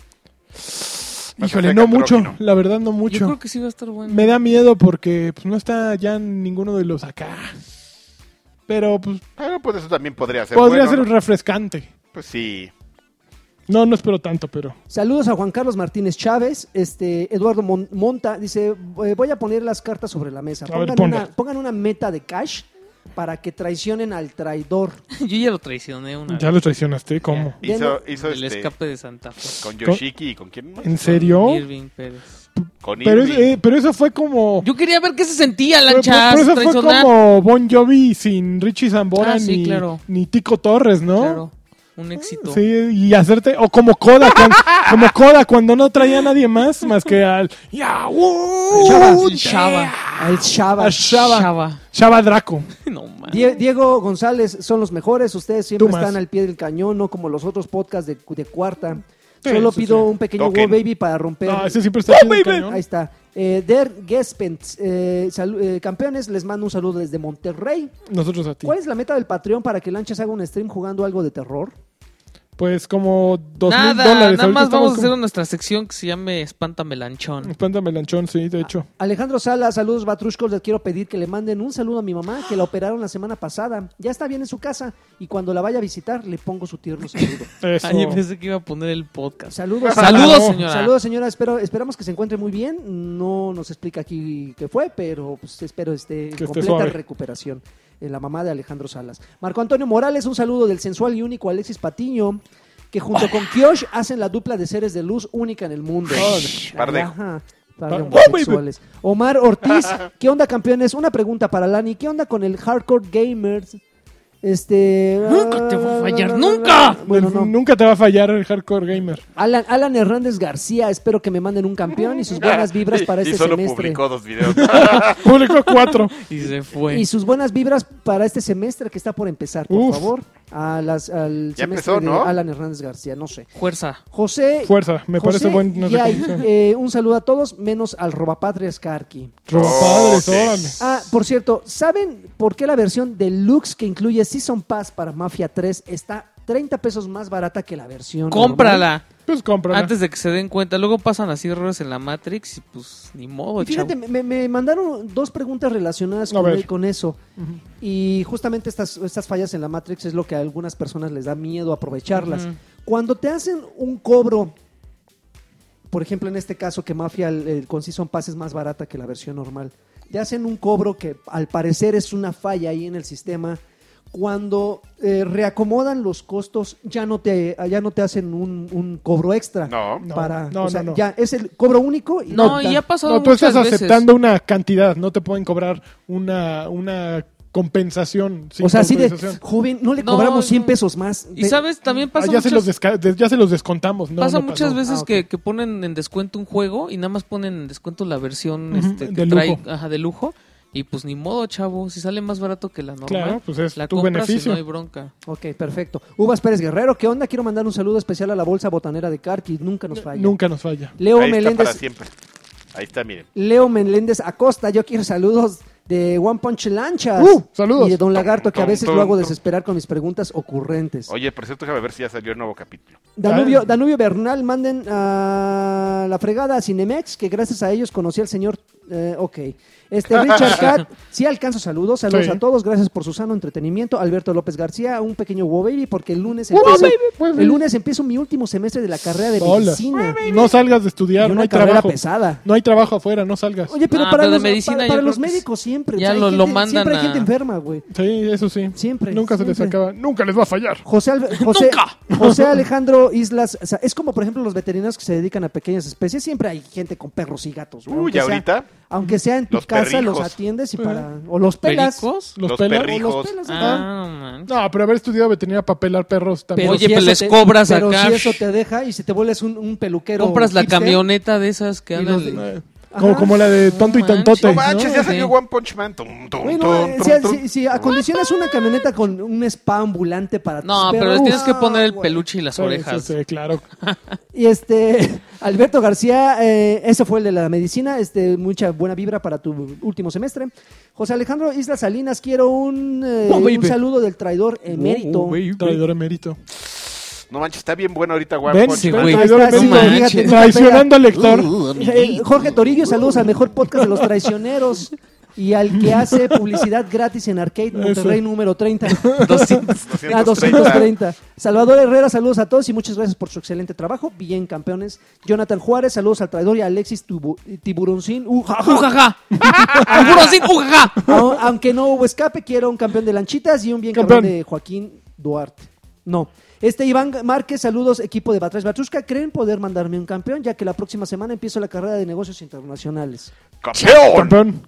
Más Híjole, cerca no que mucho. Rocky, La verdad, no Yo creo mucho. que sí va a estar bueno. Me da miedo porque pues, no está ya ninguno de los acá. Pero pues Pero pues eso también podría ser. podría bueno, ser ¿no? refrescante. Pues sí. No, no espero tanto, pero. Saludos a Juan Carlos Martínez Chávez, este Eduardo Mon- Monta dice: eh, Voy a poner las cartas sobre la mesa. A ver, Pongan, ponla. una, pongan una meta de cash para que traicionen al traidor. Yo ya lo traicioné una Ya vez. lo traicionaste, ¿cómo? Ah, Ya. Hizo, El hizo este, escape de Santa Fe. con Yoshiki y con quién más. ¿En serio? Irving Pérez. Con Pero, es- Irving. eh, pero eso fue como. Yo quería ver qué se sentía, pero- lanchas. pero eso fue traicionar. como Bon Jovi sin Richie Zambora Ah, sí, ni, claro. ni Tico Torres, ¿no? Claro, un éxito. Sí, y hacerte. O como Coda, cuan- como Coda cuando no traía a nadie más más que al. Yahoo, Chava. yeah. Chava. Al Chava. A Shaba. Chava. Shaba Draco. No man. Die- Diego González son los mejores. Ustedes siempre Tú más. están al pie del cañón, no como los otros podcasts de, de cuarta. Sí, Solo sí, pido sí. un pequeño Token. wow baby para romper. No, ese siempre está aquí en el cañón. Ahí está. Eh, Der Gespens, eh, salu- eh, campeones, les mando un saludo desde Monterrey. Nosotros a ti. ¿Cuál es la meta del Patreon para que Lanchas haga un stream jugando algo de terror? Pues como dos mil Nada, dólares. nada Ahorita más vamos a estamos hacer como- nuestra sección que se llame Espanta Melanchón. Espántame, lanchón, sí, de hecho. Alejandro Sala, saludos Batrushkos, les quiero pedir que le manden un saludo a mi mamá que la operaron la semana pasada. Ya está bien en su casa y cuando la vaya a visitar le pongo su tierno saludo. Eso. Ay, pues, yo pensé que iba a poner el podcast. Saludos, Saludos, No. señora. Saludos, señora. Espero, esperamos que se encuentre muy bien. No nos explica aquí qué fue, pero pues, espero esté en esté completa suave. recuperación. Eh, La mamá de Alejandro Salas. Marco Antonio Morales, un saludo del sensual y único Alexis Patiño, que junto con Ah. Kiosh hacen la dupla de seres de luz única en el mundo. Parde. Ajá. Par de Par- homosexuales. Omar Ortiz, ¿qué onda campeones? Una pregunta para Lani, ¿qué onda con el hardcore gamers? Este Ah, Nunca te va a fallar, nunca. Bueno, El- no. Nunca te va a fallar el hardcore gamer. Alan, Alan Hernández García, espero que me manden un campeón y sus buenas vibras para Y- este Y solo semestre. publicó dos videos. Público 4. Y se fue. Y sus buenas vibras para este semestre que está por empezar, por Uf. favor. A las, al Ya semestre empezó, ¿no? de Alan Hernández García, no sé. Fuerza. José. Fuerza, me José parece buen. No sé Yay, cómo se llama. eh, un saludo a todos, menos al Robapatrias Karki. Robapadres, Ok. órale. Ah, por cierto, ¿saben por qué la versión deluxe que incluye Season Pass para Mafia 3 está 30 pesos más barata que la versión? normal? Cómprala. Pues cómprala. Antes de que se den cuenta. Luego pasan así errores en la Matrix y pues ni modo, Y fíjate, chavo. me, me mandaron dos preguntas relacionadas A con, ver. con eso. Y justamente estas, estas fallas en la Matrix es lo que a algunas personas les da miedo aprovecharlas. Ujú. Cuando te hacen un cobro, por ejemplo, en este caso que Mafia el, el con Season Pass es más barata que la versión normal, te hacen un cobro que al parecer es una falla ahí en el sistema. cuando eh, reacomodan los costos, ya no te, ya no te hacen un, un cobro extra. No. No, para, no, o sea, no, no. ya es el cobro único. Y No, ya y ha pasado No, tú muchas estás veces. aceptando una cantidad, no te pueden cobrar una, una compensación. sin O sea, así de autorización. joven, no le No, cobramos no. 100 pesos más. Y Ve- sabes, también Ah, pasa ya, se los muchas, desca- de- ya se los descontamos. No, pasa no muchas pasó. veces Ah, ok. que, que ponen en descuento un juego y nada más ponen en descuento la versión Ujú, este, que de trae lujo. ajá, de lujo. Y pues ni modo, chavo. Si sale más barato que la normal, Claro, pues es la tu compras y beneficio. no hay bronca. Ok, perfecto. Uvas Pérez Guerrero, ¿qué onda? Quiero mandar un saludo especial a la Bolsa Botanera de Carqui, nunca nos falla. Nunca nos falla. Leo Ahí está para Meléndez, siempre. Ahí está, miren. Leo Meléndez Acosta, yo quiero saludos de One Punch Lanchas. Uh, saludos. Y de Don Lagarto, que a Tum, veces tum, lo hago tum. desesperar con mis preguntas ocurrentes. Oye, por cierto, déjame ver si ya salió el nuevo capítulo. Danubio, Ah. Danubio Bernal, manden a la fregada a Cinemex, que gracias a ellos conocí al señor. eh, ok. Este, Richard Cat, sí alcanzo saludos. Saludos Sí. a todos. Gracias por su sano entretenimiento. Alberto López García, un pequeño wow baby, porque el lunes empieza, el lunes empiezo mi último semestre de la carrera de Hola. medicina. No salgas de Y estudiar, no una hay carrera trabajo. pesada. No hay trabajo afuera, no salgas. Oye, pero Ah, para pero de los, medicina para- yo para creo los que médicos siempre. ya hay lo- lo gente- mandan Siempre hay a- gente enferma, güey. Sí, eso sí. Siempre, Nunca se les siempre. acaba. Nunca les va a fallar. José, Al- José, Nunca. José Alejandro Islas, o sea, es como por ejemplo los veterinarios que se dedican a pequeñas especies, siempre hay gente con perros y gatos. güey, Uy, aunque ya sea- Pues ahorita Aunque sea en tu Los casa, los perrijos. atiendes y Ajá. para... O los pelas. ¿Pericos? Los, Los pelas. perrijos. O los pelas. ajá. Eh. Ah, man. No, pero haber estudiado veterinaria para pelar perros también. Pero Oye, pero eso les te- cobras pero acá. si eso te deja y si te vuelves un, un peluquero Compras la hipster, camioneta de esas que Y andan. los de- Eh, como, Ajá. como la de tonto y No manches. tontote. No manches, ya Sí. salió One Punch Man. Tum, tum, Bueno, tum, eh, tum, si, tum. si- si acondicionas una camioneta con un spa ambulante para tus No, pero perros, les tienes que ah, poner el güey. peluche y las Sí, orejas. sí, sí, claro. Y este, Alberto García, eh, ese fue el de la medicina. Este, mucha buena vibra para tu último semestre. José Alejandro Isla Salinas, quiero un, eh, Oh, baby. un saludo del traidor emérito. Traidor emérito. No manches, está bien bueno ahorita One Ven, Punch sí, Man. güey. Traidor Ahí está, sí, emérito. no manches. fíjate, Traicionando al lector. Eh, Jorge Torillo, saludos al mejor podcast de los traicioneros. Y al que hace publicidad gratis en Arcade Monterrey número 30. Ah, 230. Salvador Herrera, saludos a todos y muchas gracias por su excelente trabajo. Bien, campeones. Jonathan Juárez, saludos al traidor y a Alexis Tubu- Tiburoncín. Uh, ja, ja. ¡Ujaja! ¡Juro sin ujaja! Au- Aunque no hubo escape, quiero un campeón de lanchitas y un bien campeón, Campeón. de Joaquín Duarte. No. Este Iván Márquez, saludos, equipo de Batres Batrusca. ¿Creen poder mandarme un campeón? Ya que la próxima semana empiezo la carrera de negocios internacionales. ¡Campeón! Campeón.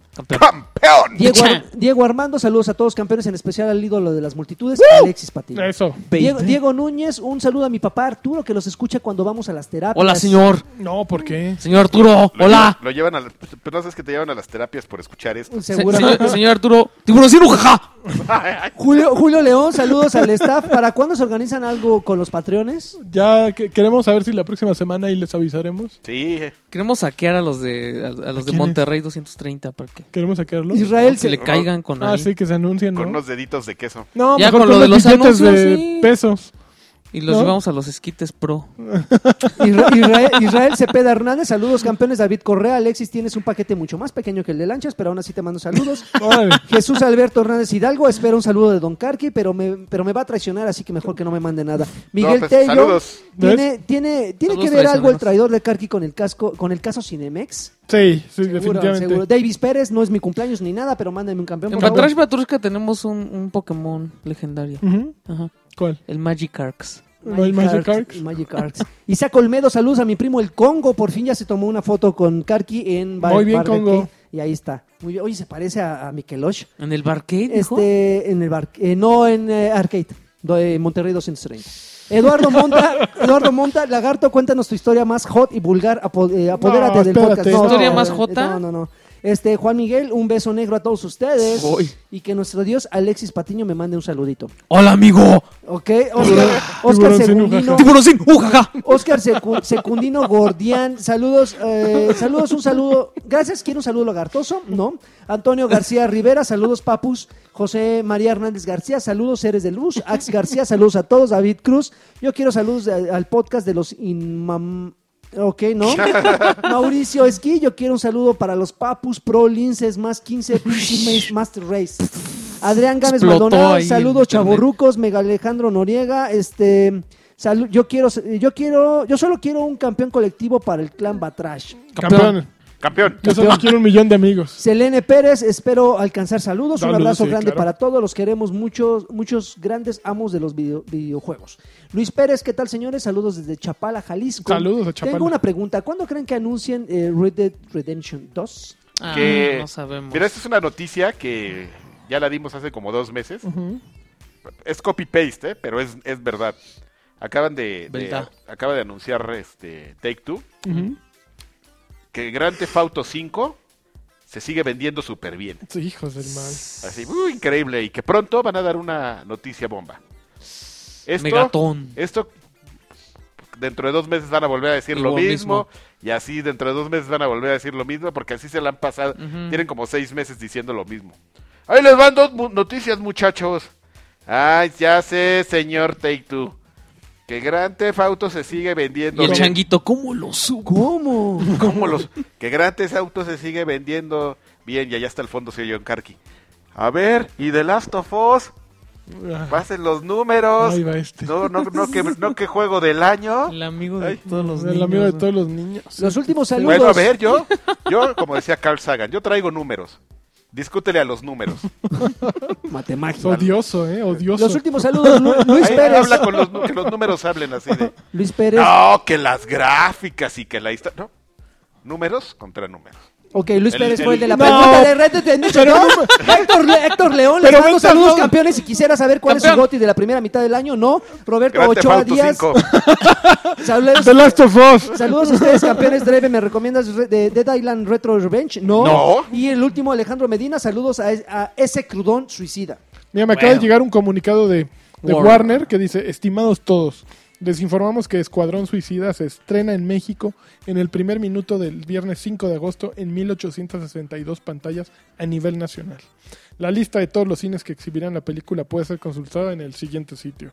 ¡Campeón! Diego, Ar- Cha. Diego Armando, saludos a todos campeones, en especial al ídolo de las multitudes, Alexis Patiño. Eso. Diego, Diego Núñez, un saludo a mi papá Arturo, que los escucha cuando vamos a las terapias. Hola, señor. No, ¿por qué? Señor Arturo. Lo llevan- Hola. Lo llevan a la- Pero no sabes que te llevan a las terapias por escuchar esto. Se- Seguramente. señor, señor Arturo. ¡Tiburoncín, ujaja! Julio, Julio León, saludos al staff. ¿Para cuándo se organizan algo con los patreones? Ya que- queremos saber si la próxima semana ahí les avisaremos. Sí. Queremos saquear a los de, a, a los de quiénes? Monterrey 230 para que, Queremos sacarlo. Israel, que le caigan con Ah, ahí. sí, que se anuncien, ¿no? Con unos deditos de queso. No, Ya mejor con con, lo de los los billetes anuncios, de sí. pesos. Y los ¿No? llevamos a los esquites pro. Isra- Israel, Israel Cepeda Hernández, saludos campeones David Correa, Alexis, tienes un paquete mucho más pequeño que el de lanchas, pero aún así te mando saludos. Órale. Jesús Alberto Hernández Hidalgo, espero un saludo de Don Carqui, pero me, pero me va a traicionar, así que mejor que no me mande nada. Miguel pues, Tello, saludos. ¿tiene, tiene, tiene Saludos que ver algo el traicioneros. traidor de Carqui con el casco, con el caso Cinemex. Sí, sí, Seguro, definitivamente. seguro. Davis Pérez, no es mi cumpleaños ni nada, pero mándame un campeón. En por favor. Batrash Batrushka tenemos un, un Pokémon legendario. Ujú. Ajá. ¿Cuál? El Magikarps. ¿No hay Magic Arcs? Magic Arcs. Isaac Olmedo, saludos a mi primo el Congo. Por fin ya se tomó una foto con Karki en Bar- Muy bien, Barbeque. Congo. Y ahí está. Muy bien. Oye, se parece a, a Mikelosh. ¿En el Barcade, dijo? Este, en el bar, eh, no en eh, Arcade, do- eh, Monterrey 230. Eduardo Monta, Eduardo Monta, Lagarto, cuéntanos tu historia más hot y vulgar. apo- eh, apodérate No, del espérate. podcast. ¿Tu historia más eh, jota? No, no, no. Este, Juan Miguel, un beso negro a todos ustedes. Uy. Y que nuestro Dios Alexis Patiño me mande un saludito. ¡Hola, amigo! Ok, Oscar, Oscar Tiburón sin Segundino. ¡Tiburoncín, ujaja! Oscar Secu- Secundino Gordián, saludos, eh, saludos, un saludo. Gracias, quiero un saludo lagartoso, ¿no? Antonio García Rivera, saludos, papus. José María Hernández García, saludos, seres de luz. Ax García, saludos a todos. David Cruz, yo quiero saludos a- al podcast de los Inmam. Ok, ¿no? Mauricio Esquí, yo quiero un saludo para los Papus Pro Linces más 15 Pinky Master Race. Adrián Gámez Explotó Maldonado, ahí en saludos internet. chavorrucos, Mega Alejandro Noriega, este salu- yo quiero yo quiero yo solo quiero un campeón colectivo para el clan Batrash. Campeón. Campeón. Yo solo quiero un millón de amigos. Selene Pérez, espero alcanzar saludos. Un Saludos, abrazo sí, grande claro. para todos. Los queremos muchos, muchos grandes amos de los video- videojuegos. Luis Pérez, ¿qué tal, señores? Saludos desde Chapala, Jalisco. Saludos a Chapala. Tengo una pregunta. ¿Cuándo creen que anuncien eh, Red Dead Redemption 2? Ah, Que- no sabemos. Mira, esta es una noticia que ya la dimos hace como dos meses. Es copy-paste, ¿eh? pero es, es verdad. Acaban de, de- Verdad. acaba de anunciar este Take Two que Grand Theft Auto 5 se sigue vendiendo súper bien. Sí, Hijos del mal. Así, ¡uh, increíble. Y que pronto van a dar una noticia bomba. Esto, Megatón. esto dentro de dos meses van a volver a decir Y lo lo mismo, mismo. Y así dentro de dos meses van a volver a decir lo mismo porque así se la han pasado. Ujú. Tienen como seis meses diciendo lo mismo. Ahí les van dos mu- noticias, muchachos. Ay, ya sé, señor Take Two. Que Grand Theft Auto se sigue vendiendo. Y el bien. changuito, ¿cómo lo supo? ¿Cómo? ¿Cómo los? Que gratis auto se sigue vendiendo bien y allá está el fondo se John Carqui. A ver, y The Last of Us, Ah, pasen los números. Ahí va este. No, no, no que, no que juego del año. El amigo de Ay, todos los El niños, amigo de ¿no? todos los niños. Los últimos saludos. Bueno, a ver, yo, yo, como decía Carl Sagan, yo traigo números. Discútele a los números. Es Matemáticas. odioso, ¿eh? Odioso. Los últimos saludos. Lu- Luis Ahí Pérez. habla con los, nu- que los números hablen así de. Luis Pérez. No, que las gráficas y que la historia. No. Números contra números. Ok, Luis El- Pérez fue el de la No. pregunta de Red Dead Redemption 2. Héctor, Le- Héctor León, les Pero mando venta saludos, no. campeones. Si quisiera saber cuál es su Campeón. goti de la primera mitad del año, no. Roberto Grand Theft Ochoa Auto Díaz. 5. Saludos, The Last of Us. saludos a ustedes, campeones. Dreve, ¿me recomiendas re- de Dead Island Retro Revenge? No. No. Y el último, Alejandro Medina, saludos a, es- a ese crudón suicida. Mira, me acaba de llegar un comunicado de, de Warner. Warner que dice, estimados todos, les informamos que Escuadrón Suicida se estrena en México en el primer minuto del viernes 5 de agosto en 1862 pantallas a nivel nacional. La lista de todos los cines que exhibirán la película puede ser consultada en el siguiente sitio,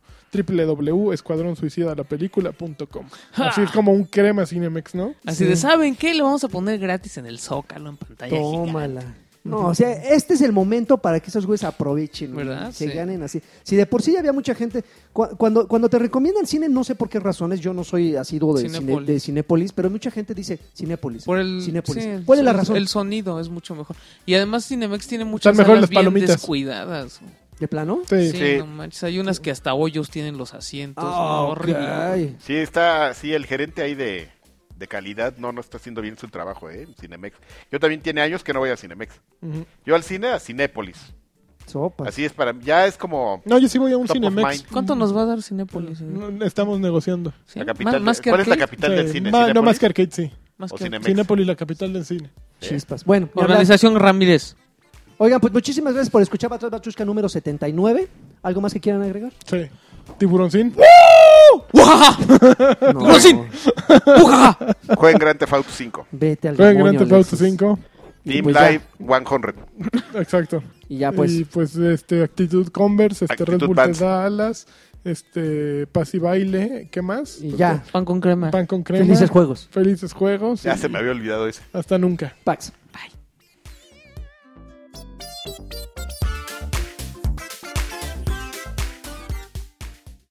www.escuadronsuicidalapelicula.com. Así es como un crema Cinemex, ¿no? Así de, ¿saben qué? Le vamos a poner gratis en el Zócalo, en pantalla gigante. Tómala. No, o sea, este es el momento para que esos güeyes aprovechen, güey, ¿Verdad? se Sí. ganen así. Si de por sí ya había mucha gente, cu- cuando, cuando te recomiendan cine, no sé por qué razones, yo no soy asiduo de Cinépolis, Cinépolis. de Cinépolis pero mucha gente dice Cinépolis. Por el, Cinépolis. sí, ¿Cuál es la el- razón? El sonido es mucho mejor. Y además Cinemex tiene muchas mejor salas las bien palomitas. descuidadas. ¿De plano? Sí. Sí, Sí. no manches. Hay unas que hasta hoyos tienen los asientos. Ah, no, horrible. ok. Sí, está, sí, el gerente ahí de, de calidad no, no está haciendo bien su trabajo, ¿eh? en Cinemex. Yo también tiene años que no voy a Cinemex. Ujú. Yo al cine a Cinépolis. Sopas. Así es para mí. Ya es como No, yo sí voy a un Top of Cinemex. mind. ¿Cuánto nos va a dar Cinépolis? eh? No, Estamos negociando. ¿Sí? la Más- capital. más de- que ¿Cuál es la arcade, capital del Sí, cine? ma- no, ¿Cinépolis más que arcade, sí. más o que Cinemex? Cinépolis, la capital del cine. Chispas. Bueno, ni hablar. Organización Ramírez. oigan, pues muchísimas gracias por escuchar Batrás Bachusca número 79. ¿Algo más que quieran agregar? Sí. Tiburoncín. ¡Ujaja! No. ¡Rosin! ¡Ujaja! Jueguen Grand Theft Auto 5. Vete al Jueguen demonio, Grand Theft Auto Alexis. 5. Y Team pues ya. Live 100. Exacto. Y ya pues. Y pues este Actitud Converse, este Actitud Red Bull Vans. te da alas, este Paz y Baile, ¿qué más? Y ya. Pan con crema. Pan con crema. Felices juegos. Felices juegos. Ya y se me había olvidado ese. Hasta nunca. Pax. Bye.